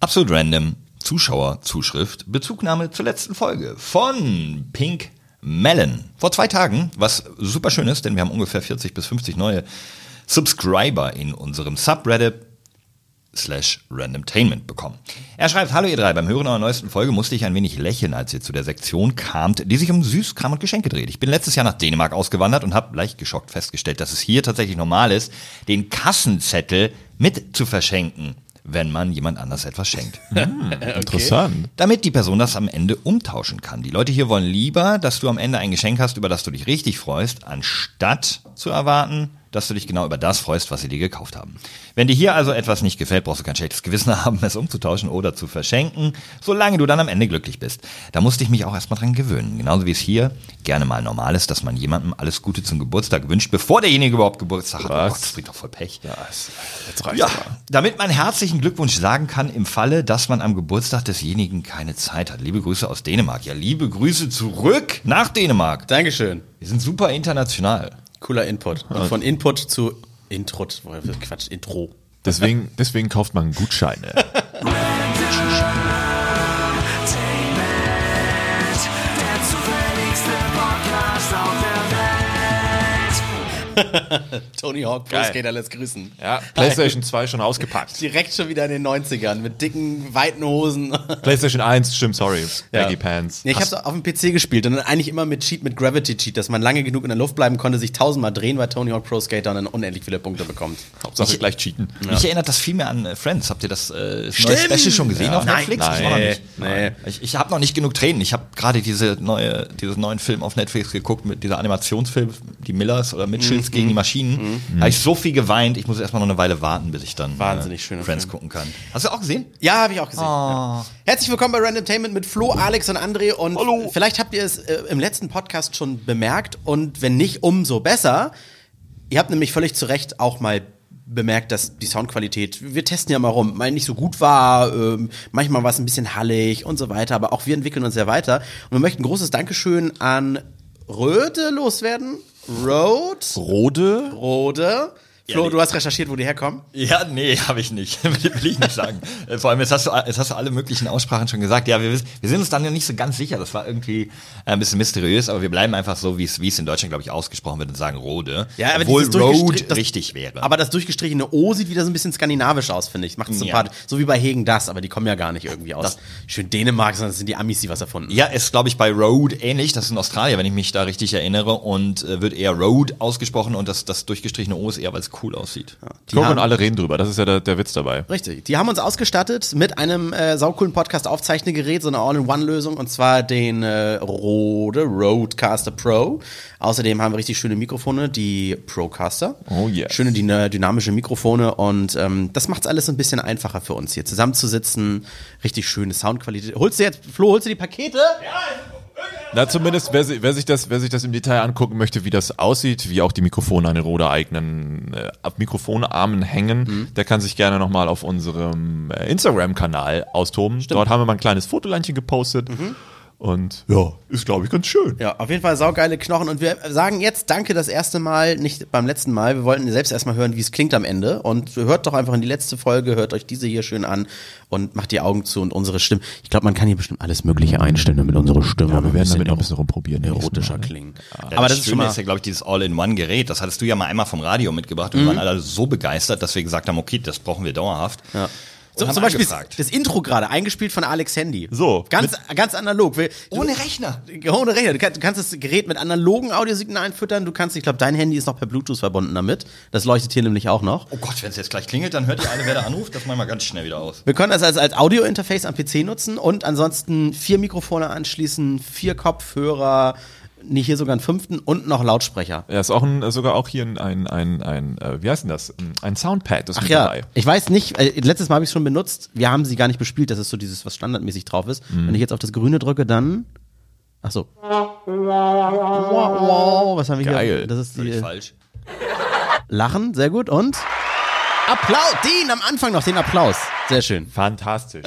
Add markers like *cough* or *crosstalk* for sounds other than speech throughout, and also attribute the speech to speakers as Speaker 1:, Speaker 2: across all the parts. Speaker 1: Absolut random. Zuschauerzuschrift. Bezugnahme zur letzten Folge von Pink Melon. Vor zwei Tagen, was super schön ist, denn wir haben ungefähr 40 bis 50 neue Subscriber in unserem Subreddit slash randomtainment bekommen. Er schreibt, hallo ihr drei, beim Hören eurer neuesten Folge musste ich ein wenig lächeln, als ihr zu der Sektion kamt, die sich um Süßkram und Geschenke dreht. Ich bin letztes Jahr nach Dänemark ausgewandert und habe leicht geschockt festgestellt, dass es hier tatsächlich normal ist, den Kassenzettel mit zu verschenken, wenn man jemand anders etwas schenkt.
Speaker 2: Interessant.
Speaker 1: Damit die Person das am Ende umtauschen kann. Die Leute hier wollen lieber, dass du am Ende ein Geschenk hast, über das du dich richtig freust, anstatt zu erwarten, dass du dich genau über das freust, was sie dir gekauft haben. Wenn dir hier also etwas nicht gefällt, brauchst du kein schlechtes Gewissen *laughs* haben, es umzutauschen oder zu verschenken, solange du dann am Ende glücklich bist. Da musste ich mich auch erstmal dran gewöhnen. Genauso wie es hier gerne mal normal ist, dass man jemandem alles Gute zum Geburtstag wünscht, bevor derjenige überhaupt Geburtstag hat. Oh
Speaker 2: Was?
Speaker 1: Gott, das bringt doch voll Pech.
Speaker 2: Jetzt reicht's
Speaker 1: Ja,
Speaker 2: aber.
Speaker 1: damit man herzlichen Glückwunsch sagen kann im Falle, dass man am Geburtstag desjenigen keine Zeit hat. Liebe Grüße aus Dänemark. Ja, liebe Grüße zurück nach Dänemark.
Speaker 3: Dankeschön.
Speaker 1: Wir sind super international.
Speaker 3: Cooler Input. Und von Input zu Introt. Woher wird Quatsch, Intro.
Speaker 2: Deswegen, deswegen kauft man Gutscheine.
Speaker 4: Entertainment, der zufälligste Podcast auf der Welt.
Speaker 3: Tony Hawk, Pro
Speaker 2: Geil.
Speaker 3: Skater, lässt grüßen.
Speaker 2: Ja, PlayStation 2 schon ausgepackt.
Speaker 3: Direkt schon wieder in den 90ern mit dicken, weiten Hosen.
Speaker 2: PlayStation 1, stimmt, sorry. Baggy Pants.
Speaker 3: Nee, ich hab's auf dem PC gespielt und dann eigentlich immer mit Cheat, mit Gravity Cheat, dass man lange genug in der Luft bleiben konnte, sich tausendmal drehen, weil Tony Hawk Pro Skater und dann unendlich viele Punkte bekommt.
Speaker 2: Hauptsache gleich cheaten.
Speaker 1: Mich erinnert das viel mehr an äh, Friends. Habt ihr das äh, neue Special schon gesehen auf Netflix?
Speaker 2: Nein.
Speaker 1: Ich war noch nicht.
Speaker 3: Nee.
Speaker 1: Ich, ich habe noch nicht genug Tränen. Ich habe gerade diese neue, diesen neuen Film auf Netflix geguckt, mit dieser Animationsfilm, die Millers oder Mitchells gegen die Maschinen. Habe ich so viel geweint, ich muss erstmal noch eine Weile warten, bis ich dann äh,
Speaker 3: Wahnsinnig schöner
Speaker 1: Friends
Speaker 3: Film.
Speaker 1: gucken kann. Hast du auch gesehen?
Speaker 3: Ja, habe ich auch gesehen. Ja. Herzlich willkommen bei Randomtainment mit Flo, Alex und André. Und
Speaker 1: Hallo.
Speaker 3: vielleicht habt ihr es äh, im letzten Podcast schon bemerkt und wenn nicht, umso besser. Ihr habt nämlich völlig zu Recht auch mal bemerkt, dass die Soundqualität, wir testen ja mal rum, mal nicht so gut war, ähm, manchmal war es ein bisschen hallig und so weiter, aber auch wir entwickeln uns ja weiter. Und wir möchten ein großes Dankeschön an Röde loswerden. Road.
Speaker 2: Rode?
Speaker 3: Rode. Flo,
Speaker 1: Ja,
Speaker 3: du hast recherchiert, wo die herkommen.
Speaker 1: Ja, nee, *laughs* habe ich nicht. Will, will ich nicht sagen. Äh, Vor allem, jetzt hast, du, jetzt hast du alle möglichen Aussprachen schon gesagt. Ja, wir, wissen- wir sind uns dann ja nicht so ganz sicher. Das war irgendwie äh, ein bisschen mysteriös, aber wir bleiben einfach so, wie es wie es in Deutschland, glaube ich, ausgesprochen wird und sagen Rode. obwohl
Speaker 3: dieses
Speaker 1: Road
Speaker 3: durchgestrich- das-
Speaker 1: richtig wäre.
Speaker 3: Aber das durchgestrichene O sieht wieder so ein bisschen skandinavisch aus, finde ich. Macht es
Speaker 1: Ja.
Speaker 3: sympathisch. So wie bei Hegen das, aber die kommen ja gar nicht irgendwie aus.
Speaker 1: Das-
Speaker 3: Schön Dänemark, sondern das sind die Amis, die was erfunden.
Speaker 1: ja, ist, glaube ich, bei Road ähnlich. Das ist in Australien, wenn ich mich da richtig erinnere. Und äh, wird eher Road ausgesprochen und das, das durchgestrichene O ist eher, weil es cool aussieht.
Speaker 3: Die
Speaker 2: Guck und
Speaker 3: haben,
Speaker 2: alle reden drüber. Das ist ja der, der Witz dabei.
Speaker 3: richtig. Die haben uns ausgestattet mit einem äh, saucoolen Podcast-Aufzeichnegerät, so eine All-in-One-Lösung, und zwar den äh, Rode Rodecaster Pro. Außerdem haben wir richtig schöne Mikrofone, die Procaster.
Speaker 2: Oh yes.
Speaker 3: Schöne dyna- dynamische Mikrofone und ähm, das macht's alles ein bisschen einfacher für uns hier zusammenzusitzen. Richtig schöne Soundqualität. Holst du jetzt, Flo, holst du die Pakete?
Speaker 2: Na, zumindest, wer, si- wer, sich das, wer sich das im Detail angucken möchte, wie das aussieht, wie auch die Mikrofone an den Rode-eigenen äh, ab Mikrofonarmen hängen, der kann sich gerne nochmal auf unserem äh, Instagram-Kanal austoben. Dort haben wir mal ein kleines Fotoleinchen gepostet. Und ja, ist, glaube ich, ganz schön.
Speaker 3: Ja, auf jeden Fall saugeile Knochen. Und wir sagen jetzt Danke das erste Mal, nicht beim letzten Mal. Wir wollten selbst erstmal hören, wie es klingt am Ende. Und hört doch einfach in die letzte Folge, hört euch diese hier schön an und macht die Augen zu und unsere Stimme. Ich glaube, man kann hier bestimmt alles Mögliche einstellen, damit unsere Stimme.
Speaker 2: wir werden damit noch ein bisschen rumprobieren.
Speaker 3: Erotischer
Speaker 2: nächstes Mal, ne?
Speaker 3: klingen. Aber das ist schon
Speaker 1: Schöne
Speaker 3: mal.
Speaker 1: ist ja, glaube ich, dieses All-in-One-Gerät. Das hattest du ja mal einmal vom Radio mitgebracht
Speaker 3: Mhm.
Speaker 1: und wir waren alle so begeistert, dass wir gesagt haben, okay, das brauchen wir dauerhaft. Ja.
Speaker 3: So, zum Beispiel das, das Intro gerade, eingespielt von Alex Handy.
Speaker 2: So.
Speaker 3: Ganz, ganz analog. Wir- du-
Speaker 1: Ohne Rechner.
Speaker 3: Ohne Rechner. Du kannst, du kannst das Gerät mit analogen Audiosignalen füttern. Du kannst, ich glaube, dein Handy ist noch per Bluetooth verbunden damit. Das leuchtet hier nämlich auch noch.
Speaker 1: Oh Gott, wenn es jetzt gleich klingelt, dann hört ihr alle, wer da anruft. Das machen wir ganz schnell wieder aus.
Speaker 3: Wir können das also als Audio-Interface am PC nutzen und ansonsten vier Mikrofone anschließen, vier Kopfhörer, nee, hier sogar einen fünften und noch Lautsprecher.
Speaker 2: Ja, ist auch ein, äh, sogar auch hier ein, ein, ein, ein äh, wie heißt denn das? Ein Soundpad ist
Speaker 3: Ach
Speaker 2: mit
Speaker 3: ja,
Speaker 2: dabei.
Speaker 3: ich weiß nicht, äh, letztes Mal habe ich es schon benutzt, wir haben sie gar nicht bespielt, das ist so dieses, was standardmäßig drauf ist. Wenn ich jetzt auf das Grüne drücke, dann. Ach so. Wow, wow, was haben wir hier?
Speaker 2: Geil.
Speaker 3: Das ist die
Speaker 1: Völlig
Speaker 3: äh,
Speaker 1: falsch.
Speaker 3: Lachen, sehr gut. Und Applaus, den am Anfang noch, den Applaus. Sehr schön.
Speaker 2: Fantastisch.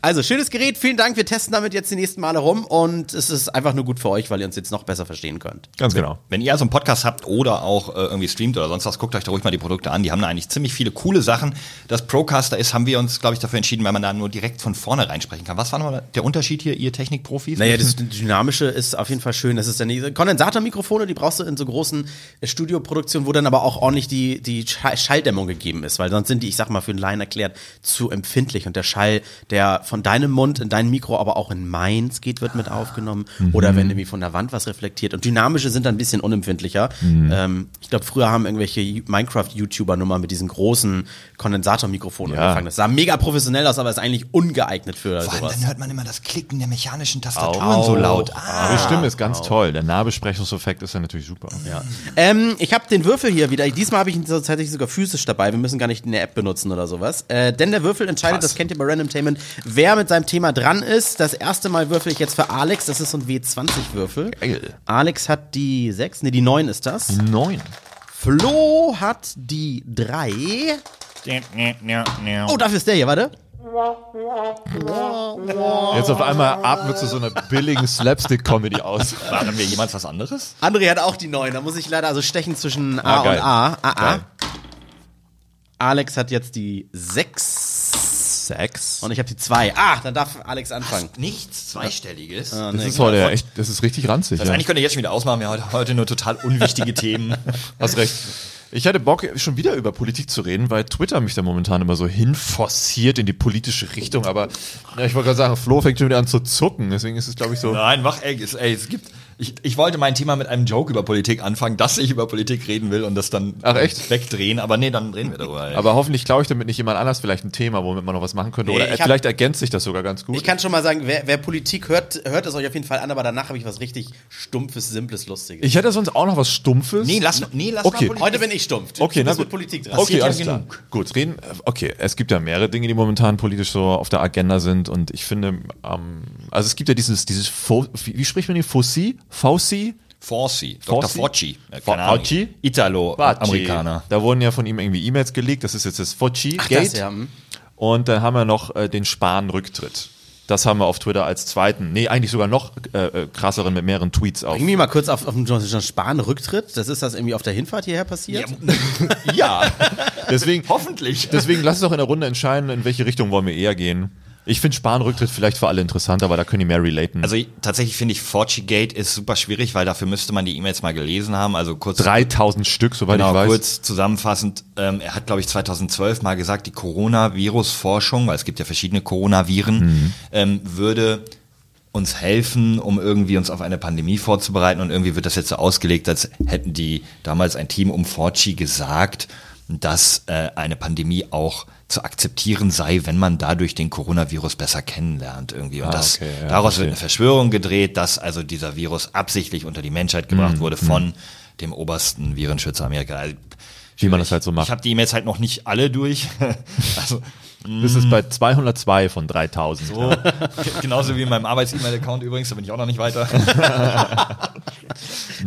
Speaker 3: Also, schönes Gerät, vielen Dank. Wir testen damit jetzt die nächsten Male rum und es ist einfach nur gut für euch, weil ihr uns jetzt noch besser verstehen könnt.
Speaker 2: Ganz genau.
Speaker 1: Wenn ihr also einen Podcast habt oder auch äh, irgendwie streamt oder sonst was, guckt euch da ruhig mal die Produkte an. Die haben da eigentlich ziemlich viele coole Sachen. Das Procaster ist, haben wir uns, glaube ich, dafür entschieden, weil man da nur direkt von vorne reinsprechen kann. Was war nochmal der Unterschied hier, ihr Technikprofis?
Speaker 3: Naja, das Dynamische ist auf jeden Fall schön. Das ist dann diese Kondensatormikrofone, die brauchst du in so großen äh, Studioproduktionen, wo dann aber auch ordentlich die, die Schall- Schalldämmung gegeben ist, weil sonst sind die, ich sag mal, für einen Laien erklärt, zu empfindlich. Und der Schall, der von deinem Mund in dein Mikro, aber auch in meins geht, wird mit aufgenommen.
Speaker 1: Mhm.
Speaker 3: Oder wenn irgendwie von der Wand was reflektiert. Und dynamische sind dann ein bisschen unempfindlicher.
Speaker 1: Mhm.
Speaker 3: Ähm, ich glaube, früher haben irgendwelche Minecraft-YouTuber-Nummer mit diesen großen Kondensatormikrofonen
Speaker 2: Ja.
Speaker 3: angefangen. Das sah mega professionell aus, aber ist eigentlich ungeeignet für
Speaker 1: Vor allem,
Speaker 3: sowas.
Speaker 1: dann hört man immer das Klicken der mechanischen Tastaturen so laut.
Speaker 2: Ah, die Stimme ist ganz toll. Der Nahbesprechungseffekt ist ja natürlich super. Ja.
Speaker 3: Ähm, ich habe den Würfel hier wieder. Diesmal habe ich ihn so- tatsächlich sogar physisch dabei. Wir müssen gar nicht eine App benutzen oder sowas. Äh, denn der Würfel entscheidet, das kennt ihr bei Randomtainment, wer mit seinem Thema dran ist. Das erste Mal würfel ich jetzt für Alex. Das ist so ein W20-Würfel.
Speaker 2: Geil.
Speaker 3: Alex hat die 6. Ne, die 9 ist das.
Speaker 2: Neun.
Speaker 3: Flo hat die 3. Oh, dafür ist der hier, warte.
Speaker 2: Jetzt auf einmal atmet zu so einer billigen Slapstick-Comedy aus.
Speaker 1: Waren wir jemals was anderes?
Speaker 3: André hat auch die 9. Da muss ich leider also stechen zwischen A
Speaker 2: Ah, geil.
Speaker 3: und A. A, A.
Speaker 2: Geil.
Speaker 3: Alex hat jetzt die 6.
Speaker 2: Sex.
Speaker 3: Und ich habe die zwei. Ah, dann darf Alex anfangen.
Speaker 1: Nichts Zweistelliges.
Speaker 2: Das ist
Speaker 1: genau.
Speaker 2: heute ja echt, das ist richtig ranzig.
Speaker 1: Also
Speaker 2: ja.
Speaker 1: eigentlich könnt ihr jetzt schon wieder ausmachen, wir haben heute, heute nur total unwichtige Themen.
Speaker 2: Hast recht. Ich hatte Bock, schon wieder über Politik zu reden, weil Twitter mich da momentan immer so hinforciert in die politische Richtung. Aber ja, ich wollte gerade sagen, Flo fängt schon wieder an zu zucken. Deswegen ist es, glaube ich,
Speaker 1: *laughs*
Speaker 2: so.
Speaker 1: Nein, mach ey, es, ey, es gibt. Ich, ich wollte mein Thema mit einem Joke über Politik anfangen, dass ich über Politik reden will und das dann
Speaker 2: Ach, echt?
Speaker 1: wegdrehen, aber nee, dann reden wir darüber. ey.
Speaker 2: Aber hoffentlich klaue ich damit nicht jemand anders vielleicht ein Thema, womit man noch was machen könnte.
Speaker 3: Nee,
Speaker 2: Oder
Speaker 3: ich hab-
Speaker 2: vielleicht ergänzt sich das sogar ganz gut.
Speaker 3: Ich kann schon mal sagen, wer, wer Politik hört, hört es euch auf jeden Fall an, aber danach habe ich was richtig Stumpfes, Simples, Lustiges.
Speaker 2: Ich hätte sonst auch noch was Stumpfes.
Speaker 1: nee, lass, nee, lass
Speaker 2: Okay.
Speaker 1: mal Politik.
Speaker 3: Heute bin ich stumpf.
Speaker 2: Okay,
Speaker 3: Du
Speaker 2: na
Speaker 3: bist
Speaker 2: gut.
Speaker 3: mit Politik dran.
Speaker 2: Okay,
Speaker 1: ja
Speaker 2: alles klar.
Speaker 1: genug.
Speaker 2: Gut, reden. Okay, es gibt ja mehrere Dinge, die momentan politisch so auf der Agenda sind und ich finde, ähm, also es gibt ja dieses, dieses, Fo wie, wie spricht man den? Fossi? Fauci?
Speaker 1: Forci, Dr.
Speaker 2: Fauci?
Speaker 1: Forci. Äh,
Speaker 2: Fo-
Speaker 1: keine Ahnung.
Speaker 2: Fauci?
Speaker 1: Italo-Amerikaner.
Speaker 2: Da wurden ja von ihm irgendwie E-Mails geleakt. Das ist jetzt das
Speaker 3: Ach,
Speaker 2: Fauci-Gate.
Speaker 3: das, ja, hm.
Speaker 2: Und dann haben wir noch äh, den Spahn-Rücktritt. Das haben wir auf Twitter als zweiten, nee, eigentlich sogar noch äh, äh, krasseren mit mehreren Tweets auf.
Speaker 3: Bring mich mal kurz auf, auf den John John Spahn-Rücktritt. Das ist das irgendwie auf der Hinfahrt hierher passiert?
Speaker 2: Ja, *laughs* deswegen,
Speaker 1: Hoffentlich.
Speaker 2: deswegen lass es doch in der Runde entscheiden, in welche Richtung wollen wir eher gehen. Ich finde Spahn-Rücktritt vielleicht für alle interessant, aber da können die mehr relaten.
Speaker 1: Also tatsächlich finde ich Forci Gate ist super schwierig, weil dafür müsste man die E-Mails mal gelesen haben. Also kurz
Speaker 2: 3000 Stück, soweit
Speaker 1: Genau,
Speaker 2: ich weiß.
Speaker 1: kurz zusammenfassend, ähm, er hat, glaube ich, 2012 mal gesagt, die Coronavirus-Forschung, weil es gibt ja verschiedene Coronaviren,
Speaker 2: Mhm.
Speaker 1: ähm, würde uns helfen, um irgendwie uns auf eine Pandemie vorzubereiten. Und irgendwie wird das jetzt so ausgelegt, als hätten die damals ein Team um Forci gesagt, dass äh, eine Pandemie auch zu akzeptieren sei, wenn man dadurch den Coronavirus besser kennenlernt irgendwie. Und das,
Speaker 2: Ah, okay, ja,
Speaker 1: daraus wird
Speaker 2: verstehe.
Speaker 1: eine Verschwörung gedreht, dass also dieser Virus absichtlich unter die Menschheit
Speaker 2: Mhm,
Speaker 1: gebracht wurde von dem obersten Virenschützer Amerika. Also,
Speaker 2: Wie man das halt so macht.
Speaker 1: Ich habe die E-Mails halt noch nicht alle durch. *laughs*
Speaker 2: *laughs*
Speaker 1: also
Speaker 2: Das ist bei 202 von 3000.
Speaker 1: so, genauso wie in meinem Arbeits-E-Mail-Account übrigens, da bin ich auch noch nicht
Speaker 2: *laughs*
Speaker 1: weiter.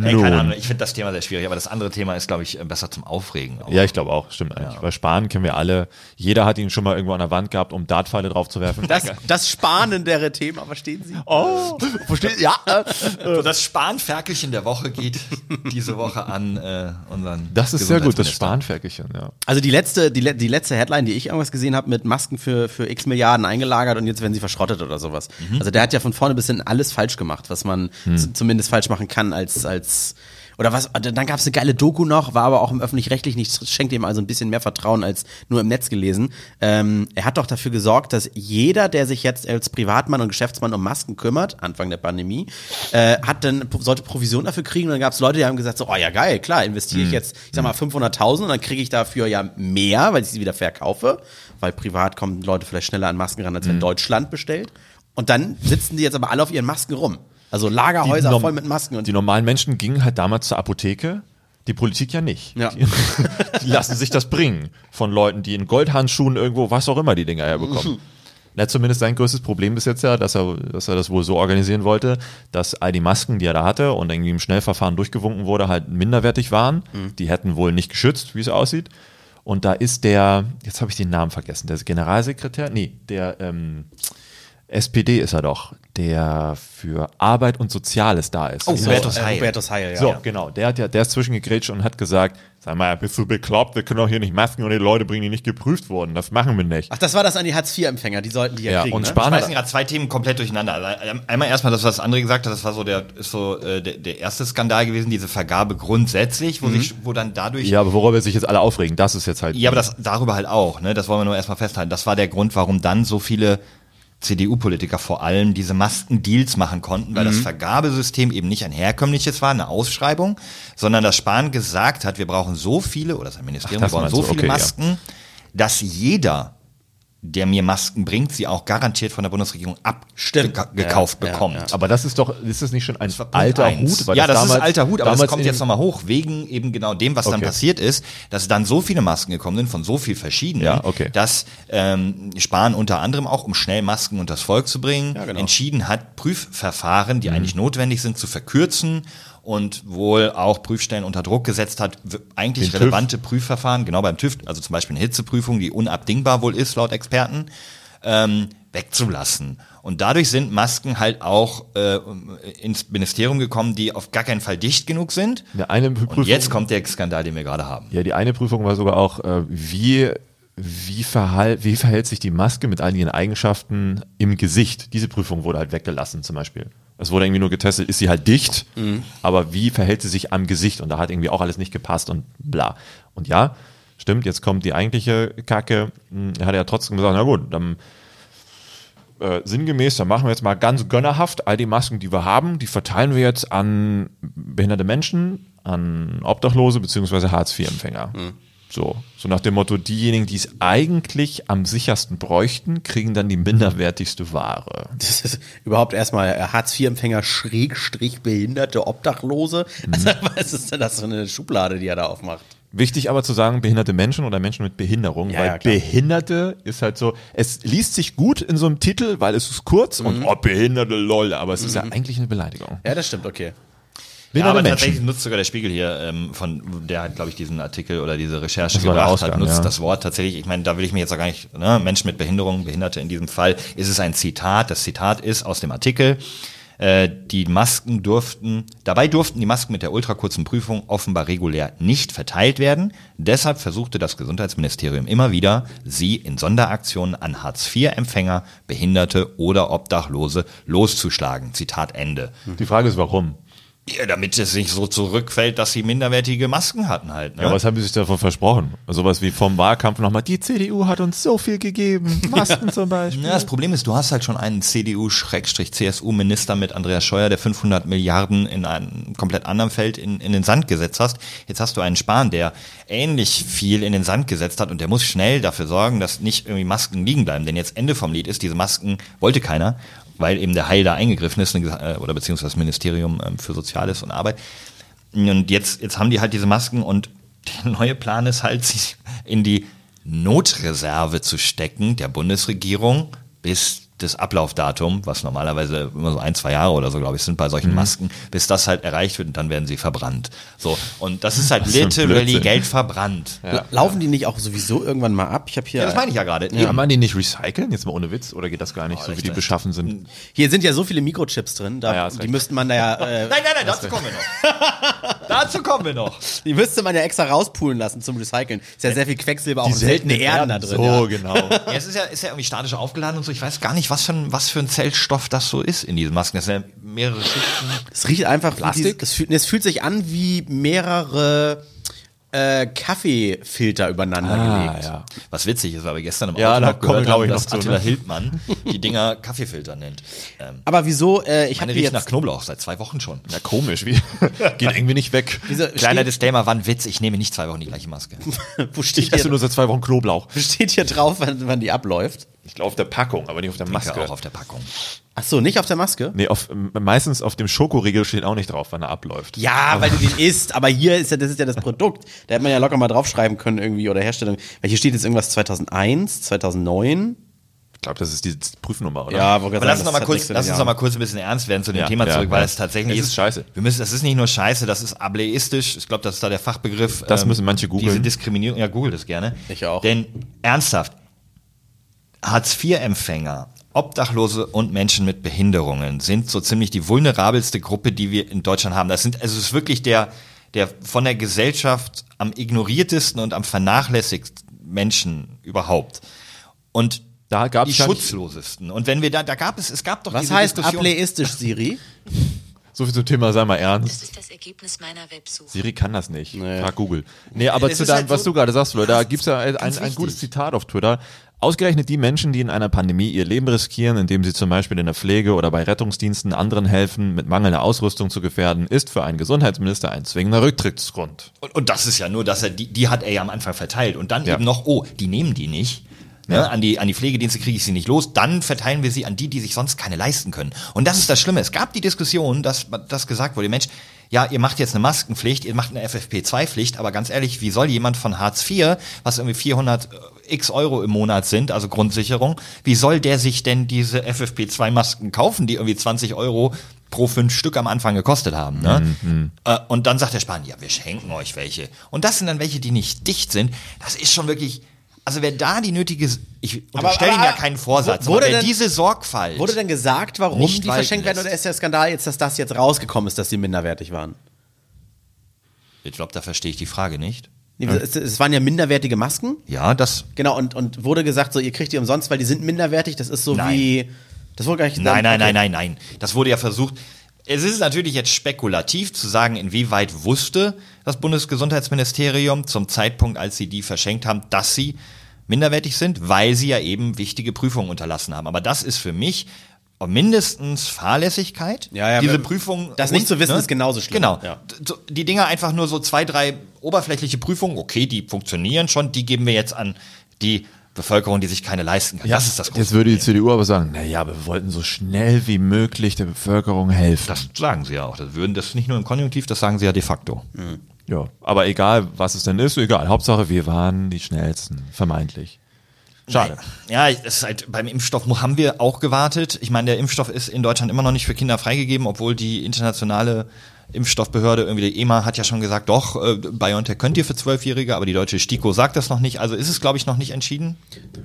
Speaker 1: Ey,
Speaker 2: Nun.
Speaker 1: keine Ahnung, ich finde das Thema sehr schwierig, aber das andere Thema ist, glaube ich, äh, besser zum Aufregen. auch.
Speaker 2: Ja, ich glaube auch, stimmt eigentlich. Bei Spahn kennen wir alle. Jeder hat ihn schon mal irgendwo an der Wand gehabt, um Dartpfeile draufzuwerfen.
Speaker 3: Das, das spahnendere Thema, verstehen Sie?
Speaker 2: oh, versteht, ja.
Speaker 1: So, das Spanferkelchen der Woche geht diese Woche an äh, unseren
Speaker 2: Das ist sehr gut, das
Speaker 1: Gesundheitsminister.
Speaker 2: Spahnferkelchen, ja.
Speaker 3: Also die letzte, die, le- die letzte Headline, die ich irgendwas gesehen habe, mit Masken für, für x Milliarden eingelagert und jetzt werden sie verschrottet oder sowas. Also der hat ja von vorne bis hinten alles falsch gemacht, was man z- zumindest falsch machen kann als, als oder was, dann gab es eine geile Doku noch, war aber auch im öffentlich-rechtlich nicht, schenkt ihm also ein bisschen mehr Vertrauen als nur im Netz gelesen. Ähm, er hat doch dafür gesorgt, dass jeder, der sich jetzt als Privatmann und Geschäftsmann um Masken kümmert, Anfang der Pandemie, äh, hat dann, sollte Provision dafür kriegen und dann gab es Leute, die haben gesagt so, oh ja geil, klar, investiere ich jetzt, ich sag mal 500.000 und dann kriege ich dafür ja mehr, weil ich sie wieder verkaufe, weil privat kommen Leute vielleicht schneller an Masken ran, als wenn Deutschland bestellt. Und dann sitzen die jetzt aber alle auf ihren Masken rum. Also Lagerhäuser
Speaker 2: Norm-
Speaker 3: voll mit Masken und
Speaker 2: Die normalen Menschen gingen halt damals zur Apotheke, die Politik ja nicht.
Speaker 3: Ja.
Speaker 2: Die, *laughs* die lassen sich das bringen von Leuten, die in Goldhandschuhen irgendwo, was auch immer, die
Speaker 1: *laughs*
Speaker 2: Dinger herbekommen. Na, zumindest sein größtes Problem bis jetzt ja, dass er, dass er das wohl so organisieren wollte, dass all die Masken, die er da hatte und
Speaker 3: Mhm.
Speaker 2: irgendwie im Schnellverfahren durchgewunken wurde, halt minderwertig waren. Die hätten wohl nicht geschützt, wie es aussieht. Und da ist der, jetzt habe ich den Namen vergessen, der Generalsekretär, nee, der ähm, SPD ist er doch, der für Arbeit und Soziales da ist.
Speaker 1: Oh, Hubertus Heil.
Speaker 3: Hubertus Heil, ja.
Speaker 2: So,
Speaker 3: ja.
Speaker 2: genau. Der hat ja, der ist zwischengegrätscht und hat gesagt, sag mal, bist du bekloppt? Wir können auch hier nicht Masken und die Leute bringen, die nicht geprüft wurden. Das machen wir nicht.
Speaker 3: Ach, das war das an die Hartz-IV-Empfänger, die sollten die ja,
Speaker 2: Ja,
Speaker 3: kriegen.
Speaker 2: und
Speaker 3: ne?
Speaker 2: Spahn
Speaker 1: Ich weiß
Speaker 2: hat,
Speaker 1: gerade zwei Themen komplett durcheinander. Also, Einmal erstmal das, was André gesagt hat, das war so der, ist so, äh, der, der erste Skandal gewesen, diese Vergabe grundsätzlich, wo, sich, wo dann dadurch
Speaker 2: ja, aber worüber sich jetzt alle aufregen, das ist jetzt halt.
Speaker 1: Ja, aber das darüber halt auch, ne? Das wollen wir nur erstmal festhalten. Das war der Grund, warum dann so viele CDU-Politiker vor allem diese Maskendeals machen konnten, weil das
Speaker 2: Mhm.
Speaker 1: Vergabesystem eben nicht ein herkömmliches war, eine Ausschreibung, sondern dass Spahn gesagt hat, wir brauchen so viele, oder sein Ministerium,
Speaker 2: Ach,
Speaker 1: wir
Speaker 2: das
Speaker 1: brauchen
Speaker 2: meinst
Speaker 1: so
Speaker 2: du,
Speaker 1: viele
Speaker 2: okay, ja.
Speaker 1: Masken, dass jeder, der mir Masken bringt, sie auch garantiert von der Bundesregierung
Speaker 3: Stimmt.
Speaker 1: abgekauft
Speaker 3: Ja, ja,
Speaker 1: bekommt.
Speaker 3: ja.
Speaker 2: aber das ist doch, ist das nicht schon ein
Speaker 1: Das war Punkt
Speaker 2: alter
Speaker 1: eins.
Speaker 2: Hut? Weil
Speaker 1: ja, das, ist
Speaker 2: damals-
Speaker 1: alter Hut, aber das
Speaker 2: damals
Speaker 1: kommt
Speaker 2: in-
Speaker 1: jetzt nochmal hoch, wegen eben genau dem, was dann
Speaker 2: Okay.
Speaker 1: passiert ist, dass dann so viele Masken gekommen sind von so viel verschiedenen,
Speaker 2: Ja, okay.
Speaker 1: dass ähm, Spahn unter anderem auch, um schnell Masken unter das Volk zu bringen,
Speaker 3: Ja, genau.
Speaker 1: entschieden hat, Prüfverfahren,
Speaker 2: Mhm.
Speaker 1: die eigentlich notwendig sind, zu verkürzen und wohl auch Prüfstellen unter Druck gesetzt hat, w- eigentlich
Speaker 2: Den TÜV.
Speaker 1: relevante Prüfverfahren, genau beim TÜV, also zum Beispiel eine Hitzeprüfung, die unabdingbar wohl ist, laut Experten, ähm, wegzulassen. Und dadurch sind Masken halt auch äh, ins Ministerium gekommen, die auf gar keinen Fall dicht genug sind.
Speaker 2: Ja, eine Prüfung,
Speaker 1: Und jetzt kommt der Skandal, den wir gerade haben.
Speaker 2: Ja, die eine Prüfung war sogar auch, äh, wie, wie, verhal wie verhält sich die Maske mit all ihren Eigenschaften im Gesicht? Diese Prüfung wurde halt weggelassen zum Beispiel. Es wurde irgendwie nur getestet, ist sie halt dicht,
Speaker 1: Mhm.
Speaker 2: aber wie verhält sie sich am Gesicht? Und da hat irgendwie auch alles nicht gepasst und bla. Und ja, stimmt, jetzt kommt die eigentliche Kacke. Hm, Er hat ja trotzdem gesagt, na gut, dann äh, sinngemäß, dann machen wir jetzt mal ganz gönnerhaft all die Masken, die wir haben, die verteilen wir jetzt an behinderte Menschen, an Obdachlose beziehungsweise Hartz-IV-Empfänger.
Speaker 3: Mhm.
Speaker 2: So, so nach dem Motto, diejenigen, die es eigentlich am sichersten bräuchten, kriegen dann die minderwertigste Ware.
Speaker 3: Das ist überhaupt erstmal äh, Hartz-IV-Empfänger, Schrägstrich, behinderte Obdachlose. Also, was ist denn das für eine Schublade, die er da aufmacht?
Speaker 2: Wichtig aber zu sagen, behinderte Menschen oder Menschen mit Behinderung,
Speaker 3: Ja,
Speaker 2: weil
Speaker 3: ja, klar.
Speaker 2: Behinderte ist halt so, es liest sich gut in so einem Titel, weil es ist kurz und oh, Behinderte, lol, aber es ist ja eigentlich eine Beleidigung.
Speaker 3: Mhm. Ja, das stimmt, okay.
Speaker 1: Ja,
Speaker 2: Behinderte
Speaker 1: aber
Speaker 2: Menschen.
Speaker 1: tatsächlich nutzt sogar der Spiegel hier, ähm, von der hat, glaube ich, diesen Artikel oder diese Recherche
Speaker 2: war der
Speaker 1: gebracht hat,
Speaker 2: Ausgang,
Speaker 1: nutzt
Speaker 2: ja.
Speaker 1: das Wort tatsächlich. Ich meine, da will ich mir jetzt auch gar nicht, ne, Menschen mit Behinderung, Behinderte in diesem Fall, ist es ein Zitat. Das Zitat ist aus dem Artikel. Äh, die Masken durften, dabei durften die Masken mit der ultrakurzen Prüfung offenbar regulär nicht verteilt werden. Deshalb versuchte das Gesundheitsministerium immer wieder, sie in Sonderaktionen an Hartz-IV-Empfänger, Behinderte oder Obdachlose loszuschlagen. Zitat Ende.
Speaker 2: Die Frage ist, warum?
Speaker 1: Ja, damit es nicht so zurückfällt, dass sie minderwertige Masken hatten halt. Ne?
Speaker 2: Ja, was haben die sich davon versprochen? Sowas wie vom Wahlkampf nochmal, die CDU hat uns so viel gegeben. Masken zum Beispiel.
Speaker 1: Ja, das Problem ist, du hast halt schon einen CDU-CSU-Minister mit Andreas Scheuer, der 500 Milliarden in einem komplett anderen Feld in, in den Sand gesetzt hast. Jetzt hast du einen Spahn, der ähnlich viel in den Sand gesetzt hat und der muss schnell dafür sorgen, dass nicht irgendwie Masken liegen bleiben. Denn jetzt Ende vom Lied ist, diese Masken wollte keiner, weil eben der Heil da eingegriffen ist und gesa- äh, oder beziehungsweise das Ministerium ähm, für Soziales und Arbeit. Und jetzt, jetzt haben die halt diese Masken und der neue Plan ist halt, *laughs* sie in die Notreserve zu stecken der Bundesregierung bis das Ablaufdatum, was normalerweise immer so ein, zwei Jahre oder so, glaube ich, sind bei solchen Masken, bis das halt erreicht wird und dann werden sie verbrannt. So. Und das ist halt
Speaker 2: für ein
Speaker 1: literally
Speaker 2: Blödsinn.
Speaker 1: Geld verbrannt. Ja.
Speaker 3: La- Laufen die nicht auch sowieso irgendwann mal ab? Ich habe hier.
Speaker 1: das meine ich ja gerade.
Speaker 2: Kann man die nicht recyceln? Jetzt mal ohne Witz? Oder geht das gar
Speaker 3: Oh,
Speaker 2: nicht, so wie die beschaffen sind?
Speaker 3: Hier sind ja so viele Mikrochips drin, da,
Speaker 2: Ja, ja, ist
Speaker 3: die
Speaker 2: recht.
Speaker 3: müsste man da
Speaker 1: *laughs*
Speaker 3: ja, äh,
Speaker 1: Nein, nein, nein, dazu kommen wir noch. *laughs* dazu kommen wir noch.
Speaker 3: die müsste man ja extra rauspulen lassen zum Recyceln. Ist ja sehr viel Quecksilber, auch seltene Erden da drin.
Speaker 2: So, genau.
Speaker 3: *laughs*
Speaker 1: Ja, es ist ja, ist ja irgendwie statisch aufgeladen und so. Ich weiß gar nicht, was für ein, was für ein Zellstoff das so ist in diesen Masken. Das sind ja mehrere Schichten.
Speaker 3: ja. Es riecht einfach
Speaker 2: Plastik?
Speaker 3: Es fühlt, nee, es fühlt sich an wie mehrere äh, Kaffeefilter übereinander
Speaker 2: ah,
Speaker 3: gelegt.
Speaker 2: ja.
Speaker 1: Was witzig ist, weil wir gestern im
Speaker 2: Ja,
Speaker 1: Auto
Speaker 2: da
Speaker 1: noch
Speaker 2: kommen wir,
Speaker 1: gehört
Speaker 2: glaub
Speaker 1: haben,
Speaker 2: ich,
Speaker 1: dass
Speaker 2: noch zu,
Speaker 1: Attila
Speaker 2: ne?
Speaker 1: Hildmann die Dinger Kaffeefilter nennt. Ähm,
Speaker 3: Aber wieso? Äh, ich habe
Speaker 1: meine
Speaker 3: jetzt
Speaker 1: riecht nach Knoblauch seit zwei Wochen schon.
Speaker 2: Na, komisch. Wie, *laughs* geht irgendwie nicht weg.
Speaker 3: Wieso
Speaker 1: Kleiner
Speaker 3: steht,
Speaker 1: Disclaimer, war ein Witz, ich nehme nicht zwei Wochen die gleiche Maske.
Speaker 3: *laughs* wo
Speaker 2: Ich
Speaker 3: steht
Speaker 2: esse
Speaker 3: hier,
Speaker 2: nur seit zwei Wochen Knoblauch.
Speaker 3: *laughs* steht hier drauf, wann, wann die abläuft?
Speaker 2: Ich glaube auf der Packung, aber nicht auf der
Speaker 1: Maske
Speaker 2: Maske.
Speaker 1: auch auf der Packung.
Speaker 3: Ach so, nicht auf der Maske?
Speaker 2: Nee, auf, meistens auf dem Schokoriegel steht auch nicht drauf, wann er abläuft.
Speaker 3: Ja, weil du den isst, aber hier ist ja, das ist ja das Produkt. Da hätte man ja locker mal draufschreiben können irgendwie oder Herstellung. Weil hier steht jetzt irgendwas 2001, 2009.
Speaker 2: Ich glaube, das ist die Prüfnummer, oder?
Speaker 3: Ja, wollte
Speaker 1: Aber
Speaker 3: gerade
Speaker 1: lass uns
Speaker 3: sagen,
Speaker 1: noch mal
Speaker 3: das
Speaker 1: kurz,
Speaker 3: hat
Speaker 1: lass uns
Speaker 3: nichts
Speaker 1: noch mal
Speaker 3: mit
Speaker 1: kurz ein bisschen ernst werden zu dem
Speaker 2: Ja,
Speaker 1: Thema
Speaker 2: ja,
Speaker 1: zurück, weil
Speaker 2: ja.
Speaker 1: es tatsächlich
Speaker 2: Es ist scheiße.
Speaker 1: Wir müssen, das ist nicht nur scheiße, das ist ableistisch. Ich glaube, das ist da der Fachbegriff. ähm,
Speaker 2: Das müssen manche googeln.
Speaker 1: Diese Diskriminierung, ja, google das gerne.
Speaker 3: Ich auch.
Speaker 1: Denn ernsthaft, Hartz-IV-Empfänger, Obdachlose und Menschen mit Behinderungen sind so ziemlich die vulnerabelste Gruppe, die wir in Deutschland haben. Das sind, also es ist wirklich der, der von der Gesellschaft am ignoriertesten und am vernachlässigsten Menschen überhaupt. Und
Speaker 2: Da gab's
Speaker 1: die
Speaker 2: schon-
Speaker 1: schutzlosesten. Und wenn wir da, da gab es, es gab doch
Speaker 3: Was
Speaker 1: diese
Speaker 3: heißt
Speaker 1: Diskussion.
Speaker 3: ableistisch, Siri?
Speaker 2: So viel zum Thema, sei mal
Speaker 5: Das
Speaker 2: ernst.
Speaker 5: ist das Ergebnis meiner Websuche.
Speaker 2: Siri kann das nicht.
Speaker 3: Nee.
Speaker 2: Frag Google. Nee, aber
Speaker 1: Es
Speaker 2: zu
Speaker 1: ist
Speaker 2: deinem,
Speaker 1: halt so-
Speaker 2: was du gerade sagst, Leute, da
Speaker 1: Das ist
Speaker 2: gibt's ja ein,
Speaker 1: ganz
Speaker 2: ein gutes
Speaker 1: wichtig.
Speaker 2: Zitat auf Twitter. Ausgerechnet die Menschen, die in einer Pandemie ihr Leben riskieren, indem sie zum Beispiel in der Pflege oder bei Rettungsdiensten anderen helfen, mit mangelnder Ausrüstung zu gefährden, ist für einen Gesundheitsminister ein zwingender Rücktrittsgrund.
Speaker 1: Und, und das ist ja nur, dass er die, die hat er ja am Anfang verteilt und dann
Speaker 2: Ja.
Speaker 1: eben noch, oh, die nehmen die nicht. Ne, an, die, an die Pflegedienste kriege ich sie nicht los, dann verteilen wir sie an die, die sich sonst keine leisten können. Und das ist das Schlimme. Es gab die Diskussion, dass das gesagt wurde, Mensch, ja, ihr macht jetzt eine Maskenpflicht, ihr macht eine FFP2-Pflicht, aber ganz ehrlich, wie soll jemand von Hartz IV, was irgendwie 400 äh, x Euro im Monat sind, also Grundsicherung, wie soll der sich denn diese FFP2-Masken kaufen, die irgendwie 20 Euro pro fünf Stück am Anfang gekostet haben. Ne? Äh, und dann sagt der Spanier, ja, wir schenken euch welche. Und das sind dann welche, die nicht dicht sind. Das ist schon wirklich, also wer da die nötige, ich unterstelle ihm
Speaker 3: aber-
Speaker 1: ja keinen Vorsatz,
Speaker 3: wurde
Speaker 1: aber wer
Speaker 3: denn-
Speaker 1: diese Sorgfalt,
Speaker 3: Wurde denn gesagt, warum
Speaker 1: Nicht
Speaker 3: die
Speaker 1: walten
Speaker 3: verschenkt werden?
Speaker 1: lässt.
Speaker 3: Oder ist der Skandal jetzt, dass das jetzt rausgekommen ist, dass die minderwertig waren?
Speaker 1: ich glaube, da verstehe ich die Frage nicht.
Speaker 3: Nee, es, es waren ja minderwertige Masken.
Speaker 1: Ja, das,
Speaker 3: Genau, und, und wurde gesagt, so, ihr kriegt die umsonst, weil die sind minderwertig. Das ist so
Speaker 1: Nein.
Speaker 3: wie. Das wurde gar nicht gesagt.
Speaker 1: Nein, nein,
Speaker 3: Okay.
Speaker 1: nein, nein, nein. Das wurde ja versucht. Es ist natürlich jetzt spekulativ zu sagen, inwieweit wusste das Bundesgesundheitsministerium zum Zeitpunkt, als sie die verschenkt haben, dass sie minderwertig sind, weil sie ja eben wichtige Prüfungen unterlassen haben. Aber das ist für mich mindestens Fahrlässigkeit.
Speaker 3: Ja, ja,
Speaker 1: Diese
Speaker 3: wenn-
Speaker 1: Prüfung.
Speaker 3: das nicht zu wissen, ist genauso schlimm.
Speaker 1: Genau.
Speaker 3: Ja.
Speaker 1: So, Die Dinger einfach nur so zwei, drei oberflächliche Prüfungen. Okay, die funktionieren schon. Die geben wir jetzt an die Bevölkerung, die sich keine leisten kann. das ist das
Speaker 2: Jetzt würde die CDU aber sagen, naja, wir wollten so schnell wie möglich der Bevölkerung helfen.
Speaker 1: Das sagen sie ja auch. Das würden das ist nicht nur im Konjunktiv, das sagen sie ja de facto.
Speaker 2: ja, aber egal, was es denn ist, egal. Hauptsache, wir waren die schnellsten, vermeintlich. Schade.
Speaker 1: Ja, es ist halt, beim Impfstoff haben wir auch gewartet. Ich meine, der Impfstoff ist in Deutschland immer noch nicht für Kinder freigegeben, obwohl die internationale Impfstoffbehörde, irgendwie die EMA, hat ja schon gesagt, doch, äh, BioNTech könnt ihr für Zwölfjährige, aber die deutsche STIKO sagt das noch nicht. Also ist es, glaube ich, noch nicht entschieden.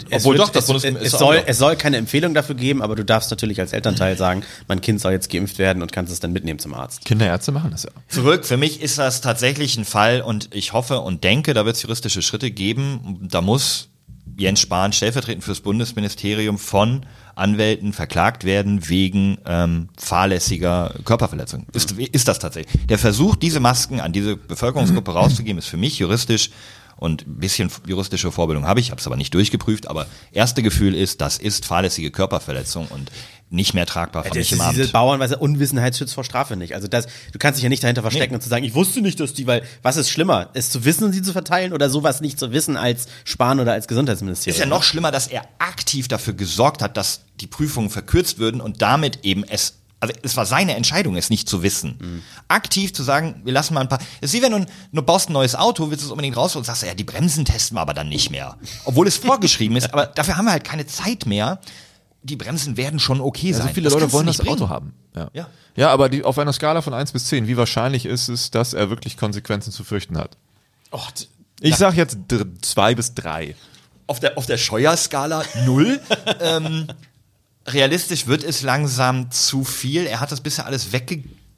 Speaker 3: Es
Speaker 1: obwohl
Speaker 3: wird-
Speaker 1: doch, das
Speaker 3: es,
Speaker 1: Bundes
Speaker 3: es,
Speaker 1: ist auch
Speaker 3: soll,
Speaker 1: noch.
Speaker 3: es soll keine Empfehlung dafür geben, aber du darfst natürlich als Elternteil sagen, mein Kind soll jetzt geimpft werden und kannst es dann mitnehmen zum Arzt.
Speaker 2: Kinderärzte machen das ja.
Speaker 1: Zurück, für mich ist das tatsächlich ein Fall und ich hoffe und denke, da wird es juristische Schritte geben. Da muss Jens Spahn stellvertretend fürs Bundesministerium von Anwälten verklagt werden wegen ähm, fahrlässiger Körperverletzung. Ist,
Speaker 3: Mhm.
Speaker 1: ist das tatsächlich? Der Versuch, diese Masken an diese Bevölkerungsgruppe
Speaker 3: Mhm.
Speaker 1: rauszugeben, ist für mich juristisch und ein bisschen juristische Vorbildung habe ich, habe es aber nicht durchgeprüft, aber erste Gefühl ist, das ist fahrlässige Körperverletzung und nicht mehr tragbar für mich
Speaker 3: Das
Speaker 1: im
Speaker 3: ist
Speaker 1: Amt.
Speaker 3: diese Bauernweise Unwissenheit schützt vor Strafe nicht. Also das, du kannst dich ja nicht dahinter verstecken
Speaker 1: Nee.
Speaker 3: und zu sagen, ich wusste nicht, dass die, weil was ist schlimmer, es zu wissen und sie zu verteilen oder sowas nicht zu wissen als Spahn oder als Gesundheitsministerium?
Speaker 1: Ist ja noch schlimmer, dass er aktiv dafür gesorgt hat, dass die Prüfungen verkürzt würden und damit eben es, also es war seine Entscheidung, es nicht zu wissen.
Speaker 2: Mhm.
Speaker 1: Aktiv zu sagen, wir lassen mal ein paar, es ist wie wenn du, ein- du baust ein neues Auto, willst es unbedingt raus und sagst, ja, die Bremsen testen wir aber dann nicht mehr. Obwohl es vorgeschrieben
Speaker 2: *laughs*
Speaker 1: ist, aber dafür haben wir halt keine Zeit mehr. Die Bremsen werden schon okay sein.
Speaker 2: Also viele
Speaker 1: Das
Speaker 2: Leute
Speaker 1: kannst du
Speaker 2: wollen das
Speaker 1: nicht bringen.
Speaker 2: Auto haben. Ja,
Speaker 1: Ja.
Speaker 2: ja. aber die, auf einer Skala von 1 bis 10, wie wahrscheinlich ist es, dass er wirklich Konsequenzen zu fürchten hat? Ich sag jetzt 2 bis 3.
Speaker 1: auf der, auf der Scheuerskala null. ähm, realistisch wird es langsam zu viel. Er hat das bisher alles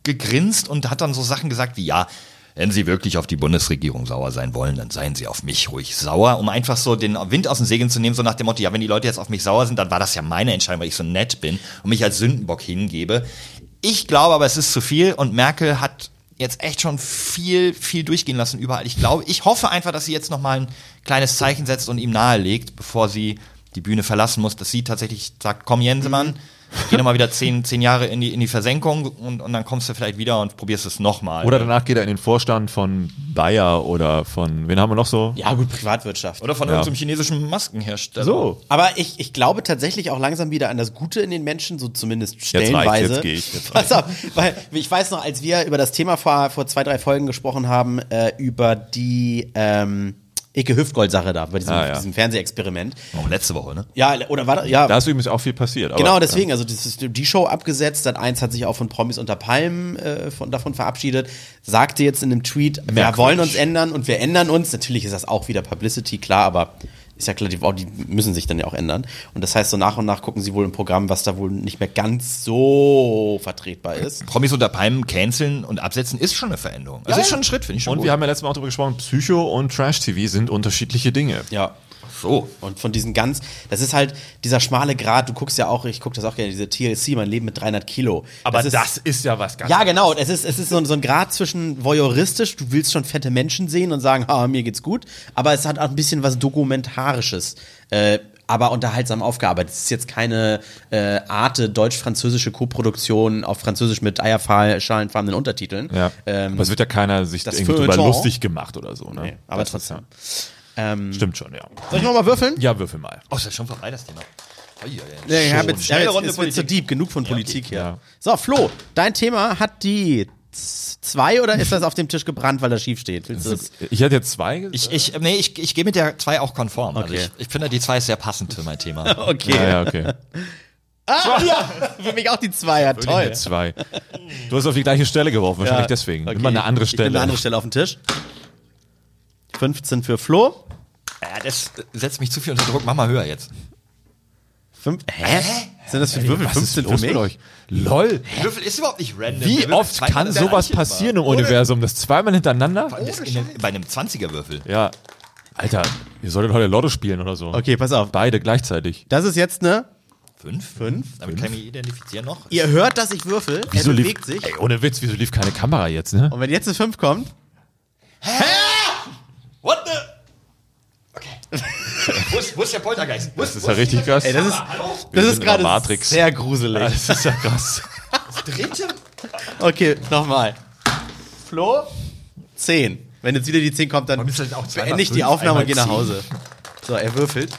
Speaker 1: weggegrinst und hat dann so Sachen gesagt wie, ja, wenn Sie wirklich auf die Bundesregierung sauer sein wollen, dann seien Sie auf mich ruhig sauer, um einfach so den Wind aus den Segeln zu nehmen, so nach dem Motto, ja, wenn die Leute jetzt auf mich sauer sind, dann war das ja meine Entscheidung, weil ich so nett bin und mich als Sündenbock hingebe. Ich glaube aber, es ist zu viel und Merkel hat jetzt echt schon viel, viel durchgehen lassen überall. Ich glaube, ich hoffe einfach, dass sie jetzt nochmal ein kleines Zeichen setzt und ihm nahelegt, bevor sie die Bühne verlassen muss, dass sie tatsächlich sagt, komm
Speaker 2: Mhm.
Speaker 1: Jensemann, geh nochmal wieder zehn, zehn Jahre in die, in die Versenkung und, und dann kommst du vielleicht wieder und probierst es nochmal.
Speaker 2: Oder danach geht er in den Vorstand von Bayer oder von, wen haben wir noch so?
Speaker 3: ja gut, Privatwirtschaft.
Speaker 1: Oder von
Speaker 2: Ja.
Speaker 1: irgendeinem chinesischen Maskenhersteller.
Speaker 2: So.
Speaker 3: Aber ich, ich glaube tatsächlich auch langsam wieder an das Gute in den Menschen, so zumindest stellenweise.
Speaker 2: jetzt geh ich, jetzt
Speaker 3: *laughs* Pass auf, weil ich weiß noch, als wir über das Thema vor, vor zwei, drei Folgen gesprochen haben, äh, über die ähm, Eke Hüftgold-Sache da, bei diesem,
Speaker 2: Ah, ja.
Speaker 3: diesem Fernsehexperiment.
Speaker 1: Auch letzte Woche, ne?
Speaker 3: Ja, oder war das, ja.
Speaker 2: Da ist übrigens auch viel passiert. aber- ähm,
Speaker 3: Genau, deswegen, also das ist die Show abgesetzt, Sat 1 hat sich auch von Promis unter Palmen äh, von, davon verabschiedet, sagte jetzt in einem Tweet, wir
Speaker 2: Merkwürdig.
Speaker 3: wollen uns ändern und wir ändern uns. Natürlich ist das auch wieder Publicity, klar, aber ist ja klar, die, die müssen sich dann ja auch ändern. Und das heißt, so nach und nach gucken sie wohl im Programm, was da wohl nicht mehr ganz so vertretbar ist.
Speaker 1: Promis unter Palmen canceln und absetzen ist schon eine Veränderung. Also
Speaker 3: Ja,
Speaker 1: ist
Speaker 3: ja.
Speaker 1: schon ein Schritt, finde ich schon
Speaker 2: Und
Speaker 1: gut.
Speaker 2: wir haben ja letztes Mal auch darüber gesprochen, Psycho und Trash-TV sind unterschiedliche Dinge.
Speaker 3: Ja.
Speaker 1: so.
Speaker 3: Und von diesen ganz, das ist halt dieser schmale Grad, du guckst ja auch, ich gucke das auch gerne, diese TLC, mein Leben mit 300 Kilo.
Speaker 2: ja was ganz
Speaker 3: Ja, genau. Es ist, es ist so, ein- so ein Grad zwischen voyeuristisch, du willst schon fette Menschen sehen und sagen, ha, mir geht's gut, aber es hat auch ein bisschen was Dokumentarisches. Äh, aber unterhaltsam aufgearbeitet. Es ist jetzt keine äh, Arte deutsch-französische Koproduktion auf Französisch mit eierschalenfarbenen Untertiteln.
Speaker 2: Ja.
Speaker 3: Ähm,
Speaker 2: aber es wird ja keiner sich
Speaker 3: das
Speaker 2: irgendwie drüber
Speaker 3: Feuilleton.
Speaker 2: lustig gemacht oder so. Ne?
Speaker 3: nee, aber
Speaker 2: Das ist
Speaker 3: trotzdem.
Speaker 2: ja- Stimmt schon, ja.
Speaker 3: Soll ich nochmal würfeln?
Speaker 2: Ja, würfel mal.
Speaker 1: Oh, ist das schon vorbei, das Thema? Ui, ui, ui.
Speaker 3: Nee, ich
Speaker 1: Schon.
Speaker 3: habe jetzt, ich hab
Speaker 1: Schnelle
Speaker 3: jetzt,
Speaker 1: Runde
Speaker 3: ist mir zu
Speaker 1: Politik.
Speaker 3: deep, genug von Politik hier.
Speaker 2: ja.
Speaker 3: So, Flo, dein Thema hat die z- zwei oder ist das auf dem Tisch gebrannt, weil das schief steht? Willst du das?
Speaker 2: Ich hätte jetzt zwei. gesagt.
Speaker 1: Ich, ich, nee, ich, ich gehe mit der 2 auch konform. Also
Speaker 3: Okay.
Speaker 1: ich, ich finde, die 2 ist sehr passend für mein Thema.
Speaker 3: Okay.
Speaker 2: Ah, *laughs* ja, *laughs* okay.
Speaker 3: Ah, ja, *laughs* für mich auch die Zweier, toll.
Speaker 2: Toll. Zwei. Du hast auf die gleiche Stelle geworfen, wahrscheinlich
Speaker 3: Ja,
Speaker 2: deswegen.
Speaker 3: okay.
Speaker 2: Immer eine andere
Speaker 3: Ich nehme
Speaker 2: Stelle.
Speaker 3: Eine andere Stelle auf den Tisch. 15 für Flo.
Speaker 1: ja, Äh, das setzt mich zu viel unter Druck. Mach mal höher jetzt.
Speaker 3: Fünf, hä? Sind das für Würfel?
Speaker 2: Was ist
Speaker 3: 15 für
Speaker 2: los mit
Speaker 3: mich?
Speaker 2: euch? Lol.
Speaker 1: Würfel ist überhaupt nicht random. Der
Speaker 2: Wie
Speaker 1: Würfel
Speaker 2: oft
Speaker 1: zweimal
Speaker 2: kann
Speaker 1: ist der
Speaker 2: sowas
Speaker 1: gleiche
Speaker 2: passieren
Speaker 1: immer.
Speaker 2: im Universum? Das zweimal hintereinander?
Speaker 1: Das in einem, bei einem 20er-Würfel.
Speaker 2: Ja. Alter, ihr solltet heute Lotto spielen oder so.
Speaker 3: Okay, pass auf.
Speaker 2: Beide gleichzeitig.
Speaker 3: Das ist jetzt eine.
Speaker 1: Fünf?
Speaker 3: Fünf?
Speaker 1: Damit kann ich mich identifizieren noch.
Speaker 3: Ihr hört, dass ich würfel.
Speaker 2: Wieso
Speaker 3: er
Speaker 2: lief-
Speaker 3: Also bewegt sich.
Speaker 2: Ey, ohne Witz, wieso lief keine Kamera jetzt, ne?
Speaker 3: Und wenn jetzt eine 5 kommt,
Speaker 1: What the? Okay. *laughs* wo, ist, wo ist der Poltergeist? Wo
Speaker 2: Das ist ja richtig krass.
Speaker 3: ey, das ist,
Speaker 1: Hallo?
Speaker 3: das
Speaker 2: sind
Speaker 3: ist
Speaker 2: in
Speaker 3: gerade
Speaker 2: der Matrix.
Speaker 3: sehr gruselig.
Speaker 2: Das ist ja krass.
Speaker 1: Dritte?
Speaker 3: Okay, nochmal. Flo, 10. Wenn jetzt wieder die 10 kommt, dann
Speaker 1: Man muss halt auch zweimal
Speaker 3: beende ich die
Speaker 1: fünf,
Speaker 3: Aufnahme und gehe nach
Speaker 1: einmal
Speaker 3: Hause. So, er würfelt.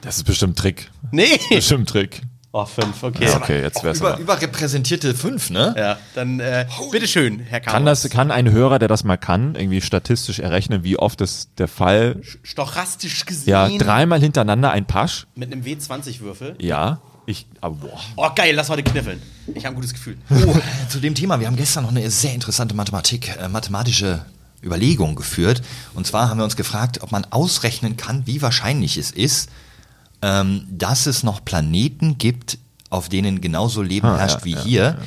Speaker 2: Das ist bestimmt ein Trick.
Speaker 3: Nee.
Speaker 2: Bestimmt ein Trick.
Speaker 3: Oh, 5, okay.
Speaker 2: Okay, jetzt wär's
Speaker 1: Über,
Speaker 2: aber.
Speaker 1: überrepräsentierte fünf, ne?
Speaker 3: Ja, dann äh, bitteschön, Herr Kampf.
Speaker 2: Kann, das, kann ein Hörer, der das mal kann, irgendwie statistisch errechnen, wie oft das der Fall
Speaker 3: stochastisch gesehen
Speaker 2: Ja, dreimal hintereinander ein Pasch.
Speaker 3: mit einem W20-Würfel.
Speaker 2: Ja. Ich, aber boah.
Speaker 3: Oh, geil, lass heute kniffeln. Ich habe ein gutes
Speaker 1: *laughs*
Speaker 3: Gefühl.
Speaker 1: Oh, zu dem Thema. Wir haben gestern noch eine sehr interessante Mathematik, äh, mathematische Überlegung geführt. Und zwar haben wir uns gefragt, ob man ausrechnen kann, wie wahrscheinlich es ist, ähm, dass es noch Planeten gibt, auf denen genauso Leben
Speaker 2: Ah,
Speaker 1: herrscht
Speaker 2: ja,
Speaker 1: wie
Speaker 2: ja,
Speaker 1: hier.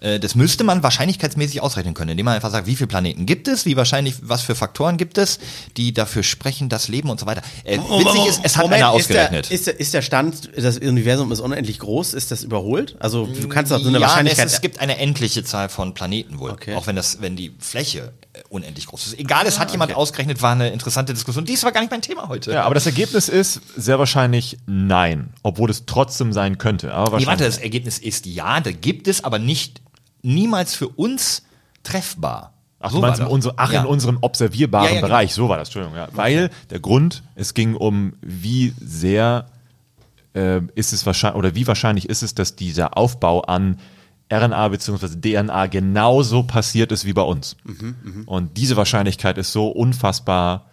Speaker 1: Äh, Das müsste man wahrscheinlichkeitsmäßig ausrechnen können, indem man einfach sagt, wie viele Planeten gibt es, wie wahrscheinlich, was für Faktoren gibt es, die dafür sprechen, das Leben und so weiter. Äh, witzig ist, es hat
Speaker 3: Oh, Moment,
Speaker 1: einer ausgerechnet.
Speaker 3: Ist der, ist, der, ist der Stand, das Universum ist unendlich groß, ist das überholt? Also du kannst doch so eine
Speaker 1: ja,
Speaker 3: Wahrscheinlichkeit...
Speaker 1: Es, es gibt eine endliche Zahl von Planeten wohl.
Speaker 3: Okay.
Speaker 1: Auch wenn das, wenn die Fläche äh, unendlich groß ist. Egal, es hat jemand ausgerechnet, war eine interessante Diskussion. Dies war gar nicht mein Thema heute.
Speaker 2: Ah, Ja, aber das Ergebnis ist sehr wahrscheinlich nein, obwohl es trotzdem sein könnte. Aber
Speaker 1: nee, warte,
Speaker 2: wahrscheinlich.
Speaker 1: das Ergebnis ist ja, da gibt es, aber nicht niemals für uns treffbar.
Speaker 2: Ach, du meinst in
Speaker 1: war das.
Speaker 2: unser, ach
Speaker 1: Ja.
Speaker 2: in unserem observierbaren
Speaker 1: Ja, ja, genau.
Speaker 2: Bereich, so war das, Entschuldigung. Ja. Weil der Grund, es ging um, wie sehr äh, ist es wahrscheinlich, oder wie wahrscheinlich ist es, dass dieser Aufbau an RNA bzw. DNA genauso passiert ist wie bei uns.
Speaker 1: Mhm,
Speaker 2: Und diese Wahrscheinlichkeit ist so unfassbar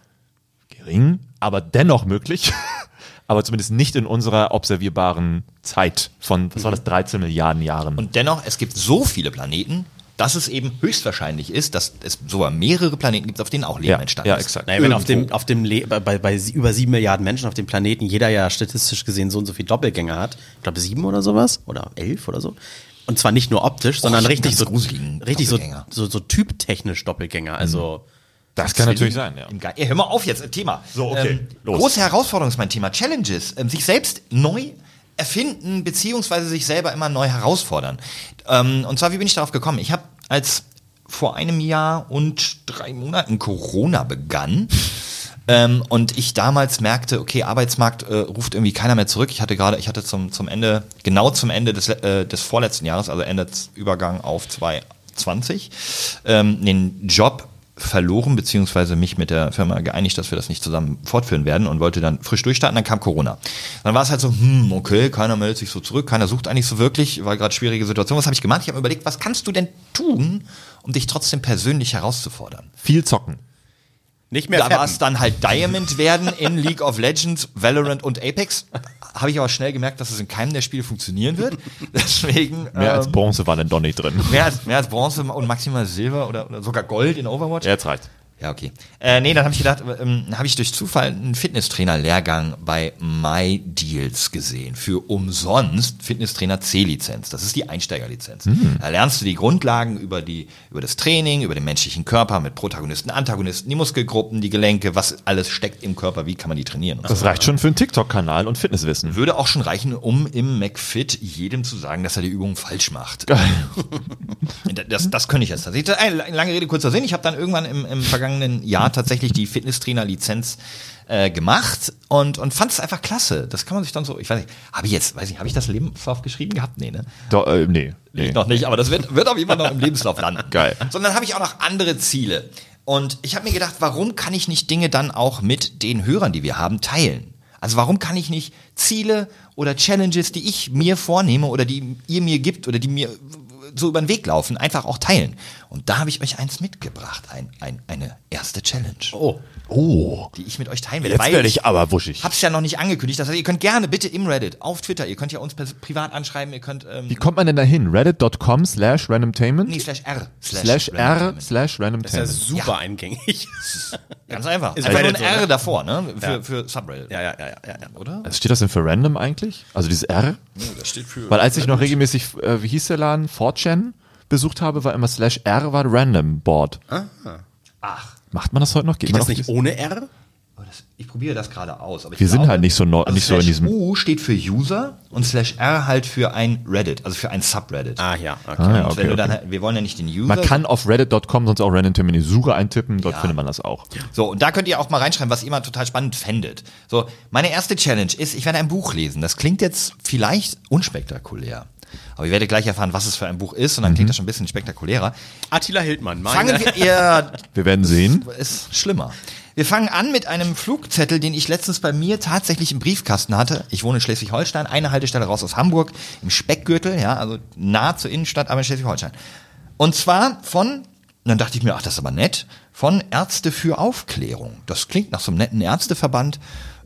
Speaker 2: gering, aber dennoch möglich. *laughs* aber zumindest nicht in unserer observierbaren Zeit von, was war das, 13 Milliarden Jahren.
Speaker 1: Mhm. Und dennoch, es gibt so viele Planeten, dass es eben höchstwahrscheinlich ist, dass es sogar mehrere Planeten gibt, auf denen auch Leben
Speaker 2: ja,
Speaker 1: entstanden
Speaker 2: ja,
Speaker 1: ist.
Speaker 2: exakt.
Speaker 3: Naja, wenn auf
Speaker 2: Irgendwo.
Speaker 3: dem, auf dem Le bei, bei, bei sie- über sieben Milliarden Menschen auf dem Planeten jeder ja statistisch gesehen so und so viel Doppelgänger hat, ich glaube sieben oder sowas oder elf oder so. Und zwar nicht nur optisch, sondern
Speaker 1: ich hab
Speaker 3: richtig
Speaker 1: ganz
Speaker 3: so
Speaker 1: gruseligen
Speaker 3: richtig so,
Speaker 1: Doppelgänger. Mhm.
Speaker 3: so, so typtechnisch Doppelgänger. Also
Speaker 2: das kann natürlich sein, ja.
Speaker 1: Im Ge Ey, hör mal auf jetzt, äh, Thema. Ähm,
Speaker 2: So, okay, los.
Speaker 1: Große Herausforderung ist mein Thema. Challenges. Ähm, sich selbst neu erfinden, beziehungsweise sich selber immer neu herausfordern. Ähm, und zwar, wie bin ich darauf gekommen? Ich habe als vor einem Jahr und drei Monaten Corona
Speaker 2: *laughs*
Speaker 1: begann, ähm, und ich damals merkte, okay, Arbeitsmarkt äh, ruft irgendwie keiner mehr zurück. Ich hatte gerade, ich hatte zum, zum Ende, genau zum Ende des, le- äh, des vorletzten Jahres, also Ende des Übergang auf 2020, ähm, den Job verloren, beziehungsweise mich mit der Firma geeinigt, dass wir das nicht zusammen fortführen werden und wollte dann frisch durchstarten, dann kam Corona. Dann war es halt so, hm, okay, keiner meldet sich so zurück, keiner sucht eigentlich so wirklich, war gerade schwierige Situation. Was habe ich gemacht? Ich habe mir überlegt, was kannst du denn tun, um dich trotzdem persönlich herauszufordern?
Speaker 2: Viel zocken.
Speaker 3: Nicht mehr
Speaker 1: Da
Speaker 3: Fappen.
Speaker 1: war es dann halt Diamond werden in League of Legends, Valorant und Apex. Habe ich aber schnell gemerkt, dass es in keinem der Spiele funktionieren wird. Deswegen.
Speaker 2: Mehr als
Speaker 1: ähm,
Speaker 2: Bronze war denn Donny
Speaker 1: *laughs*
Speaker 2: drin.
Speaker 1: mehr, als, mehr als Bronze und maximal Silber oder, oder sogar Gold in Overwatch.
Speaker 2: Jetzt reicht.
Speaker 1: Ja, okay. Äh, nee, dann habe ich gedacht, ähm, habe ich durch Zufall einen Fitnesstrainer-Lehrgang bei MyDeals gesehen. Für umsonst Fitnesstrainer C-Lizenz. Das ist die Einsteigerlizenz. Da lernst du die Grundlagen über, die, über das Training, über den menschlichen Körper mit Protagonisten, Antagonisten, die Muskelgruppen, die Gelenke, was alles steckt im Körper, wie kann man die trainieren. Und so.
Speaker 2: Das reicht schon für einen TikTok-Kanal und Fitnesswissen.
Speaker 1: Würde auch schon reichen, um im McFit jedem zu sagen, dass er die Übung falsch macht. Das, das könnte ich jetzt tatsächlich. Äh, Lange Rede, kurzer Sinn. Ich habe dann irgendwann im, im vergangenen Jahr tatsächlich die Fitnesstrainer-Lizenz äh, gemacht und, und fand es einfach klasse. Das kann man sich dann so, ich weiß nicht, habe ich jetzt, weiß ich, habe ich das Lebenslauf geschrieben gehabt? Nee, ne?
Speaker 2: Do, äh, nee. nee.
Speaker 1: Ich noch nicht, aber das wird, wird auf jeden Fall noch im Lebenslauf landen.
Speaker 2: *laughs* Geil.
Speaker 1: Sondern habe ich auch noch andere Ziele. Und ich habe mir gedacht, warum kann ich nicht Dinge dann auch mit den Hörern, die wir haben, teilen? Also warum kann ich nicht Ziele oder Challenges, die ich mir vornehme oder die ihr mir gibt oder die mir so über den Weg laufen, einfach auch teilen? Und da habe ich euch eins mitgebracht, ein, ein, eine erste Challenge,
Speaker 3: Oh.
Speaker 2: Oh,
Speaker 1: die ich mit euch teilen will.
Speaker 2: jetzt
Speaker 1: weil
Speaker 2: werde ich aber wuschig.
Speaker 1: Hab's ja noch nicht angekündigt. Das heißt, ihr könnt gerne bitte im Reddit, auf Twitter, ihr könnt ja uns pers- privat anschreiben, ihr könnt ähm,
Speaker 2: Wie kommt man denn da hin? Reddit.com slash randomtainment?
Speaker 1: Nee, slash R.
Speaker 2: slash R
Speaker 1: Randomtainment.
Speaker 2: slash
Speaker 3: Das ist ja
Speaker 2: randomtainment.
Speaker 3: super eingängig.
Speaker 1: Ganz einfach.
Speaker 3: Ist
Speaker 1: einfach nur ein
Speaker 3: Reddit so,
Speaker 1: R
Speaker 3: ne?
Speaker 1: davor, ne? Für, für Subreddit.
Speaker 3: ja, ja, ja, ja, ja.
Speaker 1: Oder?
Speaker 2: Also steht das denn für random eigentlich? Also dieses R?
Speaker 1: Das steht für.
Speaker 2: Weil als ich noch regelmäßig, äh, wie hieß der Laden, 4chan besucht habe, war immer slash R war random board.
Speaker 1: Ach.
Speaker 2: Macht man das heute noch? Geht, man
Speaker 3: Das
Speaker 2: noch
Speaker 3: nicht ohne R?
Speaker 1: aber Das, ich probiere das gerade aus. Aber ich
Speaker 2: Wir sind
Speaker 1: glaube- also
Speaker 2: halt nicht so neu- nicht so in
Speaker 1: slash
Speaker 2: diesem-
Speaker 1: U steht für User und slash R halt für ein Reddit, also für ein Subreddit.
Speaker 3: Ah ja, okay.
Speaker 2: Ah, ja,
Speaker 1: Und
Speaker 2: okay,
Speaker 1: wenn du
Speaker 2: okay.
Speaker 1: dann, halt- wir wollen ja nicht den User.
Speaker 2: man kann auf reddit.com sonst auch random Termini Suche eintippen, dort findet man das auch.
Speaker 1: So, und da könnt ihr auch mal reinschreiben, was ihr mal total spannend fändet. So, meine erste Challenge ist, ich werde ein Buch lesen. Das klingt jetzt vielleicht unspektakulär. Aber ihr werdet gleich erfahren, was es für ein Buch ist und dann
Speaker 2: Mhm.
Speaker 1: klingt das schon ein bisschen spektakulärer.
Speaker 3: Attila Hildmann, meine *clears throat*
Speaker 1: *laughs* Fangen wir, ihr
Speaker 2: Wir werden sehen.
Speaker 1: ist schlimmer. Wir fangen an mit einem Flugzettel, den ich letztens bei mir tatsächlich im Briefkasten hatte. Ich wohne in Schleswig-Holstein, eine Haltestelle raus aus Hamburg, im Speckgürtel, ja, also nah zur Innenstadt, aber in Schleswig-Holstein. Und zwar von, dann dachte ich mir, ach, das ist aber nett, von Ärzte für Aufklärung. Das klingt nach so einem netten Ärzteverband,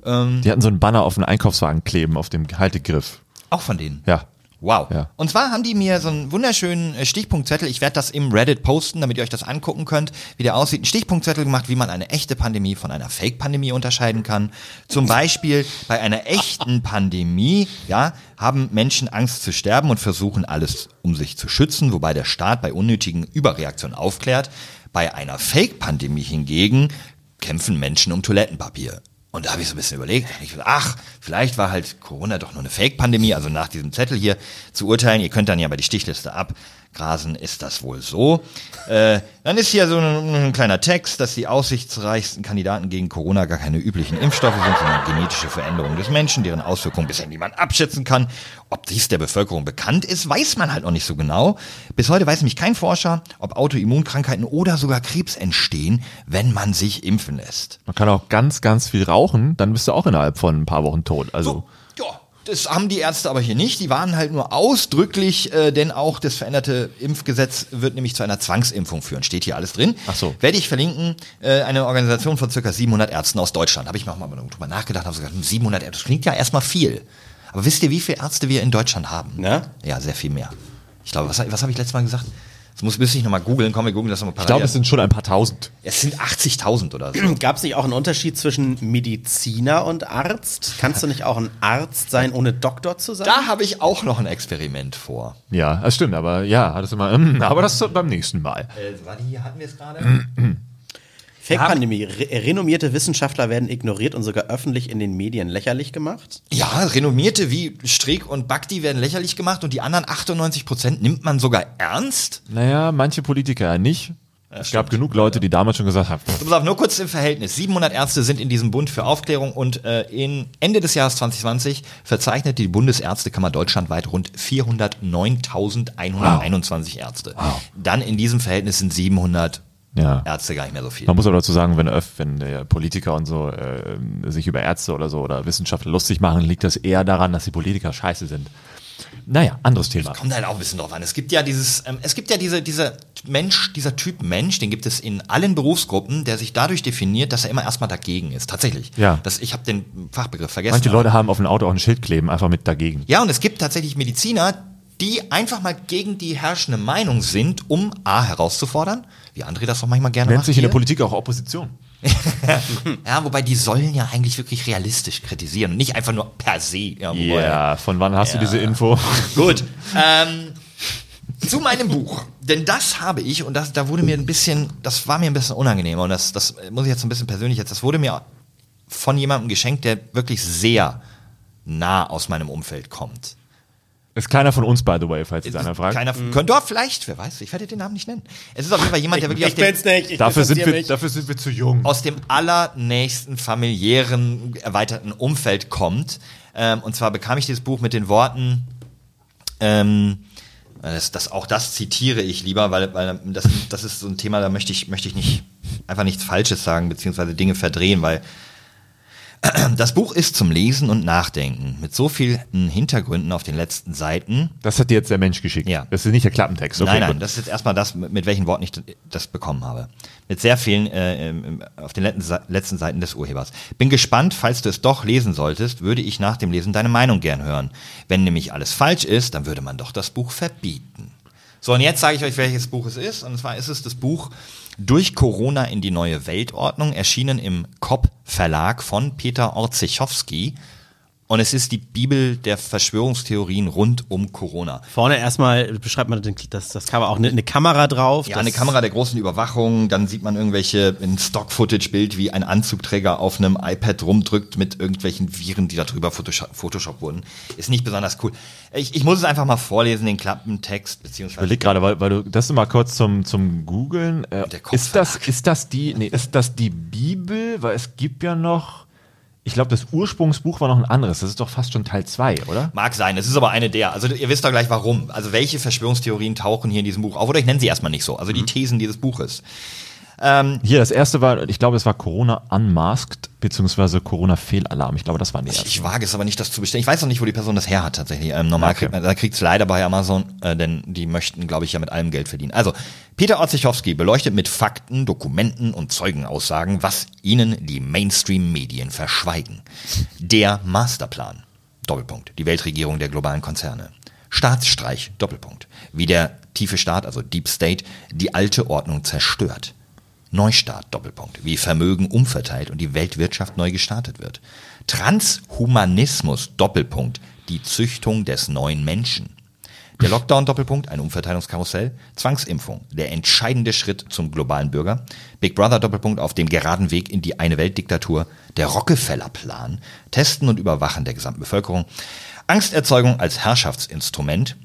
Speaker 2: Die hatten so einen Banner auf den Einkaufswagen kleben, auf dem Haltegriff.
Speaker 1: auch von denen.
Speaker 2: Ja.
Speaker 1: Wow.
Speaker 2: Ja.
Speaker 1: Und zwar haben die mir so einen wunderschönen äh, Stichpunktzettel, ich werde das im Reddit posten, damit ihr euch das angucken könnt, wie der aussieht, einen Stichpunktzettel gemacht, wie man eine echte Pandemie von einer Fake-Pandemie unterscheiden kann. Zum Beispiel bei einer echten Pandemie, ja, haben Menschen Angst zu sterben und versuchen alles, um sich zu schützen, wobei der Staat bei unnötigen Überreaktionen aufklärt. Bei einer Fake-Pandemie hingegen kämpfen Menschen um Toilettenpapier. Und da habe ich so ein bisschen überlegt, da hab ich gedacht, ach, vielleicht war halt Corona doch nur eine Fake-Pandemie, also nach diesem Zettel hier zu urteilen, ihr könnt dann ja mal die Stichliste abgrasen, ist das wohl so. Äh, dann ist hier so ein, ein kleiner Text, dass die aussichtsreichsten Kandidaten gegen Corona gar keine üblichen Impfstoffe sind, sondern genetische Veränderungen des Menschen, deren Auswirkungen bisher niemand abschätzen kann. Ob dies der Bevölkerung bekannt ist, weiß man halt noch nicht so genau. Bis heute weiß nämlich kein Forscher, ob Autoimmunkrankheiten oder sogar Krebs entstehen, wenn man sich impfen lässt.
Speaker 2: Man kann auch ganz, ganz viel rauchen, dann bist du auch innerhalb von ein paar Wochen tot. Also
Speaker 1: So, ja, das haben die Ärzte aber hier nicht. Die waren halt nur ausdrücklich, äh, denn auch das veränderte Impfgesetz wird nämlich zu einer Zwangsimpfung führen. Steht hier alles drin.
Speaker 2: Ach so.
Speaker 1: Werde ich verlinken. Äh, eine Organisation von circa 700 Ärzten aus Deutschland. Habe ich mir auch mal drüber nachgedacht. Habe so gesagt, hm, 700 Ärzte, das klingt ja erstmal viel. Aber wisst ihr, wie viele Ärzte wir in Deutschland haben?
Speaker 3: Na?
Speaker 1: Ja, sehr viel mehr. Ich glaube, was, was habe ich letztes Mal gesagt? Das muss, müsste ich nochmal googeln. Komm, wir googeln das nochmal
Speaker 2: ich
Speaker 1: parallel.
Speaker 2: glaube, es sind schon ein paar tausend.
Speaker 1: es sind 80.000 oder so.
Speaker 3: Gab es nicht auch einen Unterschied zwischen Mediziner und Arzt? Kannst du nicht auch ein Arzt sein, ohne Doktor zu sein?
Speaker 1: Da habe ich auch noch ein Experiment vor.
Speaker 2: Ja, das stimmt, aber ja, hattest du mal, mm, aber das ist beim nächsten Mal.
Speaker 1: Äh, warte, hier hatten wir es gerade.
Speaker 3: Fake-Pandemie. Re renommierte Wissenschaftler werden ignoriert und sogar öffentlich in den Medien lächerlich gemacht.
Speaker 1: Ja, Renommierte wie Streeck und Bakti werden lächerlich gemacht und die anderen 98 Prozent nimmt man sogar ernst?
Speaker 2: Naja, manche Politiker ja nicht. es gab genug Leute, die damals schon gesagt haben, pff,
Speaker 1: So, pass auf, nur kurz im Verhältnis. 700 Ärzte sind in diesem Bund für Aufklärung und äh, in Ende des Jahres 2020 verzeichnet die Bundesärztekammer deutschlandweit rund 409.121 Ärzte. Dann in diesem Verhältnis sind 700
Speaker 2: Ja.
Speaker 1: Ärzte gar nicht mehr so viel.
Speaker 2: man muss aber dazu sagen, wenn, öff, wenn der Politiker und so äh, sich über Ärzte oder so oder Wissenschaftler lustig machen, liegt das eher daran, dass die Politiker scheiße sind. Naja, anderes Thema.
Speaker 1: Kommt halt auch ein bisschen drauf an. Es gibt ja dieses, ähm, es gibt ja diese, dieser Mensch, dieser Typ Mensch, den gibt es in allen Berufsgruppen, der sich dadurch definiert, dass er immer erstmal dagegen ist. Tatsächlich.
Speaker 2: Ja.
Speaker 1: Das, ich habe den Fachbegriff vergessen.
Speaker 2: Manche
Speaker 1: aber-
Speaker 2: Leute haben auf dem Auto auch ein Schild kleben, einfach mit dagegen.
Speaker 1: Ja, und es gibt tatsächlich Mediziner, die einfach mal gegen die herrschende Meinung sind, um A herauszufordern, wie André das auch manchmal gerne
Speaker 2: Nennt
Speaker 1: macht.
Speaker 2: sich in der
Speaker 1: hier.
Speaker 2: Politik auch Opposition.
Speaker 1: ja, wobei die sollen ja eigentlich wirklich realistisch kritisieren und nicht einfach nur per se. Ja, wobei-
Speaker 2: Ja, von wann hast du diese Info?
Speaker 1: Gut. ähm, zu meinem Buch. Denn das habe ich, und das, da wurde mir ein bisschen, das war mir ein bisschen unangenehmer, und das, das muss ich jetzt ein bisschen persönlich jetzt, das wurde mir von jemandem geschenkt, der wirklich sehr nah aus meinem Umfeld kommt.
Speaker 2: Ist keiner von uns, by the way, falls jetzt einer fragt.
Speaker 1: Keiner,
Speaker 3: Mhm.
Speaker 1: Könnte doch vielleicht, wer weiß, ich werde den Namen nicht nennen. Es ist auf jeden Fall jemand, der wirklich
Speaker 3: Ich
Speaker 1: aus dem,
Speaker 3: bin's nicht. Ich
Speaker 2: Dafür sind, wir,
Speaker 3: interessier mich.
Speaker 2: dafür sind wir zu jung.
Speaker 1: aus dem allernächsten familiären, erweiterten Umfeld kommt. Ähm, und zwar bekam ich dieses Buch mit den Worten, ähm, das, das, auch das zitiere ich lieber, weil, weil das, das ist so ein Thema, da möchte ich, möchte ich nicht, einfach nichts Falsches sagen, beziehungsweise Dinge verdrehen, weil das Buch ist zum Lesen und Nachdenken mit so vielen Hintergründen auf den letzten Seiten,
Speaker 2: Das hat dir jetzt der Mensch geschickt.
Speaker 1: Ja.
Speaker 2: Das ist nicht der Klappentext. Okay,
Speaker 1: nein, nein,
Speaker 2: gut.
Speaker 1: das ist jetzt erstmal das, mit mit welchen Worten ich das bekommen habe. Mit sehr vielen äh, ähm, auf den letzten Sa- letzten Seiten des Urhebers. Bin gespannt, falls du es doch lesen solltest, würde ich nach dem Lesen deine Meinung gern hören. Wenn nämlich alles falsch ist, dann würde man doch das Buch verbieten. So, und jetzt sage ich euch, welches Buch es ist. Und zwar ist es das Buch Durch Corona in die neue Weltordnung, erschienen im Kopp Verlag von Peter Orzichowski. Und es ist die Bibel der Verschwörungstheorien rund um Corona.
Speaker 3: Vorne erstmal beschreibt man den, das, das Cover auch eine, eine Kamera drauf.
Speaker 1: Ja,
Speaker 3: das-
Speaker 1: eine Kamera der großen Überwachung, dann sieht man irgendwelche in Stock-Footage-Bild, wie ein Anzugträger auf einem iPad rumdrückt mit irgendwelchen Viren, die darüber Photoshop, Photoshop wurden. Ist nicht besonders cool. Ich, ich muss es einfach mal vorlesen, den Klappentext, beziehungsweise
Speaker 2: Überleg gerade, weil, weil du das mal kurz zum, zum Googeln. Äh,
Speaker 1: Der Kopf
Speaker 2: ist, das,
Speaker 1: verlag.
Speaker 2: ist, das die, nee, ist das die Bibel? Weil es gibt ja noch, ich glaube, das Ursprungsbuch war noch ein anderes. Das ist doch fast schon Teil 2, oder?
Speaker 1: mag sein. Es ist aber eine der. Also ihr wisst doch gleich warum. Also welche Verschwörungstheorien tauchen hier in diesem Buch auf? Oder ich nenne sie erstmal nicht so. Also die Thesen dieses Buches.
Speaker 2: Hier, das erste war, ich glaube, es war Corona Unmasked, beziehungsweise Corona Fehlalarm. Ich glaube, das waren die ersten.
Speaker 1: Ich wage es aber nicht, das zu bestellen. Ich weiß noch nicht, wo die Person das her hat tatsächlich. Ähm, normal
Speaker 2: Okay.
Speaker 1: kriegt man, da kriegt's leider bei Amazon, äh, denn die möchten, glaube ich, ja mit allem Geld verdienen. Also, Peter Orzichowski beleuchtet mit Fakten, Dokumenten und Zeugenaussagen, was ihnen die Mainstream-Medien verschweigen. Der Masterplan. Doppelpunkt. Die Weltregierung der globalen Konzerne. Staatsstreich. Doppelpunkt. Wie der tiefe Staat, also Deep State, die alte Ordnung zerstört. Neustart, Doppelpunkt, wie Vermögen umverteilt und die Weltwirtschaft neu gestartet wird. Transhumanismus, Doppelpunkt, die Züchtung des neuen Menschen. Der Lockdown, Doppelpunkt, ein Umverteilungskarussell. Zwangsimpfung, der entscheidende Schritt zum globalen Bürger. Big Brother, Doppelpunkt, auf dem geraden Weg in die eine Weltdiktatur. Der Rockefeller-Plan, Testen und Überwachen der gesamten Bevölkerung. Angsterzeugung als Herrschaftsinstrument.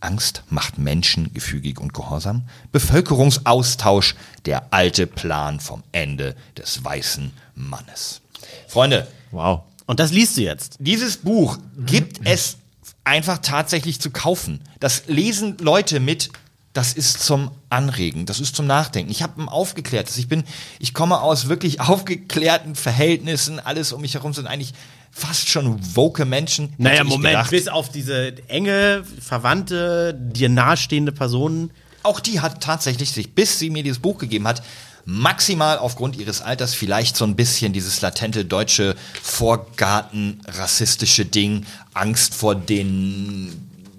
Speaker 1: Angst macht Menschen gefügig und gehorsam. Bevölkerungsaustausch, der alte Plan vom Ende des weißen Mannes. Freunde,
Speaker 2: Wow.
Speaker 3: Und das liest du jetzt.
Speaker 1: dieses Buch gibt es einfach tatsächlich zu kaufen. Das lesen Leute mit. Das ist zum Anregen, das ist zum Nachdenken. Ich habe ein aufgeklärtes, ich bin, ich komme aus wirklich *laughs* aufgeklärten Verhältnissen, alles um mich herum sind eigentlich fast schon woke Menschen. Hätte ich gedacht.
Speaker 3: Bis auf diese enge, verwandte, dir nahestehende Person.
Speaker 1: auch die hat tatsächlich sich, bis sie mir dieses Buch gegeben hat, maximal aufgrund ihres Alters vielleicht so ein bisschen dieses latente deutsche Vorgarten-rassistische Ding, Angst vor den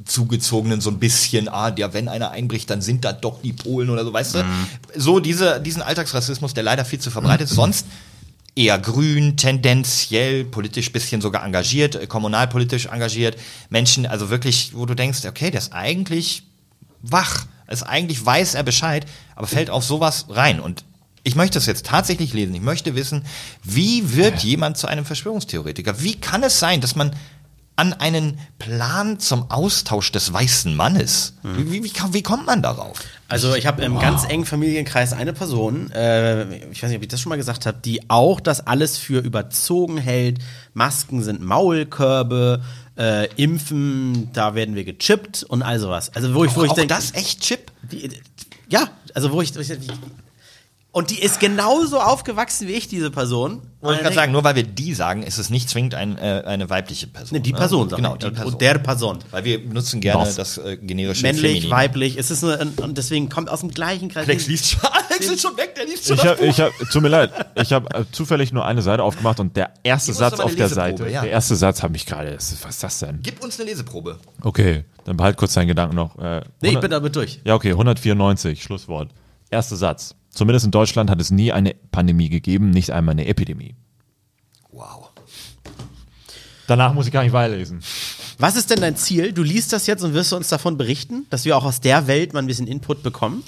Speaker 1: Zugezogenen so ein bisschen, ah, ja, wenn einer einbricht, dann sind da doch die Polen oder so, weißt du? So diese, diesen Alltagsrassismus, der leider viel zu verbreitet ist, sonst eher grün, tendenziell, politisch bisschen sogar engagiert, äh, kommunalpolitisch engagiert, Menschen, also wirklich, wo du denkst, okay, der ist eigentlich wach. Ist eigentlich weiß er Bescheid, aber fällt auf sowas rein. Und ich möchte es jetzt tatsächlich lesen. Ich möchte wissen, wie wird jemand zu einem Verschwörungstheoretiker? Wie kann es sein, dass man an einen Plan zum Austausch des weißen Mannes,
Speaker 3: Hm.
Speaker 1: wie, wie, wie kommt man darauf?
Speaker 3: Also ich habe im ganz engen Familienkreis eine Person, äh, ich weiß nicht, ob ich das schon mal gesagt habe, die auch das alles für überzogen hält. Masken sind Maulkörbe, äh, Impfen, da werden wir gechippt und all sowas. Also wo ich, wo ich
Speaker 1: auch
Speaker 3: denke,
Speaker 1: das echt Chip?
Speaker 3: Die- Ja, also wo ich, wo ich wie- Und die ist genauso aufgewachsen wie ich, diese Person.
Speaker 1: Wollte ich gerade sagen, nur weil wir die sagen, ist es nicht zwingend ein, äh, eine weibliche Person.
Speaker 3: Nee, die
Speaker 1: ne?
Speaker 3: Person, sag
Speaker 1: Genau,
Speaker 3: ich.
Speaker 1: die Person.
Speaker 3: Und der Person.
Speaker 1: weil wir benutzen gerne
Speaker 2: Was?
Speaker 1: das äh, generische
Speaker 3: Männlich,
Speaker 1: Feminin.
Speaker 3: weiblich, es ist eine, und deswegen kommt aus dem gleichen Kreis.
Speaker 1: Alex liest schon, *laughs* Alex ist schon weg, der liest schon
Speaker 2: Ich
Speaker 1: das
Speaker 2: habe, ich hab, tut mir leid, ich habe äh, zufällig nur eine Seite aufgemacht und der erste
Speaker 1: musst
Speaker 2: Satz
Speaker 1: aber
Speaker 2: auf
Speaker 1: eine
Speaker 2: der
Speaker 1: Leseprobe,
Speaker 2: Seite,
Speaker 1: ja.
Speaker 2: der erste Satz hat mich gerade, was ist das denn?
Speaker 1: Gib uns eine Leseprobe.
Speaker 2: Okay, dann behalt kurz deinen Gedanken noch. Äh,
Speaker 3: nee, ich
Speaker 2: 100
Speaker 3: bin damit durch.
Speaker 2: Ja, okay, 194, Schlusswort. Erster Satz. Zumindest in Deutschland hat es nie eine Pandemie gegeben, nicht einmal eine Epidemie.
Speaker 1: Wow.
Speaker 2: Danach muss ich gar nicht weiterlesen.
Speaker 3: Was ist denn dein Ziel? Du liest das jetzt und wirst du uns davon berichten, dass wir auch aus der Welt mal ein bisschen Input bekommen?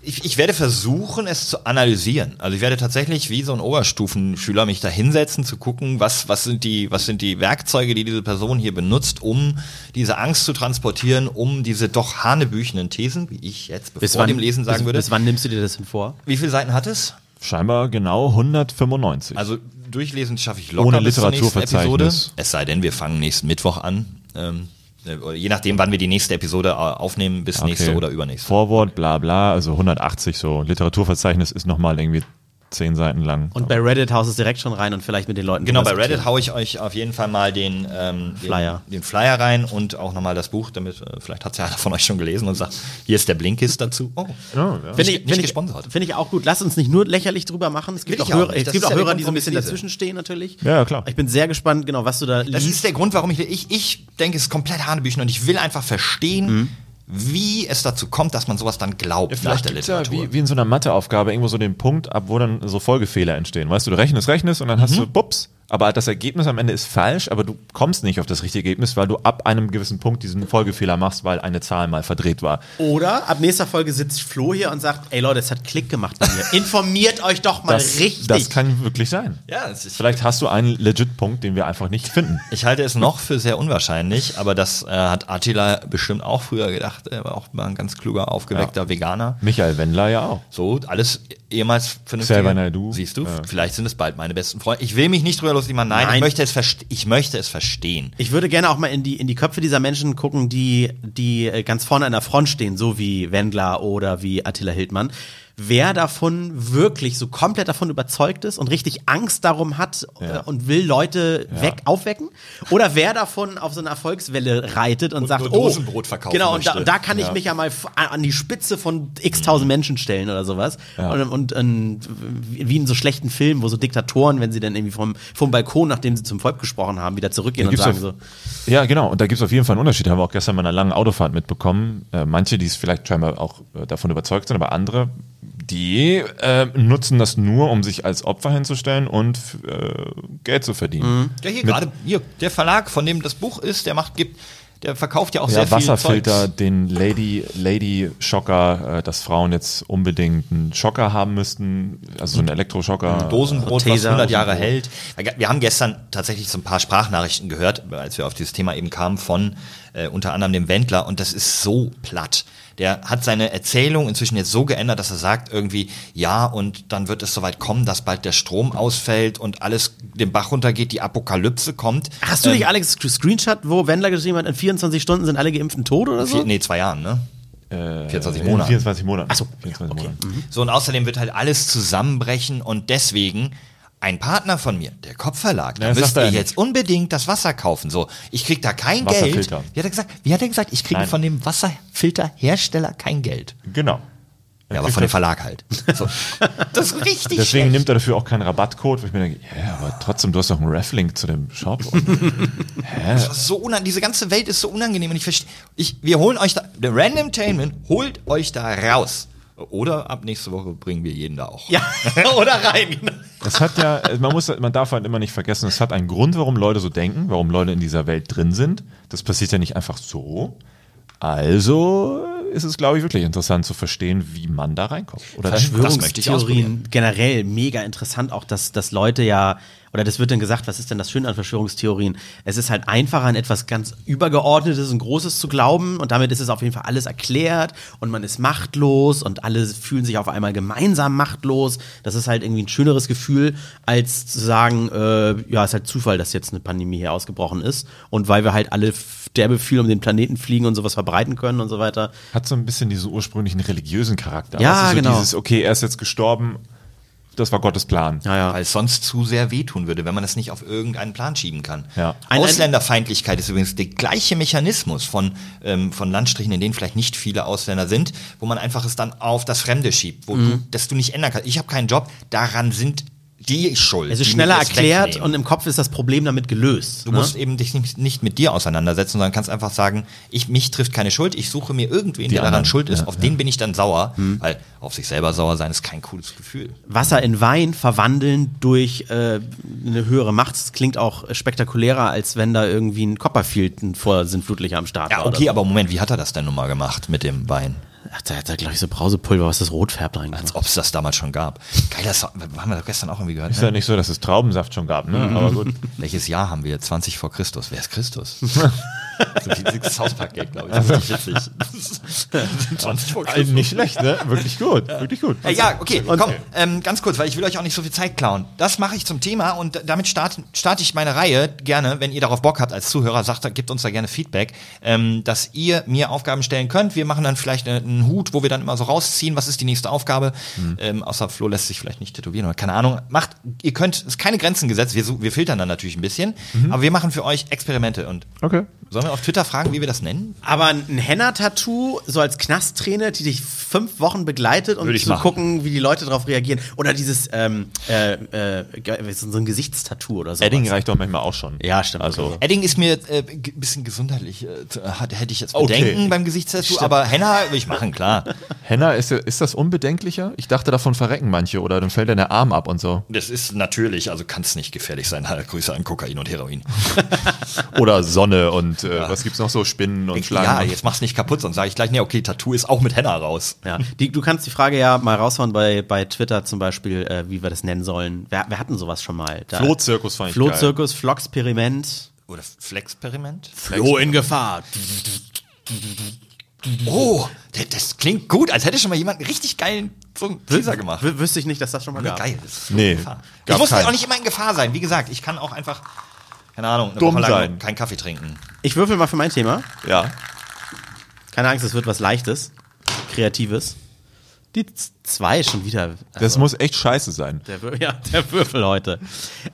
Speaker 1: Ich, ich werde versuchen, es zu analysieren. Also ich werde tatsächlich wie so ein Oberstufenschüler mich da hinsetzen, zu gucken, was, was, sind die, was sind die Werkzeuge, die diese Person hier benutzt, um diese Angst zu transportieren, um diese doch hanebüchenden Thesen, wie ich jetzt bevor dem Lesen sagen
Speaker 3: bis,
Speaker 1: würde. Genau.
Speaker 3: Bis wann nimmst du dir das denn vor?
Speaker 1: Wie viele Seiten hat es?
Speaker 2: Scheinbar genau 195.
Speaker 1: Also durchlesen schaffe ich locker
Speaker 2: Ohne
Speaker 1: bis zur nächsten
Speaker 2: Literaturverzeichnis.
Speaker 1: Episode. Es sei denn, wir fangen nächsten Mittwoch an. Ähm, äh, oder je nachdem, wann wir die nächste Episode äh, aufnehmen, bis nächste oder übernächste.
Speaker 2: Vorwort, bla bla, also 180 so. Literaturverzeichnis ist nochmal irgendwie 10 Seiten lang.
Speaker 3: Und bei Reddit haust du es direkt schon rein und vielleicht mit den Leuten.
Speaker 1: Genau, bei
Speaker 3: diskutieren.
Speaker 1: Reddit haue ich euch auf jeden Fall mal den, ähm,
Speaker 3: Flyer.
Speaker 1: den, den Flyer rein und auch nochmal das Buch, damit äh, vielleicht hat es ja einer von euch schon gelesen und sagt, hier ist der Blinkist dazu. Oh,
Speaker 3: Finde
Speaker 1: Nicht-
Speaker 3: ich,
Speaker 1: nicht
Speaker 3: finde ich,
Speaker 1: gesponsert.
Speaker 3: finde ich auch gut. Lass uns nicht nur lächerlich drüber machen. Es gibt
Speaker 1: Will
Speaker 3: auch
Speaker 1: ich auch
Speaker 3: Hörer,
Speaker 1: nicht.
Speaker 3: es
Speaker 1: Das
Speaker 3: gibt
Speaker 1: ist
Speaker 3: auch
Speaker 1: ja der
Speaker 3: Hörer
Speaker 1: Grund,
Speaker 3: die so ein
Speaker 1: warum ich
Speaker 3: bisschen
Speaker 1: lese.
Speaker 3: dazwischen stehen natürlich.
Speaker 2: Ja, ja, klar.
Speaker 3: Ich bin sehr gespannt, genau, was du da
Speaker 1: das
Speaker 3: liest.
Speaker 1: ist der Grund, warum ich, ich, ich denke, es ist komplett Hanebüchen und ich will einfach verstehen, wie es dazu kommt, dass man sowas dann glaubt nach
Speaker 2: Vielleicht
Speaker 1: der
Speaker 2: gibt's ja
Speaker 1: Literatur.
Speaker 2: wie, wie in so einer Matheaufgabe irgendwo so den Punkt ab, wo dann so Folgefehler entstehen. Weißt du, du rechnest, rechnest und dann
Speaker 1: Mhm.
Speaker 2: hast du Bups. Aber das Ergebnis am Ende ist falsch, aber du kommst nicht auf das richtige Ergebnis, weil du ab einem gewissen Punkt diesen Folgefehler machst, weil eine Zahl mal verdreht war.
Speaker 3: Oder ab nächster Folge sitzt Flo hier und sagt, ey Leute, es hat Klick gemacht bei
Speaker 1: *laughs*
Speaker 3: mir. Informiert euch doch mal
Speaker 2: Das,
Speaker 3: richtig.
Speaker 2: das kann wirklich sein.
Speaker 1: ja, es ist
Speaker 2: Vielleicht hast du einen legit Punkt, den wir einfach
Speaker 1: *laughs*
Speaker 2: nicht finden.
Speaker 1: Ich halte es noch für sehr unwahrscheinlich, aber das äh, hat Attila bestimmt auch früher gedacht. Er war auch mal ein ganz kluger, aufgeweckter Veganer.
Speaker 2: Michael Wendler ja auch.
Speaker 1: So, alles ehemals
Speaker 2: Xavier Naidoo.
Speaker 1: Siehst du,
Speaker 2: Ja.
Speaker 1: vielleicht sind es bald meine besten Freunde. Ich will mich nicht drüber lustig machen. Nein,
Speaker 3: Nein.
Speaker 1: Ich, möchte es verste- ich möchte es verstehen.
Speaker 3: ich würde gerne auch mal in die, in die Köpfe dieser Menschen gucken, die, die äh, ganz vorne an der Front stehen, so wie Wendler oder wie Attila Hildmann. Wer davon wirklich so komplett davon überzeugt ist und richtig Angst darum hat
Speaker 2: Ja.
Speaker 3: äh, und will Leute weg aufwecken? Oder wer davon auf so eine Erfolgswelle reitet und, sagt,
Speaker 1: nur
Speaker 3: oh,
Speaker 1: Dosenbrot verkaufen
Speaker 3: genau, und da,
Speaker 1: möchte.
Speaker 3: und da kann ich mich ja mal f- an die Spitze von x tausend Menschen stellen oder sowas. Und, und, ähm, wie in so schlechten Filmen, wo so Diktatoren, wenn sie dann irgendwie vom, vom Balkon, nachdem sie zum Volk gesprochen haben, wieder zurückgehen und
Speaker 2: gibt's
Speaker 3: sagen
Speaker 2: auf-
Speaker 3: so,
Speaker 2: Ja, genau. Und da gibt es auf jeden Fall einen Unterschied. Haben wir auch gestern bei einer langen Autofahrt mitbekommen. Äh, manche, die es vielleicht scheinbar auch äh, davon überzeugt sind, aber andere, die äh, nutzen das nur, um sich als Opfer hinzustellen und f- äh, Geld zu verdienen.
Speaker 1: Ja, hier gerade, hier, der Verlag, von dem das Buch ist, der macht, gibt, der verkauft ja auch
Speaker 2: Ja,
Speaker 1: sehr viel
Speaker 2: Wasserfilter,
Speaker 1: Zeugs.
Speaker 2: den Lady, Lady Schocker, äh, dass Frauen jetzt unbedingt einen Schocker haben müssten, also so einen
Speaker 3: Ah,
Speaker 2: Elektroschocker.
Speaker 1: Dosenbrot, was
Speaker 3: Taser.
Speaker 1: 100 Jahre hält. Wir haben gestern tatsächlich so ein paar Sprachnachrichten gehört, als wir auf dieses Thema eben kamen, von äh, unter anderem dem Wendler. Und das ist so platt. Der hat seine Erzählung inzwischen jetzt so geändert, dass er sagt irgendwie, ja, und dann wird es soweit kommen, dass bald der Strom ausfällt und alles den Bach runtergeht, die Apokalypse kommt. Ähm,
Speaker 3: Hast du nicht, Alex, einen Screenshot, wo Wendler geschrieben hat, in 24 Stunden sind alle Geimpften tot oder
Speaker 1: Vier,
Speaker 3: so?
Speaker 1: nee, zwei Jahren, ne?
Speaker 2: Äh,
Speaker 1: 24
Speaker 2: in
Speaker 1: Monate.
Speaker 2: 24 Monate. Achso,
Speaker 3: okay.
Speaker 1: Mhm. So, und außerdem wird halt alles zusammenbrechen und deswegen ein Partner von mir, der Kopfverlag, da
Speaker 2: das
Speaker 1: müsst
Speaker 2: sagt er
Speaker 1: ihr
Speaker 2: ja
Speaker 1: jetzt unbedingt das Wasser kaufen. So, ich krieg da kein Geld.
Speaker 2: Wasserfilter.
Speaker 1: Wie hat er gesagt? Wie hat er gesagt? Ich kriege
Speaker 2: Nein.
Speaker 1: von dem Wasserfilterhersteller kein Geld.
Speaker 2: Genau.
Speaker 1: Ja, aber von dem Verlag halt.
Speaker 2: *laughs*
Speaker 1: So. Das ist richtig
Speaker 2: Deswegen
Speaker 1: schlecht.
Speaker 2: nimmt er dafür auch keinen Rabattcode, wo ich mir denke, ja, aber trotzdem, du hast doch einen Reflink zu dem
Speaker 3: *laughs*
Speaker 2: Shop. Und
Speaker 1: Das ist so unan diese ganze Welt ist so unangenehm und ich verstehe. Ich, wir holen euch da. Der Randomtainment holt euch da raus. Oder ab nächste Woche bringen wir jeden da auch.
Speaker 3: Ja, *laughs* oder rein. genau.
Speaker 2: das hat ja, man muss, man darf halt immer nicht vergessen, es hat einen Grund, warum Leute so denken, warum Leute in dieser Welt drin sind. Das passiert ja nicht einfach so. Also ist es, glaube ich, wirklich interessant zu verstehen, wie man da reinkommt. Oder das-
Speaker 1: Das möchte ich
Speaker 3: Also Verschwörungstheorien
Speaker 1: ausprobieren.
Speaker 3: generell mega interessant, auch dass, dass Leute ja, oder das wird dann gesagt, was ist denn das Schöne an Verschwörungstheorien? Es ist halt einfacher, an etwas ganz Übergeordnetes und Großes zu glauben und damit ist es auf jeden Fall alles erklärt und man ist machtlos und alle fühlen sich auf einmal gemeinsam machtlos. Das ist halt irgendwie ein schöneres Gefühl, als zu sagen, äh, ja, es ist halt Zufall, dass jetzt eine Pandemie hier ausgebrochen ist und weil wir halt alle derbe viel um den Planeten fliegen und sowas verbreiten können und so weiter.
Speaker 2: hat so ein bisschen diesen ursprünglichen religiösen Charakter.
Speaker 3: Ja,
Speaker 2: Weißt du, so
Speaker 3: genau.
Speaker 2: Dieses, okay, er ist jetzt gestorben, das war Gottes Plan.
Speaker 3: Ja, ja.
Speaker 1: Weil es sonst zu sehr wehtun würde, wenn man das nicht auf irgendeinen Plan schieben kann.
Speaker 2: Ja.
Speaker 1: Ein- Ausländerfeindlichkeit ist übrigens der gleiche Mechanismus von, ähm, von Landstrichen, in denen vielleicht nicht viele Ausländer sind, wo man einfach es dann auf das Fremde schiebt, wo du, dass du nicht ändern kannst. Ich habe keinen Job, daran sind die schuld.
Speaker 3: Es ist
Speaker 1: die
Speaker 3: schneller
Speaker 1: mir das
Speaker 3: erklärt
Speaker 1: wegnehmen.
Speaker 3: und im Kopf ist das Problem damit gelöst. ne?
Speaker 1: Du musst eben dich nicht, nicht mit dir auseinandersetzen, sondern kannst einfach sagen, ich, mich trifft keine Schuld, ich suche mir irgendwen, der daran
Speaker 2: anderen,
Speaker 1: schuld ist.
Speaker 2: ja,
Speaker 1: auf den bin ich dann sauer, weil auf sich selber sauer sein ist kein cooles Gefühl.
Speaker 3: Wasser in Wein verwandeln durch äh, eine höhere Macht. Das klingt auch spektakulärer, als wenn da irgendwie ein Copperfield ein Vorsinnflutlicher am Start
Speaker 1: Ja,
Speaker 3: war. oder
Speaker 1: okay,
Speaker 3: so.
Speaker 1: aber Moment, wie hat er das denn nun mal gemacht mit dem Wein?
Speaker 3: Ach, da hat er, glaube ich, so Brausepulver, was das rot färbt rein.
Speaker 1: Als ob es das damals schon gab. Geiler Sound, haben wir doch gestern auch irgendwie gehört.
Speaker 2: Ist
Speaker 1: Ne?
Speaker 2: ja nicht so, dass es Traubensaft schon gab, ne? Aber
Speaker 3: *laughs*
Speaker 2: gut.
Speaker 1: Welches Jahr haben wir? 20 vor Christus. Wer ist Christus? so wie dieses South Park Gag, glaube ich. Das ist richtig witzig. 20 vor
Speaker 2: Äh, Nicht schlecht, ne? Wirklich gut, wirklich gut.
Speaker 1: Äh, ja, okay, komm, ähm, ganz kurz, weil ich will euch auch nicht so viel Zeit klauen. Das mache ich zum Thema und d- damit starte starte ich meine Reihe gerne, wenn ihr darauf Bock habt als Zuhörer, sagt, gebt uns da gerne Feedback, ähm, dass ihr mir Aufgaben stellen könnt. Wir machen dann vielleicht eine- einen Hut, wo wir dann immer so rausziehen, was ist die nächste Aufgabe. Ähm, außer Flo lässt sich vielleicht nicht tätowieren oder keine Ahnung. Macht, ihr könnt, es ist keine Grenzen gesetzt, wir, su- wir filtern dann natürlich ein bisschen, aber wir machen für euch Experimente und
Speaker 2: Okay.
Speaker 1: sollen wir auf Twitter fragen, wie wir das nennen?
Speaker 3: Aber ein Henna-Tattoo, so als Knastträne, die dich fünf Wochen begleitet, um
Speaker 1: Würde ich
Speaker 3: zu
Speaker 1: machen.
Speaker 3: gucken, wie die Leute darauf reagieren. Oder dieses, ähm, äh, äh, ge- so ein Gesichtstattoo oder so.
Speaker 2: Edding reicht doch manchmal auch schon.
Speaker 3: Ja, stimmt.
Speaker 2: Also,
Speaker 1: Edding ist mir äh, ein bisschen gesundheitlich, äh, zu- hat- hätte ich jetzt
Speaker 2: Okay.
Speaker 1: Bedenken beim Gesichtstattoo, aber Henna will ich machen, klar.
Speaker 2: Henna, ist, ist das unbedenklicher? Ich dachte, davon verrecken manche oder dann fällt dir der Arm ab und so.
Speaker 1: *laughs* Das ist natürlich, also kann es nicht gefährlich sein. Halt, Grüße an Kokain und Heroin.
Speaker 2: Oder Sonne und äh, was gibt's noch so? Spinnen und Schlangen.
Speaker 1: Ja,
Speaker 2: und-
Speaker 1: jetzt mach's nicht kaputt, sonst sage ich gleich, nee, okay, Tattoo ist auch mit Henna raus.
Speaker 3: Ja, die, du kannst die Frage ja mal raushauen bei, bei Twitter zum Beispiel, äh, wie wir das nennen sollen. Wir, wir hatten sowas schon mal. Da-
Speaker 2: Flohzirkus fand ich geil.
Speaker 3: Flohzirkus, Floxperiment.
Speaker 1: Oder Flexperiment?
Speaker 3: Floh in Gefahr.
Speaker 1: Oh, d- das klingt gut, als hätte schon mal jemand einen richtig geilen so einen Teaser gemacht.
Speaker 3: W wüsste ich nicht, dass das schon mal gab.
Speaker 1: Geil. Das ist
Speaker 2: Nee,
Speaker 1: in Gefahr. Ich
Speaker 2: gab
Speaker 1: muss halt
Speaker 2: keinen.
Speaker 1: auch nicht immer in Gefahr sein. Wie gesagt, ich kann auch einfach, keine Ahnung, eine
Speaker 2: Dumm
Speaker 1: Woche lang
Speaker 2: sein.
Speaker 1: keinen Kaffee trinken.
Speaker 3: Ich würfel mal für mein Thema.
Speaker 2: Ja.
Speaker 3: Keine Angst, es wird was Leichtes, Kreatives. Die Z- zwei schon wieder. Also,
Speaker 2: Das muss echt scheiße sein.
Speaker 3: Der, Wür *laughs* ja, der Würfel heute.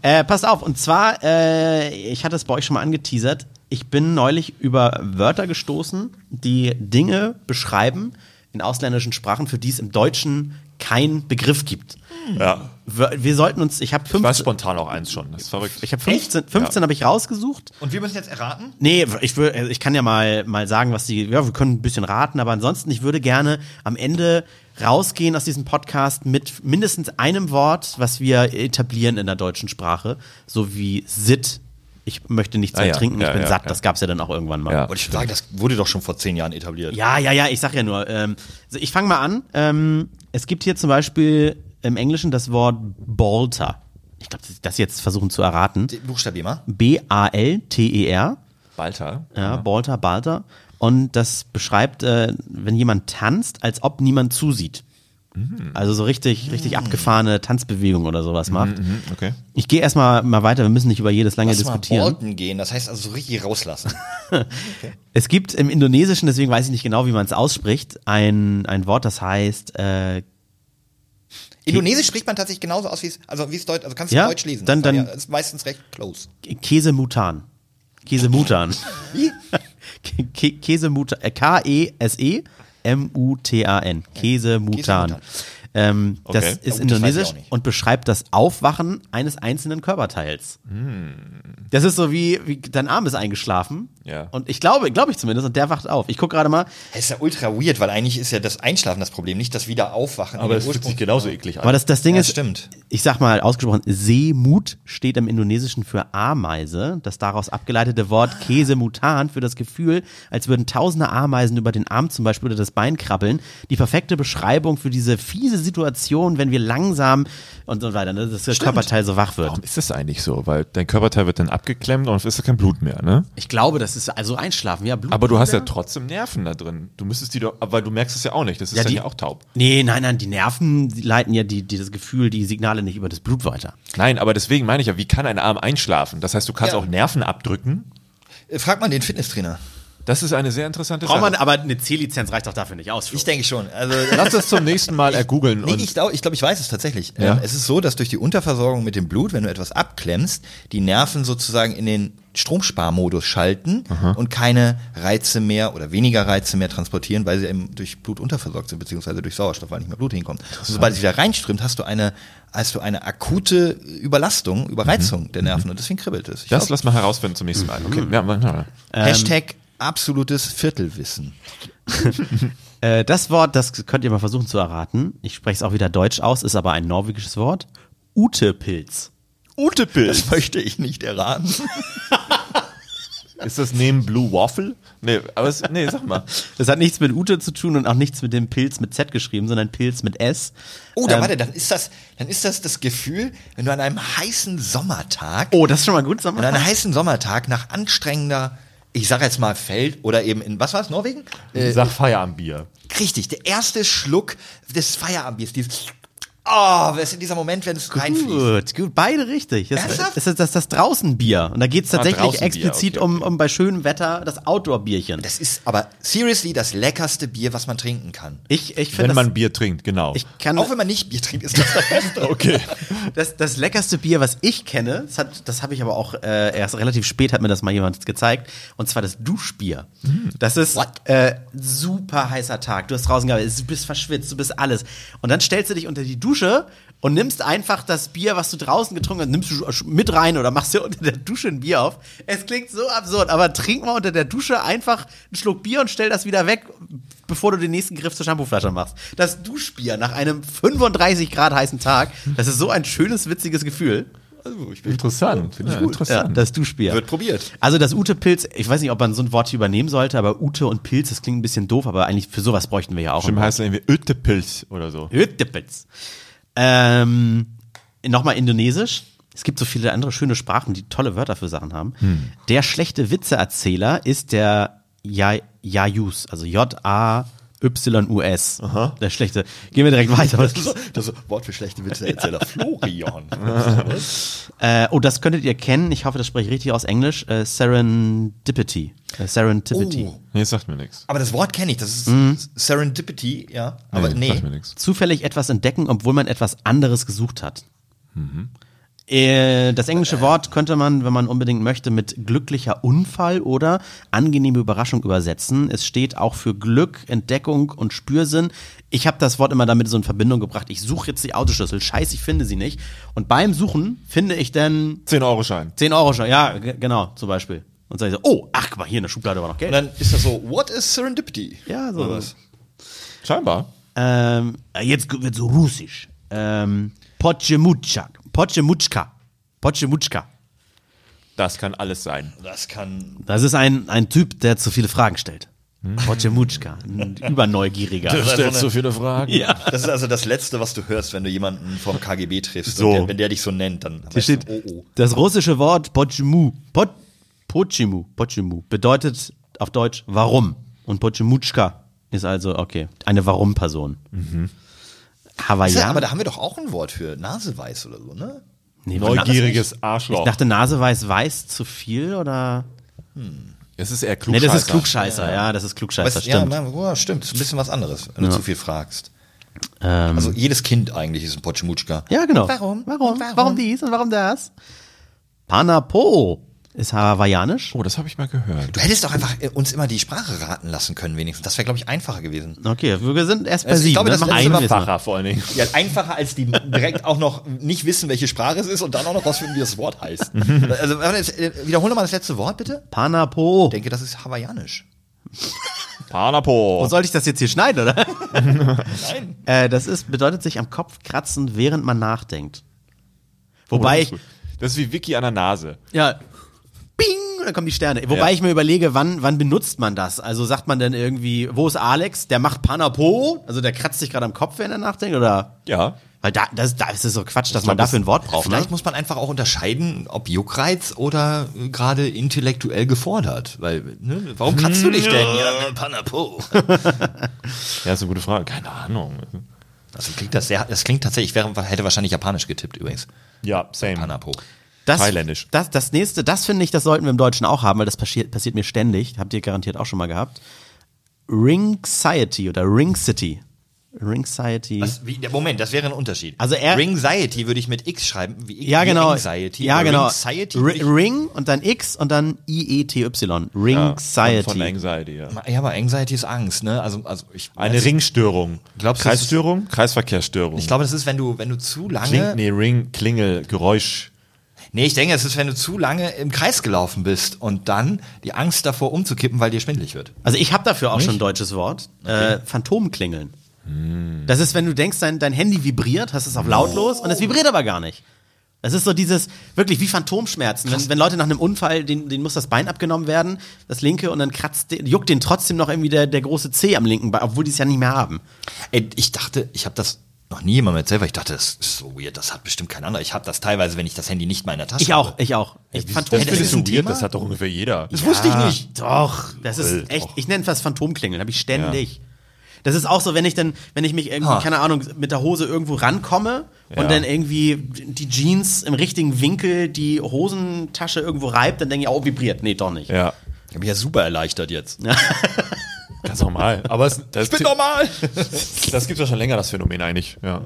Speaker 3: Äh, passt auf, und zwar, äh, ich hatte es bei euch schon mal angeteasert. Ich bin neulich über Wörter gestoßen, die Dinge beschreiben in ausländischen Sprachen, für die es im Deutschen keinen Begriff gibt.
Speaker 2: Ja.
Speaker 3: Wir, wir sollten uns, ich habe
Speaker 2: Ich weiß
Speaker 3: 15,
Speaker 2: spontan auch eins schon. Das ist verrückt.
Speaker 3: ich hab 15, 15 habe ich rausgesucht.
Speaker 1: Und wir müssen jetzt erraten?
Speaker 3: Nee, ich, wür, also ich kann ja mal, mal sagen, was die. Ja, wir können ein bisschen raten, aber ansonsten, ich würde gerne am Ende rausgehen aus diesem Podcast mit mindestens einem Wort, was wir etablieren in der deutschen Sprache, so wie Sit. Ich möchte nichts
Speaker 2: Ah,
Speaker 3: mehr
Speaker 2: ja.
Speaker 3: trinken, ich
Speaker 2: Ja,
Speaker 3: bin
Speaker 2: ja,
Speaker 3: satt.
Speaker 2: ja.
Speaker 3: Das gab's ja dann auch irgendwann mal.
Speaker 2: Ja.
Speaker 1: Wollte ich schon sagen, das wurde doch schon vor zehn Jahren etabliert.
Speaker 3: Ja, ja, ja, ich sag ja nur. Ähm, so, ich fange mal an. Ähm, es gibt hier zum Beispiel im Englischen das Wort Balter. Ich glaube, das, das jetzt versuchen zu erraten.
Speaker 1: Buchstabier mal.
Speaker 3: B-A-L-T-E-R.
Speaker 2: Balter.
Speaker 3: Ja, Balter, Balter. Und das beschreibt, äh, wenn jemand tanzt, als ob niemand zusieht. Also so richtig,
Speaker 1: Mhm.
Speaker 3: richtig abgefahrene Tanzbewegung oder sowas macht.
Speaker 2: Okay.
Speaker 3: Ich gehe erstmal mal weiter, wir müssen nicht über jedes lange
Speaker 1: Lass mal
Speaker 3: diskutieren.
Speaker 1: Bolten gehen, das heißt also so richtig
Speaker 3: *laughs*
Speaker 1: rauslassen.
Speaker 3: Es gibt im Indonesischen, deswegen weiß ich nicht genau, wie man es ausspricht, ein, ein Wort, das heißt, äh,
Speaker 1: Indonesisch spricht man tatsächlich genauso aus wie es, also wie es Deutsch, also kannst du
Speaker 3: Ja,
Speaker 1: Deutsch lesen.
Speaker 3: dann-
Speaker 1: Das war
Speaker 3: dann-
Speaker 1: ja- ist meistens recht close.
Speaker 3: Käsemutan. Käsemutan.
Speaker 1: Wie?
Speaker 3: Ke- *laughs* Ke- Käsemutan. äh, K-E-S-E-M-U-T-A-N. Käsemutan.
Speaker 1: Käsemutan.
Speaker 3: Ähm, das
Speaker 2: Okay.
Speaker 3: ist
Speaker 1: Ja, gut, das weiß
Speaker 3: indonesisch
Speaker 1: ich auch nicht.
Speaker 3: und beschreibt das Aufwachen eines einzelnen Körperteils.
Speaker 1: Hm.
Speaker 3: Das ist so wie, wie dein Arm ist eingeschlafen.
Speaker 2: Ja.
Speaker 3: Und ich glaube, glaube ich zumindest, und der wacht auf. Ich gucke gerade mal.
Speaker 1: Das ist ja ultra weird, weil eigentlich ist ja das Einschlafen das Problem, nicht das Wiederaufwachen.
Speaker 2: Aber
Speaker 1: Den
Speaker 2: es fühlt sich
Speaker 1: Ursprung-
Speaker 2: genauso eklig an.
Speaker 3: Aber das, das Ding
Speaker 1: Ja,
Speaker 3: ist,
Speaker 1: stimmt.
Speaker 3: ich sag mal ausgesprochen, Seemut steht im Indonesischen für Ameise. Das daraus abgeleitete Wort Käsemutan für das Gefühl, als würden tausende Ameisen über den Arm zum Beispiel oder das Bein krabbeln. Die perfekte Beschreibung für diese fiese Situation, wenn wir langsam und so weiter, ne, dass das Körperteil so wach wird.
Speaker 2: Warum ist das eigentlich so? Weil dein Körperteil wird dann abgeklemmt und es ist ja kein Blut mehr, ne?
Speaker 3: Ich glaube, das ist also einschlafen, ja, Blut.
Speaker 2: Aber du hast ja trotzdem Nerven da drin. Du müsstest die doch, weil du merkst es ja auch nicht. Das ist ja,
Speaker 3: die-
Speaker 2: hier auch taub.
Speaker 3: Nee, nein, nein, die Nerven die leiten ja die, die, das Gefühl, die Signale nicht über das Blut weiter.
Speaker 2: Nein, aber deswegen meine ich ja, wie kann ein Arm einschlafen? Das heißt, du kannst
Speaker 1: Ja.
Speaker 2: auch Nerven abdrücken.
Speaker 1: Äh, Frag mal den Fitnesstrainer.
Speaker 2: Das ist eine sehr interessante
Speaker 3: Braucht
Speaker 2: Sache.
Speaker 3: man, aber eine C-Lizenz reicht doch dafür nicht aus. Flo.
Speaker 1: Ich denke schon.
Speaker 3: *laughs*
Speaker 1: Also,
Speaker 2: Lass das zum nächsten Mal ergoogeln.
Speaker 1: Nee,
Speaker 2: Äh, und-
Speaker 1: ich glaube, ich, glaub, ich weiß es tatsächlich.
Speaker 2: Ja.
Speaker 1: Ähm, es ist so, dass durch die Unterversorgung mit dem Blut, wenn du etwas abklemmst, die Nerven sozusagen in den Stromsparmodus schalten und keine Reize mehr oder weniger Reize mehr transportieren, weil sie eben durch Blut unterversorgt sind, beziehungsweise durch Sauerstoff, weil nicht mehr Blut hinkommt. Und sobald es wieder reinströmt, hast du eine, hast du eine akute Überlastung, Überreizung der Nerven und deswegen kribbelt es. Ich
Speaker 2: Mhm. das
Speaker 1: glaub,
Speaker 2: lass mal herausfinden zum nächsten Mal. Okay,
Speaker 3: Mhm.
Speaker 2: ja, mal- ja.
Speaker 1: Hashtag absolutes Viertelwissen. *laughs*
Speaker 3: Äh, das Wort, das könnt ihr mal versuchen zu erraten. Ich spreche es auch wieder deutsch aus, ist aber ein norwegisches Wort. Utepilz.
Speaker 1: Das möchte ich nicht erraten.
Speaker 2: Ist das neben Blue Waffle? Nee, aber es, nee, sag mal.
Speaker 3: Das hat nichts mit Ute zu tun und auch nichts mit dem Pilz mit Z geschrieben, sondern Pilz mit S.
Speaker 1: Oh, dann
Speaker 3: Ähm,
Speaker 1: warte, dann ist das, dann ist das das Gefühl, wenn du an einem heißen Sommertag,
Speaker 3: Oh, das ist schon mal gut, sag
Speaker 1: an
Speaker 3: mal.
Speaker 1: einem heißen Sommertag nach anstrengender, ich sag jetzt mal Feld oder eben in, was war es, Norwegen? Äh,
Speaker 2: Sag Feierabendbier.
Speaker 1: richtig, der erste Schluck des Feierabendbiers, dieses, oh, was in dieser Moment, wenn es reinfließt.
Speaker 3: Gut, gut, beide richtig. Das,
Speaker 1: Ernsthaft? Ah,
Speaker 3: das ist das, das Draußenbier. Und da geht es tatsächlich
Speaker 2: Draußenbier,
Speaker 3: explizit
Speaker 2: okay, okay.
Speaker 3: Um, um bei schönem Wetter das Outdoor-Bierchen.
Speaker 1: Das ist aber seriously das leckerste Bier, was man trinken kann.
Speaker 3: Ich, ich finde
Speaker 2: Wenn
Speaker 3: das,
Speaker 2: man Bier trinkt, genau.
Speaker 3: ich kann,
Speaker 1: Auch wenn man nicht Bier trinkt, ist das das *laughs* Beste.
Speaker 2: okay.
Speaker 3: Das, das leckerste Bier, was ich kenne, das, hat- das habe ich aber auch äh, erst relativ spät, hat mir das mal jemand gezeigt, und zwar das Duschbier. Das ist
Speaker 1: What?
Speaker 3: äh, super heißer Tag. Du hast draußen gearbeitet, du bist verschwitzt, du bist alles. Und dann stellst du dich unter die Dusche und nimmst einfach das Bier, was du draußen getrunken hast, nimmst du sch- mit rein oder machst dir unter der Dusche ein Bier auf. Es klingt so absurd, aber trink mal unter der Dusche einfach einen Schluck Bier und stell das wieder weg, bevor du den nächsten Griff zur Shampooflasche machst. Das Duschbier nach einem 35 Grad heißen Tag, das ist so ein schönes, witziges Gefühl.
Speaker 2: Interessant. Finde ich gut.
Speaker 3: Ja,
Speaker 2: Interessant.
Speaker 3: das Duschbier.
Speaker 1: Also, Wird probiert.
Speaker 3: Also das Ute-Pilz, ich weiß nicht, ob man so ein Wort hier übernehmen sollte, aber Ute und Pilz, das klingt ein bisschen doof, aber eigentlich für sowas bräuchten wir ja auch.
Speaker 2: Bestimmt
Speaker 3: ein
Speaker 2: heißt er irgendwie Öttepilz oder so.
Speaker 3: Hüttepitz. Ähm, Nochmal Indonesisch. Es gibt so viele andere schöne Sprachen, die tolle Wörter für Sachen haben.
Speaker 1: Hm.
Speaker 3: Der schlechte Witzeerzähler ist der Ja- Jayus, also J-A-Y-U-S. Der schlechte. Gehen wir direkt weiter.
Speaker 1: *laughs* Das Wort für schlechte Witze, Erzähler *laughs* Florian.
Speaker 3: äh, oh, das könntet ihr kennen. Ich hoffe, das spreche ich richtig aus Englisch. Äh, Serendipity. Äh, Serendipity.
Speaker 1: Oh,
Speaker 2: Nee, das sagt mir nichts.
Speaker 1: aber das Wort kenne ich, das ist
Speaker 3: Mhm.
Speaker 1: Serendipity, ja. Aber nee.
Speaker 2: Sagt mir nichts.
Speaker 3: Zufällig etwas entdecken, obwohl man etwas anderes gesucht hat. Mhm. Äh, Das englische Wort könnte man, wenn man unbedingt möchte, mit glücklicher Unfall oder angenehme Überraschung übersetzen. Es steht auch für Glück, Entdeckung und Spürsinn. Ich habe das Wort immer damit so in Verbindung gebracht. Ich suche jetzt die Autoschlüssel. Scheiße, ich finde sie nicht. Und beim Suchen finde ich dann
Speaker 2: 10-Euro-Schein.
Speaker 3: 10 Euro schon. Ja, g- genau, zum Beispiel. Und sage ich so, oh, ach, guck mal, hier in der Schublade war noch
Speaker 1: Und
Speaker 3: Geld.
Speaker 1: dann ist das so, what is Serendipity?
Speaker 3: Ja, so.
Speaker 1: Oder was?
Speaker 2: Scheinbar.
Speaker 3: Ähm, jetzt wird so russisch. Ähm, Poczemutschak. Poczemutschka. Poczemutschka.
Speaker 2: Das kann alles sein.
Speaker 1: Das kann.
Speaker 3: Das ist ein, ein Typ, der zu viele Fragen stellt.
Speaker 1: Hm.
Speaker 3: Poczemutschka.
Speaker 1: *laughs*
Speaker 3: Ein Überneugieriger.
Speaker 2: stellst so viele Fragen.
Speaker 3: Also ja.
Speaker 1: Das ist also das Letzte, was du hörst, wenn du jemanden vom KGB triffst.
Speaker 2: So.
Speaker 1: Und der, wenn der dich so nennt, dann. oh,
Speaker 3: Hier steht, das russische Wort Poczemu, Pot, Poczemu, Poczemu bedeutet auf Deutsch warum. Und Poczemutschka ist also, okay, eine Warum-Person. Mhm.
Speaker 1: Ja,
Speaker 3: Hawaiian.
Speaker 1: aber da haben wir doch auch ein Wort für Naseweiß oder so, ne?
Speaker 3: nee, was war das?
Speaker 2: Neugieriges
Speaker 3: Ich
Speaker 2: Arschloch.
Speaker 3: dachte, Nase weiß, weiß zu viel oder?
Speaker 2: Es ist eher
Speaker 3: Nee,
Speaker 2: klugscheißer.
Speaker 3: das ist Klugscheißer, ja, das ist Klugscheißer,
Speaker 1: Weißt- ja,
Speaker 3: stimmt.
Speaker 1: na, oh, stimmt. Ist ein bisschen was anderes, wenn du zu viel fragst.
Speaker 3: Ähm,
Speaker 1: Also jedes Kind eigentlich ist ein Potschemutschka.
Speaker 3: ja, genau.
Speaker 1: Warum?
Speaker 3: Warum?
Speaker 1: Und warum?
Speaker 3: Warum dies und warum das? Panapo ist hawaiianisch.
Speaker 2: Oh, das habe ich mal gehört.
Speaker 1: Du hättest doch einfach äh, uns immer die Sprache raten lassen können, wenigstens. Das wäre, glaube ich, einfacher gewesen.
Speaker 3: Okay, wir sind erst bei
Speaker 1: Also ich
Speaker 3: sieben.
Speaker 1: glaube, das
Speaker 3: Noch
Speaker 1: letzte
Speaker 3: ein
Speaker 1: war
Speaker 3: wissen wir.
Speaker 2: Facher vor allen Dingen.
Speaker 1: Ja, einfacher als die direkt auch noch nicht wissen, welche Sprache es ist und dann auch noch rausfinden, wie das Wort heißt. *laughs* Also, warte, jetzt, äh, wiederhol nochmal das letzte Wort, bitte.
Speaker 3: Panapo.
Speaker 1: Ich denke, das ist hawaiianisch.
Speaker 2: Panapo. Oh,
Speaker 3: Und Oh, soll ich das jetzt hier schneiden, oder? *laughs*
Speaker 1: Nein.
Speaker 3: äh, das ist, bedeutet sich am Kopf kratzen, während man nachdenkt.
Speaker 1: Oh,
Speaker 3: Wobei ich,
Speaker 2: Das ist wie Vicky an der Nase.
Speaker 3: Ja. Bing! Und dann kommen die Sterne. Wobei
Speaker 2: Ja.
Speaker 3: ich mir überlege, wann, wann benutzt man das? Also sagt man dann irgendwie, wo ist Alex? Der macht Panapo, also der kratzt sich gerade am Kopf, wenn er nachdenkt, oder?
Speaker 2: Ja.
Speaker 3: Weil da, das, da ist es so Quatsch, dass
Speaker 2: glaub,
Speaker 3: man dafür ein Wort braucht, ne?
Speaker 1: Vielleicht muss man einfach auch unterscheiden, ob Juckreiz oder äh, gerade intellektuell gefordert. Weil, ne, warum kratzt du dich denn? Ja, Panapo.
Speaker 2: Ja, ist eine gute Frage. Keine Ahnung.
Speaker 1: Also klingt das sehr, das klingt tatsächlich, ich wäre, hätte wahrscheinlich japanisch getippt übrigens.
Speaker 2: Ja, same.
Speaker 1: Panapo.
Speaker 3: Das,
Speaker 2: Thailändisch.
Speaker 3: Das, das nächste, das finde ich, das sollten wir im Deutschen auch haben, weil das passiert, passiert mir ständig. Habt ihr garantiert auch schon mal gehabt. Ringxiety oder Ringcity. Ringxiety.
Speaker 1: Was, wie, Moment, das wäre ein Unterschied.
Speaker 3: Also er-
Speaker 1: Ringsiety würde ich mit X schreiben. Wie,
Speaker 3: Ja,
Speaker 1: wie
Speaker 3: genau.
Speaker 1: Anxiety.
Speaker 3: ja,
Speaker 1: Aber
Speaker 3: genau.
Speaker 1: Ringsiety
Speaker 3: Ri-
Speaker 1: würde ich-
Speaker 3: Ring und dann X und dann E I-E-T-Y. Ringxiety.
Speaker 2: Von Anxiety, ja.
Speaker 1: Ja, aber Anxiety ist Angst, ne? Also, also ich,
Speaker 2: Eine Ringstörung.
Speaker 1: Glaubst du, das ist-
Speaker 2: Kreisstörung? Kreisverkehrsstörung.
Speaker 1: ich glaube, das ist, wenn du, wenn du zu lange.
Speaker 2: Kling, nee, Ring, Klingel, Geräusch.
Speaker 1: Nee, ich denke, es ist, wenn du zu lange im Kreis gelaufen bist und dann die Angst davor umzukippen, weil dir schwindelig wird.
Speaker 3: Also ich habe dafür auch schon ein deutsches Wort. Äh, Phantomklingeln.
Speaker 1: Hm.
Speaker 3: Das ist, wenn du denkst, dein, dein Handy vibriert, hast es auf lautlos und es vibriert aber gar nicht. Das ist so dieses, wirklich wie Phantomschmerzen. Wenn, wenn Leute nach einem Unfall, denen, denen muss das Bein abgenommen werden, das linke, und dann kratzt, den- juckt den trotzdem noch irgendwie der, der große Zeh am linken Bein, obwohl die es ja nicht mehr haben.
Speaker 1: Ey, ich dachte, ich habe das noch nie jemandem erzählt, weil ich dachte, das ist so weird, das hat bestimmt kein anderer. Ich habe das teilweise, wenn ich das Handy nicht mal in der Tasche
Speaker 3: Ich
Speaker 1: habe.
Speaker 3: auch, ich auch. Ich Phantom-
Speaker 1: das findest ist du ein Thema?
Speaker 2: Das hat doch ungefähr jeder.
Speaker 1: Das wusste ich nicht. Äh,
Speaker 3: Doch, das ist echt, ich nenne das Phantomklingeln, habe ich ständig. Das ist auch so, wenn ich dann, wenn ich mich irgendwie,
Speaker 1: Ah.
Speaker 3: keine Ahnung, mit der Hose irgendwo rankomme
Speaker 2: Ja.
Speaker 3: und dann irgendwie die Jeans im richtigen Winkel die Hosentasche irgendwo reibt, dann denke ich, oh, vibriert. Nee, doch nicht.
Speaker 2: Ja.
Speaker 1: Ich bin ja super erleichtert jetzt.
Speaker 2: Ganz normal. Aber es, das,
Speaker 1: Ich bin normal.
Speaker 2: das gibt's ja schon länger, das Phänomen eigentlich. Ja.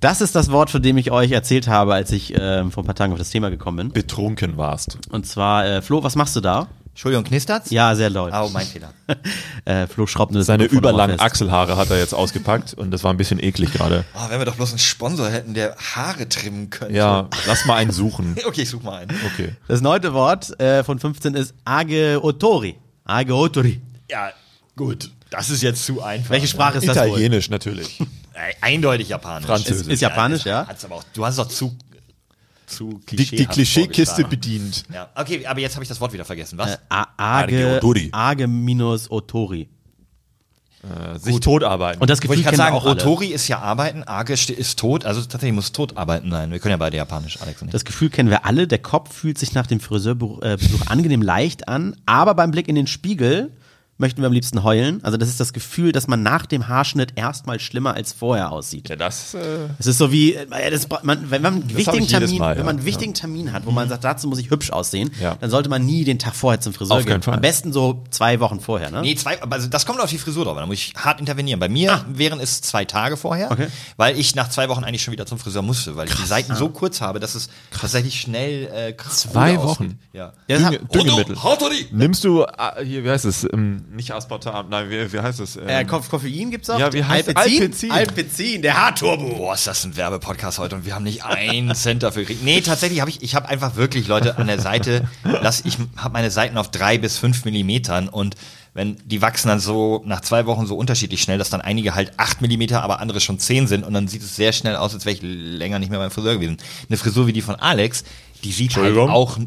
Speaker 3: Das ist das Wort, von dem ich euch erzählt habe, als ich ähm, vor ein paar Tagen auf das Thema gekommen bin.
Speaker 2: Betrunken warst.
Speaker 3: Und zwar, äh, Flo, was machst du da?
Speaker 1: Entschuldigung, knistert's?
Speaker 3: Ja, sehr laut.
Speaker 1: Oh, mein Fehler.
Speaker 3: *laughs* Äh, Flo schraubt nur das
Speaker 2: Seine
Speaker 3: Mikrofon
Speaker 2: überlangen
Speaker 3: nochmal fest.
Speaker 2: Achselhaare hat er jetzt ausgepackt und das war ein bisschen eklig gerade.
Speaker 1: Oh, wenn wir doch bloß einen Sponsor hätten, der Haare trimmen könnte.
Speaker 2: Ja, lass mal einen suchen.
Speaker 1: *laughs* Okay, ich such mal einen.
Speaker 2: Okay.
Speaker 3: Das neunte Wort äh, von 15 ist Ageotori. Ageotori.
Speaker 1: Ja, gut. Das ist jetzt zu einfach.
Speaker 3: Welche Sprache ist das wohl?
Speaker 2: Italienisch natürlich.
Speaker 1: Ey, Äh, Eindeutig japanisch.
Speaker 2: Französisch.
Speaker 3: Ist, ist japanisch, ja?
Speaker 1: Hat's aber auch, du hast doch zu, zu
Speaker 2: Die, die
Speaker 1: klischeehaft
Speaker 2: Klischeekiste
Speaker 1: vorgetragen.
Speaker 2: bedient.
Speaker 1: Ja, okay, aber jetzt habe ich das Wort wieder vergessen. Was?
Speaker 3: Äh, A- Age,
Speaker 2: Argeotori.
Speaker 3: Age minus Otori.
Speaker 2: Äh, Sich tot arbeiten.
Speaker 3: Und das
Speaker 1: Wollte
Speaker 3: Gefühl
Speaker 1: ich gerade
Speaker 3: kennen
Speaker 1: sagen,
Speaker 3: auch alle.
Speaker 1: Otori ist ja arbeiten, Age ste- ist tot, also tatsächlich muss tot arbeiten sein. Wir können ja beide japanisch, Alex und ich.
Speaker 3: Das Gefühl kennen wir alle. Der Kopf fühlt sich nach dem Friseurbesuch äh, Besuch angenehm leicht an, aber beim Blick in den Spiegel möchten wir am liebsten heulen. Also das ist das Gefühl, dass man nach dem Haarschnitt erstmal schlimmer als vorher aussieht.
Speaker 2: ja, das äh,
Speaker 3: Es ist so wie, äh, das, bra- man, wenn man einen wichtigen
Speaker 2: ich jedes
Speaker 3: Termin,
Speaker 2: Mal,
Speaker 3: wenn man
Speaker 2: ja.
Speaker 3: einen wichtigen Termin hat, wo man sagt, dazu muss ich hübsch aussehen,
Speaker 2: Ja.
Speaker 3: dann sollte man nie den Tag vorher zum Friseur
Speaker 2: Auf
Speaker 3: gehen.
Speaker 2: keinen Fall.
Speaker 3: Am besten so zwei Wochen vorher. Ne?
Speaker 1: Nee, zwei, aber also das kommt auf die Frisur drauf an, da muss ich hart intervenieren. Bei mir wären es zwei Tage vorher,
Speaker 3: Ah. Okay.
Speaker 1: weil ich nach zwei Wochen eigentlich schon wieder zum Friseur musste, weil ich die Seiten so kurz habe, dass es tatsächlich schnell äh, krass
Speaker 2: Zwei
Speaker 1: gut
Speaker 2: Wochen?
Speaker 1: aussieht. Ja. halt,
Speaker 3: Ja, das
Speaker 2: Dünge,
Speaker 3: hab-
Speaker 2: Düngemittel.
Speaker 1: Otori!
Speaker 2: Nimmst du, ah, hier, wie heißt es? Ähm, nicht Aspartam, nein, wie, wie heißt es? Ähm,
Speaker 3: Äh, Koff- Koffein gibt's auch?
Speaker 2: Ja, wie heißt-
Speaker 3: Alpecin?
Speaker 2: Alpecin.
Speaker 3: Alpecin, der Haarturbo.
Speaker 1: Boah, ist das ein Werbepodcast heute und wir haben nicht einen Cent dafür gekriegt. Nee, tatsächlich habe ich, ich habe einfach wirklich Leute an der Seite, lass, ich habe meine Seiten auf drei bis fünf Millimetern und wenn die wachsen dann so nach zwei Wochen so unterschiedlich schnell, dass dann einige halt acht Millimeter, aber andere schon zehn sind und dann sieht es sehr schnell aus, als wäre ich länger nicht mehr beim Friseur gewesen. Eine Frisur wie die von Alex, die sieht halt
Speaker 2: Entschuldigung.
Speaker 1: auch,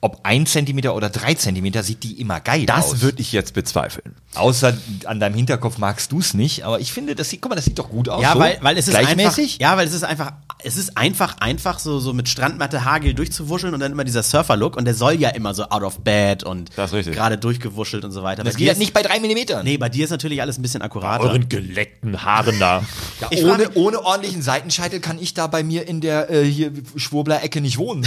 Speaker 1: ob ein Zentimeter oder drei Zentimeter, sieht die immer geil aus.
Speaker 2: das würde ich jetzt bezweifeln.
Speaker 1: Außer an deinem Hinterkopf magst du es nicht, aber ich finde, das sieht, guck mal, das sieht doch gut aus.
Speaker 3: Ja,
Speaker 1: so.
Speaker 3: weil, weil es ist einfach,
Speaker 1: gleichmäßig.
Speaker 3: ja, weil es ist einfach, es ist einfach, einfach so, so mit Strandmatte Hagel durchzuwuscheln und dann immer dieser Surfer-Look und der soll ja immer so out of bed und
Speaker 2: Das ist richtig.
Speaker 3: gerade durchgewuschelt und so weiter.
Speaker 1: Das
Speaker 3: Bei
Speaker 1: geht
Speaker 3: dir
Speaker 1: halt
Speaker 3: ist-
Speaker 1: nicht bei drei Millimetern.
Speaker 3: Nee, bei dir ist natürlich alles ein bisschen akkurater.
Speaker 2: geleckten Haaren da.
Speaker 1: Ja,
Speaker 3: Ich
Speaker 1: ohne,
Speaker 3: frage-
Speaker 1: ohne ordentlichen Seitenscheitel kann ich da bei mir in der äh, hier Schwurbler-Ecke nicht wohnen.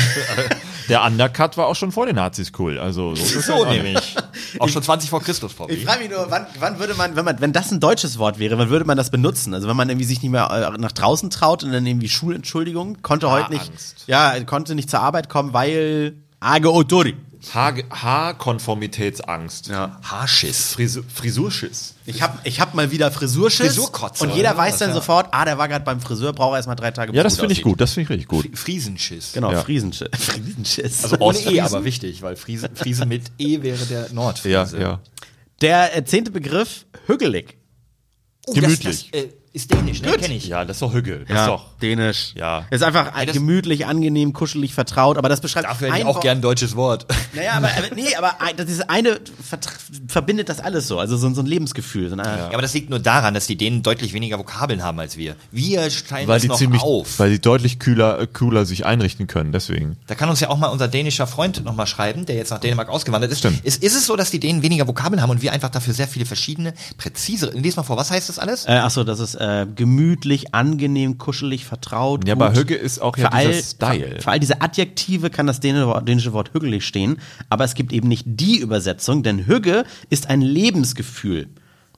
Speaker 2: Der Undercut war auch schon vor den Nazis cool. Also, so ist es
Speaker 1: *laughs*
Speaker 2: ja
Speaker 1: so
Speaker 2: gar nicht.
Speaker 1: nämlich. Auch schon 20 vor Christus vorbei.
Speaker 3: ich frage mich nur, wann, wann würde man, wenn man, wenn das ein deutsches Wort wäre, wann würde man das benutzen? Also wenn man irgendwie sich nicht mehr äh, nach draußen traut und dann irgendwie Schulentschuldigung, konnte
Speaker 2: Ah,
Speaker 3: heute nicht,
Speaker 2: Haarangst.
Speaker 3: ja, konnte nicht zur Arbeit kommen, weil Age Otori.
Speaker 2: Haar, Haarkonformitätsangst.
Speaker 3: Ja.
Speaker 1: Haarschiss.
Speaker 2: Frisu- Frisurschiss.
Speaker 3: Ich hab, ich hab mal wieder Frisurschiss.
Speaker 1: Frisurkotze,
Speaker 3: Und jeder
Speaker 1: oder?
Speaker 3: weiß dann
Speaker 1: Ja.
Speaker 3: sofort, ah, der war gerade beim Friseur, braucht erst mal drei Tage. bis
Speaker 2: Ja,
Speaker 3: es
Speaker 2: das finde ich
Speaker 3: aussieht.
Speaker 2: gut. Das finde ich richtig gut.
Speaker 1: Friesenschiss.
Speaker 3: Genau,
Speaker 2: Ja.
Speaker 3: Friesenschiss. *laughs* Friesenschiss.
Speaker 1: Also ohne E,
Speaker 2: Ostfriesen?
Speaker 1: aber wichtig, weil Friesen, Friesen mit E wäre der
Speaker 2: Ja,
Speaker 1: Nordfriese.
Speaker 2: ja.
Speaker 3: der äh, zehnte Begriff, hügelig.
Speaker 1: Oh,
Speaker 2: Gemütlich.
Speaker 1: Das, das, äh, ist dänisch, ne? Kenn ich.
Speaker 2: Ja, das ist doch Hügel. Das
Speaker 3: Ja,
Speaker 2: ist doch.
Speaker 3: dänisch.
Speaker 2: Ja.
Speaker 3: Ist einfach
Speaker 1: das-
Speaker 3: gemütlich, angenehm, kuschelig, vertraut, aber das beschreibt
Speaker 1: Dafür hätte ich
Speaker 3: ein
Speaker 1: auch
Speaker 3: Wort-
Speaker 1: gern ein deutsches Wort.
Speaker 3: Naja, aber, aber nee, aber ein, das ist eine vertr- verbindet das alles so, also so, ein- so ein Lebensgefühl. So eine,
Speaker 1: Ja, aber das liegt nur daran, dass die Dänen deutlich weniger Vokabeln haben als wir. Wir steigen
Speaker 2: Weil
Speaker 1: das
Speaker 2: die
Speaker 1: noch
Speaker 2: ziemlich,
Speaker 1: auf.
Speaker 2: weil die deutlich kühler, äh, cooler sich einrichten können. Deswegen.
Speaker 1: Da kann uns ja auch mal unser dänischer Freund nochmal schreiben, der jetzt nach Dänemark ausgewandert ist.
Speaker 2: Stimmt.
Speaker 1: Ist, ist es so, dass die Dänen weniger Vokabeln haben und wir einfach dafür sehr viele verschiedene, präzisere. Lies mal vor, was heißt das alles?
Speaker 3: Äh, achso, das ist äh, äh, gemütlich, angenehm, kuschelig, vertraut.
Speaker 2: Ja,
Speaker 3: gut.
Speaker 2: aber Hügge ist auch ja
Speaker 3: für all,
Speaker 2: dieser Style.
Speaker 3: Für, für all diese Adjektive kann das dänische, dänische Wort hügelig stehen, aber es gibt eben nicht die Übersetzung, denn Hügge ist ein Lebensgefühl.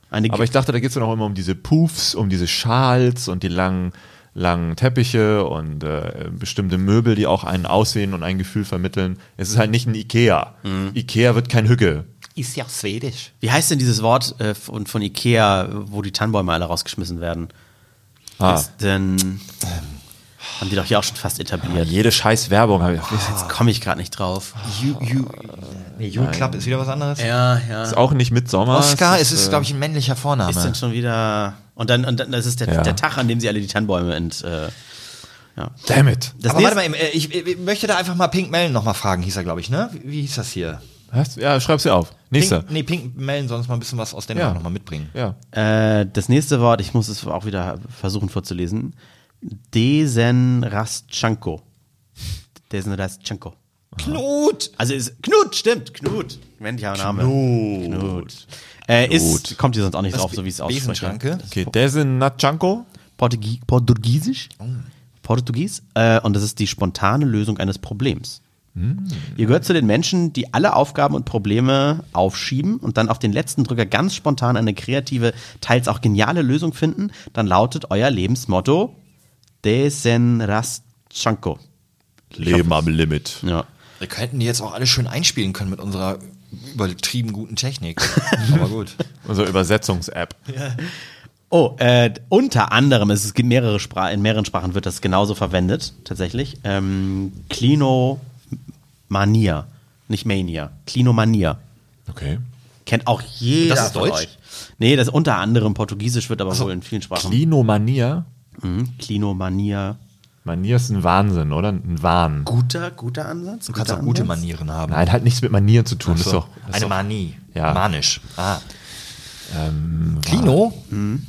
Speaker 3: Eine
Speaker 2: Aber ich dachte, da geht es dann auch immer um diese Puffs, um diese Schals und die langen, langen Teppiche und äh, bestimmte Möbel, die auch einen Aussehen und ein Gefühl vermitteln. Es ist halt nicht ein Ikea. Ikea wird kein Hücke.
Speaker 1: Ist ja schwedisch.
Speaker 3: Wie heißt denn dieses Wort äh, von, von Ikea, wo die Tannenbäume alle rausgeschmissen werden?
Speaker 2: Ah.
Speaker 3: Ist denn, haben die doch hier auch schon fast etabliert.
Speaker 2: Jede scheiß Werbung habe ich.
Speaker 3: Jetzt komme ich gerade nicht drauf.
Speaker 1: You, you, äh, nee, you Club ist wieder was anderes.
Speaker 3: Ja, ja.
Speaker 2: Ist auch nicht mit Sommer.
Speaker 1: Oscar,
Speaker 2: Es
Speaker 1: es ist, glaube ich, ein männlicher Vorname.
Speaker 3: Ist denn schon wieder. Und dann, und dann das ist der,
Speaker 2: Ja.
Speaker 3: der Tag, an dem sie alle die Tannenbäume ent. Äh,
Speaker 2: Damn it.
Speaker 3: das
Speaker 1: Aber warte
Speaker 3: nächste-
Speaker 1: mal, eben, äh, ich, ich möchte da einfach mal Pink Mellon nochmal fragen, hieß er, glaube ich, ne? Wie, wie hieß das hier?
Speaker 2: Was? Ja, schreib's dir auf. Nächster.
Speaker 1: Pink, nee, Pink Mellon, sonst mal ein bisschen was aus Dänemark
Speaker 2: Ja.
Speaker 1: nochmal mitbringen.
Speaker 2: Ja.
Speaker 3: äh, das nächste Wort, ich muss es auch wieder versuchen vorzulesen. Desenraschanko. Desenraschanko.
Speaker 1: Knut!
Speaker 3: Also ist, Knut, stimmt, Knut. Männlicher Name. Knut. Knut. Äh, ist, kommt ihr sonst auch nicht drauf, so wie es ausspricht.
Speaker 1: Besenschranke.
Speaker 2: Okay, Desin Natchanko.
Speaker 3: Portugie Portugiesisch? Portugies. Äh, und das ist die spontane Lösung eines Problems. Ihr gehört zu den Menschen, die alle Aufgaben und Probleme aufschieben und dann auf den letzten Drücker ganz spontan eine kreative, teils auch geniale Lösung finden. Dann lautet euer Lebensmotto Desenraschanko.
Speaker 2: Leben am Limit.
Speaker 3: Ja.
Speaker 1: Wir könnten die jetzt auch alle schön einspielen können mit unserer übertrieben guten Technik. Aber gut.
Speaker 2: Unsere Also Übersetzungs-App.
Speaker 3: Oh, äh, unter anderem, es gibt mehrere Spra in mehreren Sprachen wird das genauso verwendet, tatsächlich. Ähm, Klinomania, nicht Mania, Klinomania.
Speaker 2: Okay.
Speaker 3: Kennt auch jeder
Speaker 1: Das ist
Speaker 3: von
Speaker 1: Deutsch?
Speaker 3: euch. Nee, das ist unter anderem Portugiesisch wird aber wohl in vielen Sprachen.
Speaker 2: Klinomania.
Speaker 3: Mhm, Klinomania.
Speaker 2: Manier ist ein Wahnsinn, oder? Ein Wahn.
Speaker 3: Guter, guter Ansatz.
Speaker 1: Du kannst auch gute Manieren haben.
Speaker 2: Nein, hat nichts mit Manier zu tun.
Speaker 1: Ach
Speaker 2: Das
Speaker 1: so.
Speaker 2: ist doch, das
Speaker 1: Eine
Speaker 2: ist doch,
Speaker 1: Manie.
Speaker 2: Ja.
Speaker 1: Manisch. Ah. Kino?
Speaker 2: Hm.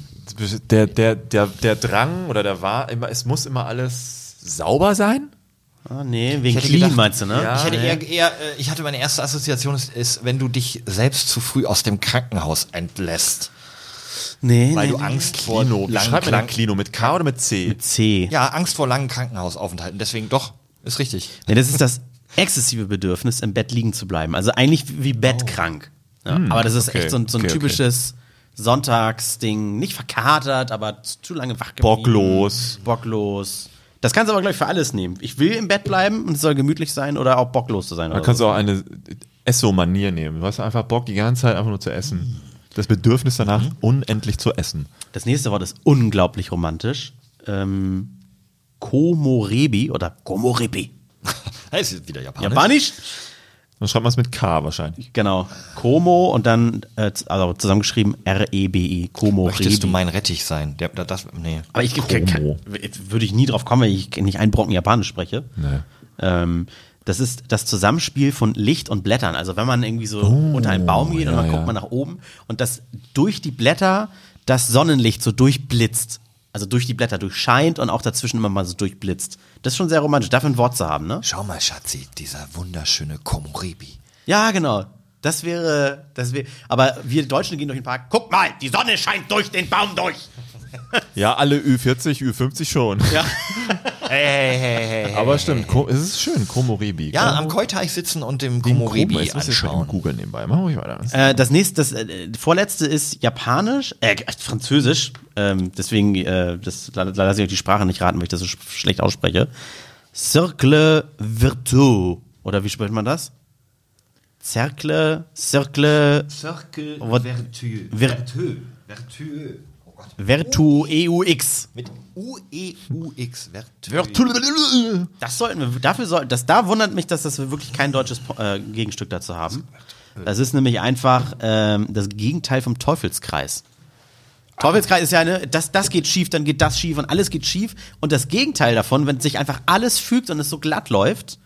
Speaker 2: der, der, der, der Drang oder der war immer, es muss immer alles sauber sein.
Speaker 3: Ah, nee, wegen
Speaker 1: hätte
Speaker 3: Clean
Speaker 1: gedacht-
Speaker 3: meinst du, ne?
Speaker 2: Ah, Ja.
Speaker 1: Ich hätte eher, eher, äh, ich hatte meine erste Assoziation ist, ist, wenn du dich selbst zu früh aus dem Krankenhaus entlässt,
Speaker 3: Nee,
Speaker 1: weil
Speaker 3: nee,
Speaker 1: du
Speaker 3: nee.
Speaker 1: Angst vor
Speaker 2: Klino. Wie
Speaker 1: langen
Speaker 2: schreibt man denn
Speaker 1: Kranken
Speaker 2: Klino? Mit K oder mit C?
Speaker 3: C.
Speaker 1: ja, Angst vor langen Krankenhausaufenthalten. Deswegen doch, ist richtig. *laughs*
Speaker 3: Nee, das ist das exzessive Bedürfnis, im Bett liegen zu bleiben. Also eigentlich wie wie bettkrank. Ja, aber das ist
Speaker 2: okay,
Speaker 3: echt so ein, so ein
Speaker 2: okay, okay.
Speaker 3: typisches Sonntagsding. Nicht verkatert, aber zu, zu lange wach geblieben.
Speaker 2: Bocklos.
Speaker 3: Bocklos. Das kannst du aber gleich für alles nehmen. Ich will im Bett bleiben und es soll gemütlich sein oder auch bocklos zu sein.
Speaker 2: Da
Speaker 3: Oder
Speaker 2: kannst
Speaker 3: so.
Speaker 2: du auch eine Esso-Manier nehmen. Du hast einfach Bock, die ganze Zeit einfach nur zu essen. Das Bedürfnis danach, unendlich zu essen.
Speaker 3: Das nächste Wort ist unglaublich romantisch. Ähm, Komorebi oder Komorebi.
Speaker 1: Das ist wieder Japanisch.
Speaker 3: Japanisch?
Speaker 2: Dann schreibt man es mit K wahrscheinlich.
Speaker 3: Genau. Komo und dann, äh, z- also zusammengeschrieben R-E-B-I. Komorebi.
Speaker 1: Möchtest du mein Rettich sein? Der, das, das, nee.
Speaker 3: Aber ich kann,
Speaker 2: Komo.
Speaker 3: kann, würde ich nie drauf kommen, wenn ich nicht einen Brocken Japanisch spreche.
Speaker 1: Hm.
Speaker 3: Ähm, das ist das Zusammenspiel von Licht und Blättern. Also wenn man irgendwie so unter einen Baum geht und
Speaker 2: Oh, ja,
Speaker 3: dann guckt
Speaker 2: ja.
Speaker 3: man nach oben und das durch die Blätter das Sonnenlicht so durchblitzt. Also durch die Blätter durchscheint und auch dazwischen immer mal so durchblitzt. Das ist schon sehr romantisch, dafür ein Wort zu haben, ne?
Speaker 1: Schau mal, Schatzi, dieser wunderschöne Komorebi.
Speaker 3: Ja, genau. Das wäre, das wäre, aber wir Deutschen gehen durch den Park. Guck mal, die Sonne scheint durch den Baum durch.
Speaker 2: Ja, alle Ü40, Ü50 schon. *laughs*
Speaker 3: Ja.
Speaker 1: Hey, hey, hey, hey.
Speaker 2: Aber stimmt, Ko- es ist schön, Komoribi.
Speaker 1: Ja,
Speaker 2: Komo-
Speaker 1: am Keuteich sitzen und dem
Speaker 2: den
Speaker 1: Komorebi
Speaker 2: Komo- jetzt muss ich mal
Speaker 1: anschauen.
Speaker 2: Google nebenbei. Machen wir weiter.
Speaker 3: Äh, das nächste, das äh, vorletzte ist Japanisch, äh, Französisch. Ähm, deswegen, äh, das la- la- lasse ich euch die Sprache nicht raten, weil ich das so sch schlecht ausspreche. Cercle Virtu. Oder wie spricht man das? Cercle, Cercle
Speaker 1: Circle
Speaker 3: What-
Speaker 1: Vertu.
Speaker 3: Ver-
Speaker 1: Vertu. Vertu. Oh Gott.
Speaker 3: Vertu E EUX.
Speaker 1: Mit U-E-U-X. Vertu.
Speaker 3: Das sollten wir, dafür sollten, das, da wundert mich, dass das wir wirklich kein deutsches Po- äh, Gegenstück dazu haben. Das ist nämlich einfach ähm, das Gegenteil vom Teufelskreis. Teufelskreis ist ja eine, das, das geht schief, dann geht das schief und alles geht schief. Und das Gegenteil davon, wenn sich einfach alles fügt und es so glatt läuft.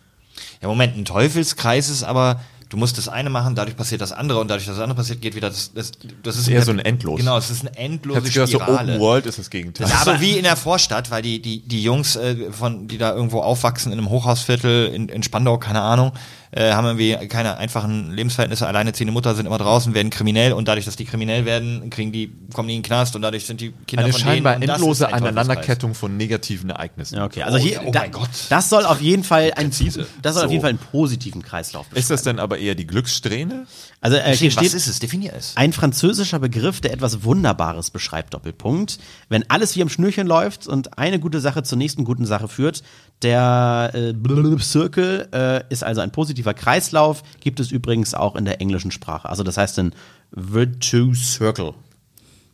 Speaker 1: Ja, Moment, ein Teufelskreis ist aber, du musst das eine machen, dadurch passiert das andere und dadurch, dass das andere passiert, geht wieder das. Das, das ist
Speaker 2: eher
Speaker 1: eine-
Speaker 2: so ein Endlos.
Speaker 1: Genau, es ist eine
Speaker 2: Hat
Speaker 1: endlose
Speaker 2: sich gedacht, so
Speaker 1: Spirale.
Speaker 2: Open World ist das Gegenteil.
Speaker 1: Das ist so wie in der Vorstadt, weil die, die, die Jungs, äh, von, die da irgendwo aufwachsen in einem Hochhausviertel in, in Spandau, keine Ahnung, äh, haben irgendwie keine einfachen Lebensverhältnisse, alleinerziehende Mutter sind immer draußen, werden kriminell und dadurch, dass die kriminell werden, kriegen die, kommen die in den Knast und dadurch sind die Kinder
Speaker 2: Eine
Speaker 1: von
Speaker 2: scheinbar
Speaker 1: denen. Und das ist
Speaker 2: endlose
Speaker 1: ein Teufelskreis.
Speaker 2: Aneinanderkettung von negativen Ereignissen.
Speaker 3: Ja, okay. Also hier,
Speaker 1: oh
Speaker 3: da,
Speaker 1: mein Gott.
Speaker 3: das soll auf jeden Fall ein,
Speaker 1: Präzise.
Speaker 3: das soll
Speaker 1: So.
Speaker 3: auf jeden Fall einen positiven Kreislauf.
Speaker 2: Ist das denn aber eher die Glückssträhne?
Speaker 3: Also äh, hier
Speaker 1: Was
Speaker 3: steht,
Speaker 1: ist es? Definier es.
Speaker 3: ein französischer Begriff, der etwas Wunderbares beschreibt, Doppelpunkt. Wenn alles wie am Schnürchen läuft und eine gute Sache zur nächsten guten Sache führt, der äh, blub Circle äh, ist also ein positiver Kreislauf, gibt es übrigens auch in der englischen Sprache. Also das heißt ein Virtue Circle.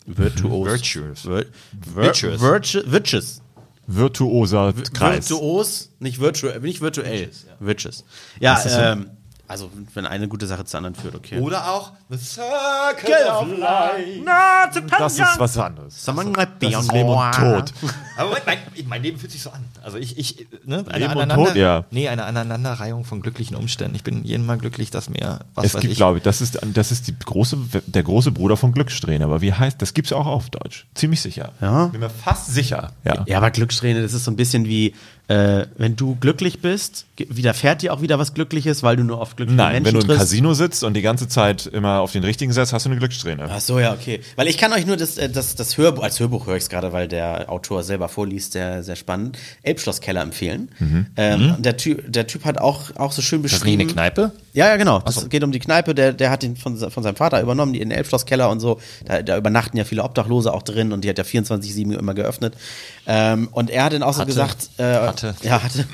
Speaker 3: Virtuos.
Speaker 1: Virtuous.
Speaker 3: Vir
Speaker 1: Virtuous.
Speaker 3: virtuous. Virtu virtuous.
Speaker 2: Virtuoser
Speaker 3: Virtuos, nicht, virtu nicht virtuell. Virtuous. Ja, ähm, also wenn eine gute Sache zur anderen führt, okay.
Speaker 1: Oder auch The Circle of
Speaker 2: Das ist was anderes. Das ist Leben und Tod.
Speaker 1: Aber Moment, mein, mein Leben fühlt sich so an. Also ich, ich ne, eine
Speaker 2: Leben und
Speaker 1: Aneinander-
Speaker 2: Tod, ja.
Speaker 1: Nee, eine Aneinanderreihung von glücklichen Umständen. Ich bin jeden Mal glücklich, dass mir was
Speaker 2: Es
Speaker 1: weiß
Speaker 2: gibt,
Speaker 1: ich.
Speaker 2: glaube ich, das ist, das ist die große, der große Bruder von Glückssträhne. Aber wie heißt, das gibt es auch auf Deutsch. Ziemlich sicher.
Speaker 3: Ja.
Speaker 2: Bin mir fast sicher. Ja.
Speaker 3: Ja, aber Glückssträhne, das ist so ein bisschen wie, äh, wenn du glücklich bist, ge- widerfährt dir auch wieder was Glückliches, weil du nur auf glückliche
Speaker 2: Nein,
Speaker 3: Menschen
Speaker 2: wenn du im
Speaker 3: triffst.
Speaker 2: Casino sitzt und die ganze Zeit immer auf den richtigen setzt, hast du eine Glückssträhne.
Speaker 3: Ach so, ja, okay. Weil ich kann euch nur das, äh, das, das Hörbuch, als Hörbuch höre ich es gerade, weil der Autor selber vorliest, sehr, sehr spannend, Elbschlosskeller empfehlen.
Speaker 2: Mhm.
Speaker 3: Ähm, der, typ, der Typ hat auch, auch so schön
Speaker 1: das nicht
Speaker 3: beschrieben.
Speaker 1: eine Kneipe?
Speaker 3: Ja, ja, genau. Es geht um die Kneipe, der, der hat ihn von, se- von seinem Vater übernommen, die in den Elbschlosskeller und so. Da, da übernachten ja viele Obdachlose auch drin und die hat ja 24-7 immer geöffnet. Ähm, und er hat dann auch so
Speaker 1: Hatte.
Speaker 3: gesagt, äh,
Speaker 1: Hatte.
Speaker 3: ja, hatte.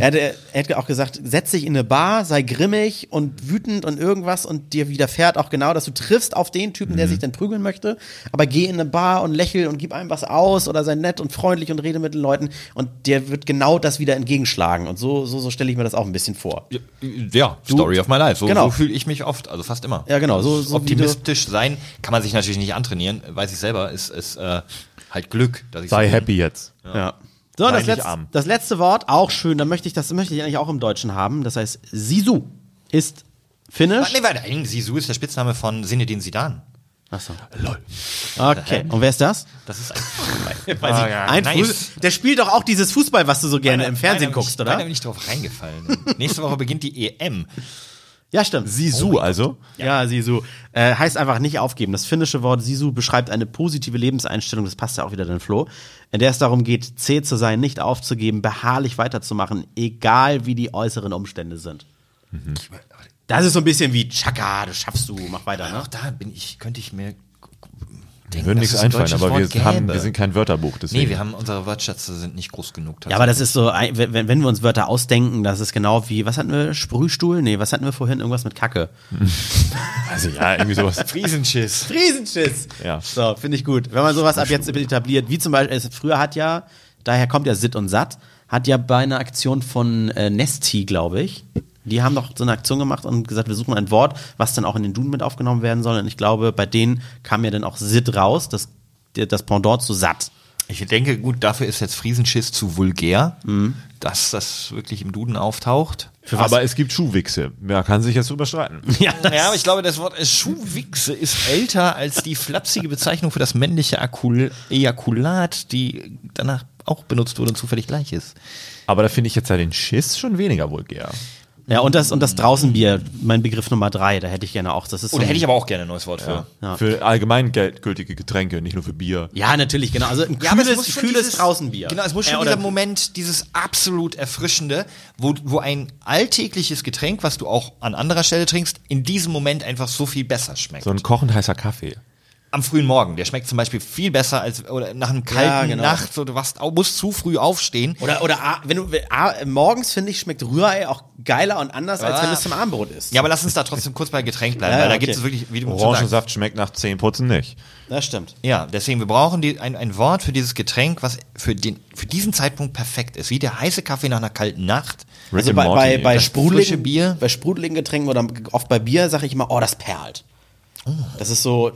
Speaker 3: Er, hat, er hat auch gesagt, setz dich in eine Bar, sei grimmig und wütend und irgendwas und dir widerfährt auch genau, dass du triffst auf den Typen,
Speaker 1: Mhm.
Speaker 3: der sich dann prügeln möchte, aber geh in eine Bar und lächel und gib einem was aus oder sei nett und freundlich und rede mit den Leuten und dir wird genau das wieder entgegenschlagen. Und so, so, so stelle ich mir das auch ein bisschen vor.
Speaker 1: Ja, Story of my life. So,
Speaker 3: Genau.
Speaker 1: so fühle ich mich oft, also fast immer.
Speaker 3: Ja, genau, so- so wie
Speaker 1: Optimistisch sein kann man sich natürlich nicht antrainieren, weiß ich selber, ist, ist äh, halt Glück. Dass ich
Speaker 2: Sei
Speaker 1: so-
Speaker 2: happy jetzt.
Speaker 3: Ja. So,
Speaker 2: Sei
Speaker 3: das,
Speaker 2: nicht
Speaker 3: letz,
Speaker 2: arm.
Speaker 3: das letzte Wort, auch schön, da möchte ich, das möchte ich eigentlich auch im Deutschen haben. Das heißt, Sisu ist
Speaker 1: Ah,
Speaker 3: finnisch.
Speaker 1: Nee, warte, nein, Sisu ist der Spitzname von Sinedin Sidan.
Speaker 3: Achso.
Speaker 1: Lol. Äh,
Speaker 3: Okay. Und wer ist das?
Speaker 1: Das ist ein,
Speaker 3: Weiß ich. Ein
Speaker 1: nice.
Speaker 3: Fuß, der spielt doch auch dieses Fußball, was du so gerne im
Speaker 1: Beinahe bin
Speaker 3: Fernsehen
Speaker 1: ich-
Speaker 3: guckst,
Speaker 1: Beinahe
Speaker 3: oder?
Speaker 1: bin ich drauf reingefallen. Nächste Woche beginnt die E EM.
Speaker 3: Ja, stimmt.
Speaker 2: Sisu also.
Speaker 3: Ja, Sisu. Äh, heißt einfach nicht aufgeben. Das finnische Wort Sisu beschreibt eine positive Lebenseinstellung, das passt ja auch wieder den Flo, in der es darum geht, zäh zu sein, nicht aufzugeben, beharrlich weiterzumachen, egal wie die äußeren Umstände sind. Das ist so ein bisschen wie Chaka, das schaffst du, mach weiter, ne?
Speaker 1: Auch da bin ich, könnte ich mir denken,
Speaker 2: Würde nichts
Speaker 1: dass es ein
Speaker 2: einfallen,
Speaker 1: deutsches
Speaker 2: aber wir,
Speaker 1: Wort gäbe.
Speaker 2: haben, wir sind kein Wörterbuch. Deswegen.
Speaker 1: Nee, wir haben unsere Wortschätze sind nicht groß genug.
Speaker 3: Ja, aber das ist so, ein- wenn, wenn wir uns Wörter ausdenken, das ist genau wie, was hatten wir, Sprühstuhl? Nee, was hatten wir vorhin? Irgendwas mit Kacke.
Speaker 2: also, ja, irgendwie *laughs* sowas.
Speaker 1: Riesenschiss.
Speaker 3: Riesenschiss.
Speaker 2: Ja.
Speaker 3: So, finde ich gut. Wenn man sowas ab jetzt etabliert, wie zum Beispiel, es, früher hat ja, daher kommt ja Sitt und Satt, hat ja bei einer Aktion von äh, Nesti, glaube ich, die haben doch so eine Aktion gemacht und gesagt, wir suchen ein Wort, was dann auch in den Duden mit aufgenommen werden soll. Und ich glaube, bei denen kam ja dann auch Sitt raus, das, das Pendant zu Satt.
Speaker 1: Ich denke, gut, dafür ist jetzt Friesenschiss zu vulgär,
Speaker 2: Mhm.
Speaker 1: dass das wirklich im Duden auftaucht.
Speaker 2: Aber es gibt Schuhwichse. Wer kann sich jetzt überschreiten?
Speaker 3: *laughs* Ja,
Speaker 1: Ja, aber ich glaube, das Wort Schuhwichse ist älter als die flapsige Bezeichnung für das männliche Akul Ejakulat, die danach auch benutzt wurde und zufällig gleich ist.
Speaker 2: Aber da finde ich jetzt ja den Schiss schon weniger vulgär.
Speaker 3: ja und, das, und das Draußenbier, mein Begriff Nummer drei, da hätte ich gerne auch, das ist so
Speaker 1: Oder
Speaker 3: ein-
Speaker 1: Oh, hätte ich aber auch gerne ein neues Wort für.
Speaker 2: Für allgemein gültige Getränke, nicht nur für Bier.
Speaker 3: Ja, natürlich, genau. Also ein
Speaker 1: Ja, aber es
Speaker 3: kühles,
Speaker 1: muss schon
Speaker 3: kühles
Speaker 1: dieses-
Speaker 3: Draußenbier.
Speaker 1: Genau, es muss schon
Speaker 3: Äh, oder-
Speaker 1: dieser Moment, dieses absolut Erfrischende, wo, wo ein alltägliches Getränk, was du auch an anderer Stelle trinkst, in diesem Moment einfach so viel besser schmeckt.
Speaker 2: So ein kochend heißer Kaffee.
Speaker 1: Am frühen Morgen, der schmeckt zum Beispiel viel besser als oder nach einem kalten
Speaker 3: Ja, genau.
Speaker 1: Nacht, so, du wachst, au- musst zu früh aufstehen.
Speaker 3: Oder, oder ah, wenn du, wenn- ah, morgens, finde ich, schmeckt Rührei auch geiler und anders, als
Speaker 1: Ah.
Speaker 3: wenn du es zum Abendbrot isst.
Speaker 1: Ja, aber lass uns da trotzdem kurz bei Getränk bleiben,
Speaker 3: Ja,
Speaker 1: weil da
Speaker 3: okay.
Speaker 1: gibt es wirklich, wie du schon sagst,
Speaker 2: Orangensaft schmeckt nach zehn Putzen nicht.
Speaker 3: Das stimmt.
Speaker 1: Ja, deswegen, wir brauchen die, ein, ein Wort für dieses Getränk, was für, den, für diesen Zeitpunkt perfekt ist. Wie der heiße Kaffee nach einer kalten Nacht.
Speaker 2: Rick
Speaker 3: Also
Speaker 2: and
Speaker 3: bei,
Speaker 2: Morty.
Speaker 3: bei, bei,
Speaker 1: Das frische
Speaker 3: sprudeligen,
Speaker 1: Bier.
Speaker 3: bei sprudeligen Getränken oder oft bei Bier sage ich immer, oh, das perlt.
Speaker 2: Ah.
Speaker 3: Das ist so,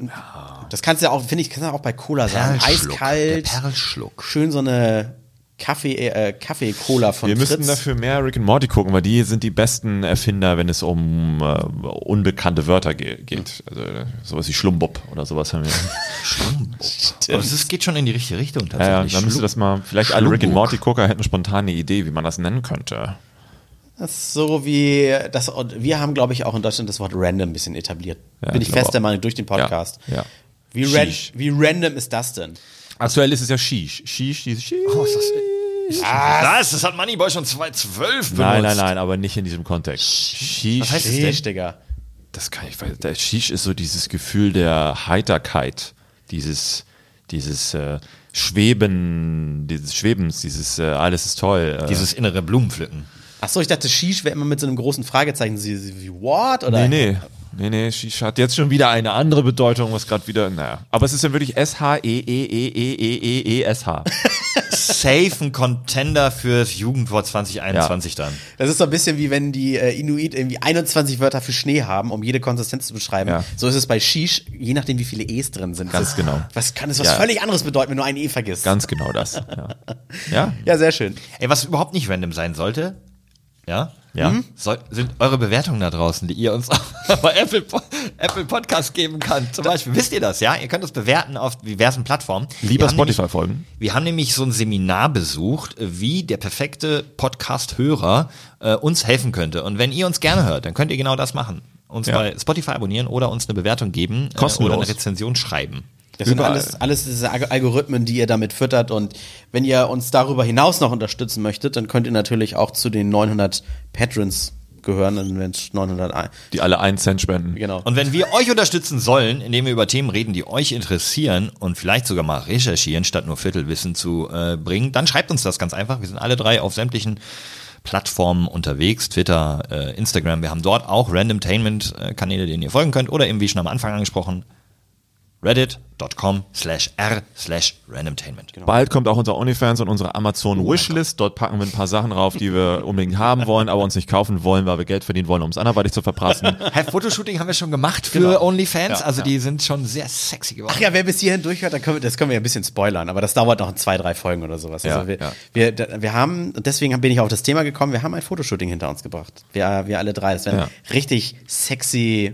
Speaker 3: das kannst du ja auch, finde ich, kannst du auch bei Cola sagen.
Speaker 1: Perlschluck,
Speaker 3: Eiskalt,
Speaker 1: der Perlschluck.
Speaker 3: schön so eine Kaffee, äh, Kaffee-Cola von
Speaker 2: Wir
Speaker 3: Fritz.
Speaker 2: müssten dafür mehr Rick and Morty gucken, weil die sind die besten Erfinder, wenn es um äh, unbekannte Wörter ge geht. Also äh, sowas wie Schlumbob oder sowas *laughs* haben wir.
Speaker 1: Aber das ist, geht schon in die richtige Richtung
Speaker 2: ja, ja,
Speaker 1: tatsächlich.
Speaker 2: dann müsste
Speaker 1: Schluck.
Speaker 2: das mal, vielleicht alle Rick and
Speaker 1: Schlumbob.
Speaker 2: Morty Gucker hätten eine spontane Idee, wie man das nennen könnte.
Speaker 3: Das ist so wie das. Und wir haben, glaube ich, auch in Deutschland das Wort random ein bisschen etabliert.
Speaker 2: Ja,
Speaker 3: Bin ich
Speaker 2: glaub
Speaker 3: fest der
Speaker 2: auch.
Speaker 3: Meinung durch den Podcast.
Speaker 2: Ja, ja.
Speaker 3: Wie, ran,
Speaker 2: Sheesh.
Speaker 3: wie random ist das denn?
Speaker 2: Aktuell ist es ja Shish. Shish, dieses Shish.
Speaker 1: Oh, ist das, Ah, das, das hat Moneyboy schon 2012 benutzt.
Speaker 2: Ah. nein, nein, nein, aber nicht in diesem Kontext. Shish.
Speaker 3: Was heißt das denn, Digga?
Speaker 2: Das kann ich, weil der Shish ist so dieses Gefühl der Heiterkeit, dieses, dieses äh, Schweben, dieses Schwebens, dieses äh, alles ist toll. Äh,
Speaker 1: Dieses innere Blumenpflücken.
Speaker 3: Achso, ich dachte, Shish wäre immer mit so einem großen Fragezeichen. Sie, sie, wie, what? Oder?
Speaker 2: nee, nee. Nee, nee, Shish hat jetzt schon wieder eine andere Bedeutung, was gerade wieder, naja. Aber es ist ja wirklich E S-H-E-E-E-E-E-E-E-S-H.
Speaker 1: Safe ein Contender fürs Jugendwort 2021 dann.
Speaker 3: Das ist so ein bisschen wie wenn die äh, Inuit irgendwie 21 Wörter für Schnee haben, um jede Konsistenz zu beschreiben.
Speaker 2: Ja.
Speaker 3: So ist es bei Shish, je nachdem, wie viele E's drin sind.
Speaker 2: Ganz
Speaker 3: Das-
Speaker 2: genau.
Speaker 3: Was kann es was
Speaker 2: Ja.
Speaker 3: völlig anderes bedeuten, wenn du ein E vergisst?
Speaker 2: Ganz genau das. Ja. ja?
Speaker 3: ja, sehr schön.
Speaker 1: Ey, was überhaupt nicht random sein sollte, ja? Mhm.
Speaker 2: Ja.
Speaker 1: Soll, sind eure Bewertungen da draußen, die ihr uns *laughs* bei Apple, Po- Apple Podcast geben kann. Zum Beispiel, wisst ihr das, ja? Ihr könnt uns bewerten auf diversen Plattformen.
Speaker 2: Lieber
Speaker 1: Wir haben nämlich-
Speaker 2: Spotify-Folgen.
Speaker 1: Wir haben nämlich so ein Seminar besucht, äh, wie der perfekte Podcast-Hörer äh, uns helfen könnte. Und wenn ihr uns gerne hört, dann könnt ihr genau das machen. Uns
Speaker 2: Ja.
Speaker 1: bei Spotify abonnieren oder uns eine Bewertung geben äh,
Speaker 2: Kostenlos.
Speaker 1: oder eine Rezension schreiben.
Speaker 3: Das sind
Speaker 2: Überall.
Speaker 3: alles, alles diese Alg- Algorithmen, die ihr damit füttert. Und wenn ihr uns darüber hinaus noch unterstützen möchtet, dann könnt ihr natürlich auch zu den 900 Patrons gehören. Dann wären es 901.
Speaker 2: Die alle einen Cent spenden.
Speaker 3: Genau.
Speaker 1: Und wenn wir euch unterstützen sollen, indem wir über Themen reden, die euch interessieren und vielleicht sogar mal recherchieren, statt nur Viertelwissen zu äh, bringen, dann schreibt uns das ganz einfach. Wir sind alle drei auf sämtlichen Plattformen unterwegs, Twitter, äh, Instagram. Wir haben dort auch Randomtainment-Kanäle, denen ihr folgen könnt oder eben, wie schon am Anfang angesprochen, reddit.com slash r slash randomtainment.
Speaker 2: Bald kommt auch unser OnlyFans und unsere
Speaker 1: Oh
Speaker 2: Amazon Wishlist. Dort packen wir ein paar Sachen rauf,
Speaker 1: *laughs*
Speaker 2: die wir unbedingt haben wollen, aber uns nicht kaufen wollen, weil wir Geld verdienen wollen, um es anderweitig zu
Speaker 1: *laughs*
Speaker 2: verprassen.
Speaker 1: Hey, Fotoshooting haben wir schon gemacht für OnlyFans, also die sind schon sehr sexy geworden.
Speaker 3: Ach ja, wer bis hierhin durchhört, dann können wir, das können wir ja ein bisschen spoilern, aber das dauert noch in zwei, drei Folgen oder sowas.
Speaker 2: Ja,
Speaker 3: also wir,
Speaker 2: ja.
Speaker 3: wir, da- wir haben, und deswegen bin ich auf das Thema gekommen, wir haben ein Fotoshooting hinter uns gebracht. Wir, wir alle drei. Das werden
Speaker 2: Ja.
Speaker 3: richtig sexy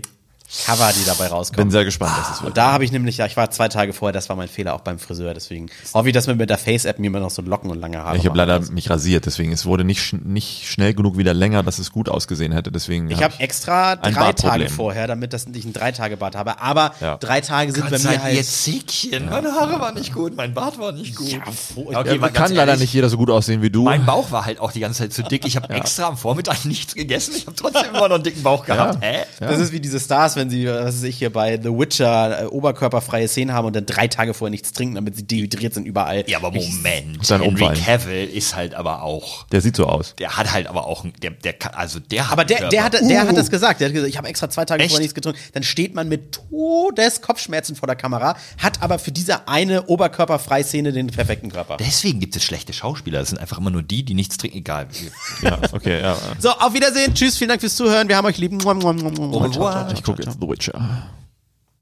Speaker 3: Cover, die dabei
Speaker 2: Bin
Speaker 3: rauskommen.
Speaker 2: sehr gespannt, was
Speaker 1: Ah,
Speaker 2: es
Speaker 3: und
Speaker 2: wird.
Speaker 3: da habe ich nämlich, ja, ich war zwei Tage vorher, das war mein Fehler auch beim Friseur, deswegen hoffe ich, dass mir mit der Face-App mir immer noch so Locken und lange Haare
Speaker 2: Ich habe
Speaker 3: machen
Speaker 2: leider
Speaker 3: lässt.
Speaker 2: mich rasiert, deswegen es wurde nicht, schn- nicht schnell genug wieder länger, dass es gut ausgesehen hätte. Deswegen
Speaker 3: Ich habe extra
Speaker 2: ein
Speaker 3: drei Tage
Speaker 2: Bartproblem.
Speaker 3: vorher, damit das nicht ein Drei-Tage-Bad habe, aber
Speaker 2: Ja.
Speaker 3: drei Tage sind
Speaker 1: Gott,
Speaker 3: bei
Speaker 1: seid
Speaker 3: mir halt...
Speaker 1: ihr Zickchen. Meine Haare waren nicht gut, mein Bart war nicht gut.
Speaker 3: ja, froh,
Speaker 1: Okay,
Speaker 2: Ja,
Speaker 1: mal Oh,
Speaker 2: man kann
Speaker 1: ganz
Speaker 2: leider
Speaker 1: ehrlich,
Speaker 2: nicht jeder so gut aussehen wie du.
Speaker 1: Mein Bauch war halt auch die ganze Zeit zu dick. Ich
Speaker 2: *laughs*
Speaker 1: habe extra am Vormittag *laughs* nichts gegessen. Ich habe trotzdem immer noch einen dicken Bauch gehabt. Hä?
Speaker 3: Das ist wie diese Stars, wenn sie, was weiß ich, hier bei The Witcher äh, oberkörperfreie Szenen haben und dann drei Tage vorher nichts trinken, damit sie dehydriert sind überall.
Speaker 1: Ja, aber Moment.
Speaker 2: Dann
Speaker 1: Henry
Speaker 2: umfallen.
Speaker 1: Cavill ist halt aber auch.
Speaker 2: Der sieht so aus.
Speaker 1: Der hat halt aber auch. einen- Der, der, kann- also der hat
Speaker 3: aber der,
Speaker 1: einen
Speaker 3: der, hat,
Speaker 1: Körper.
Speaker 3: der hat das gesagt. Der hat gesagt, ich habe extra zwei Tage
Speaker 1: Uh. Echt?
Speaker 3: vorher nichts getrunken. Dann steht man mit Todeskopfschmerzen vor der Kamera, hat aber für diese eine oberkörperfreie Szene den perfekten Körper.
Speaker 1: Deswegen gibt es schlechte Schauspieler. Das sind einfach immer nur die, die nichts trinken. Egal.
Speaker 2: Ja, okay,
Speaker 1: *laughs*
Speaker 2: ja.
Speaker 1: Oh,
Speaker 3: So, auf Wiedersehen. Tschüss, vielen Dank fürs Zuhören. Wir haben euch lieb. Mua, mua, mua, mua.
Speaker 1: Au revoir.
Speaker 2: Ich gucke jetzt The Witcher.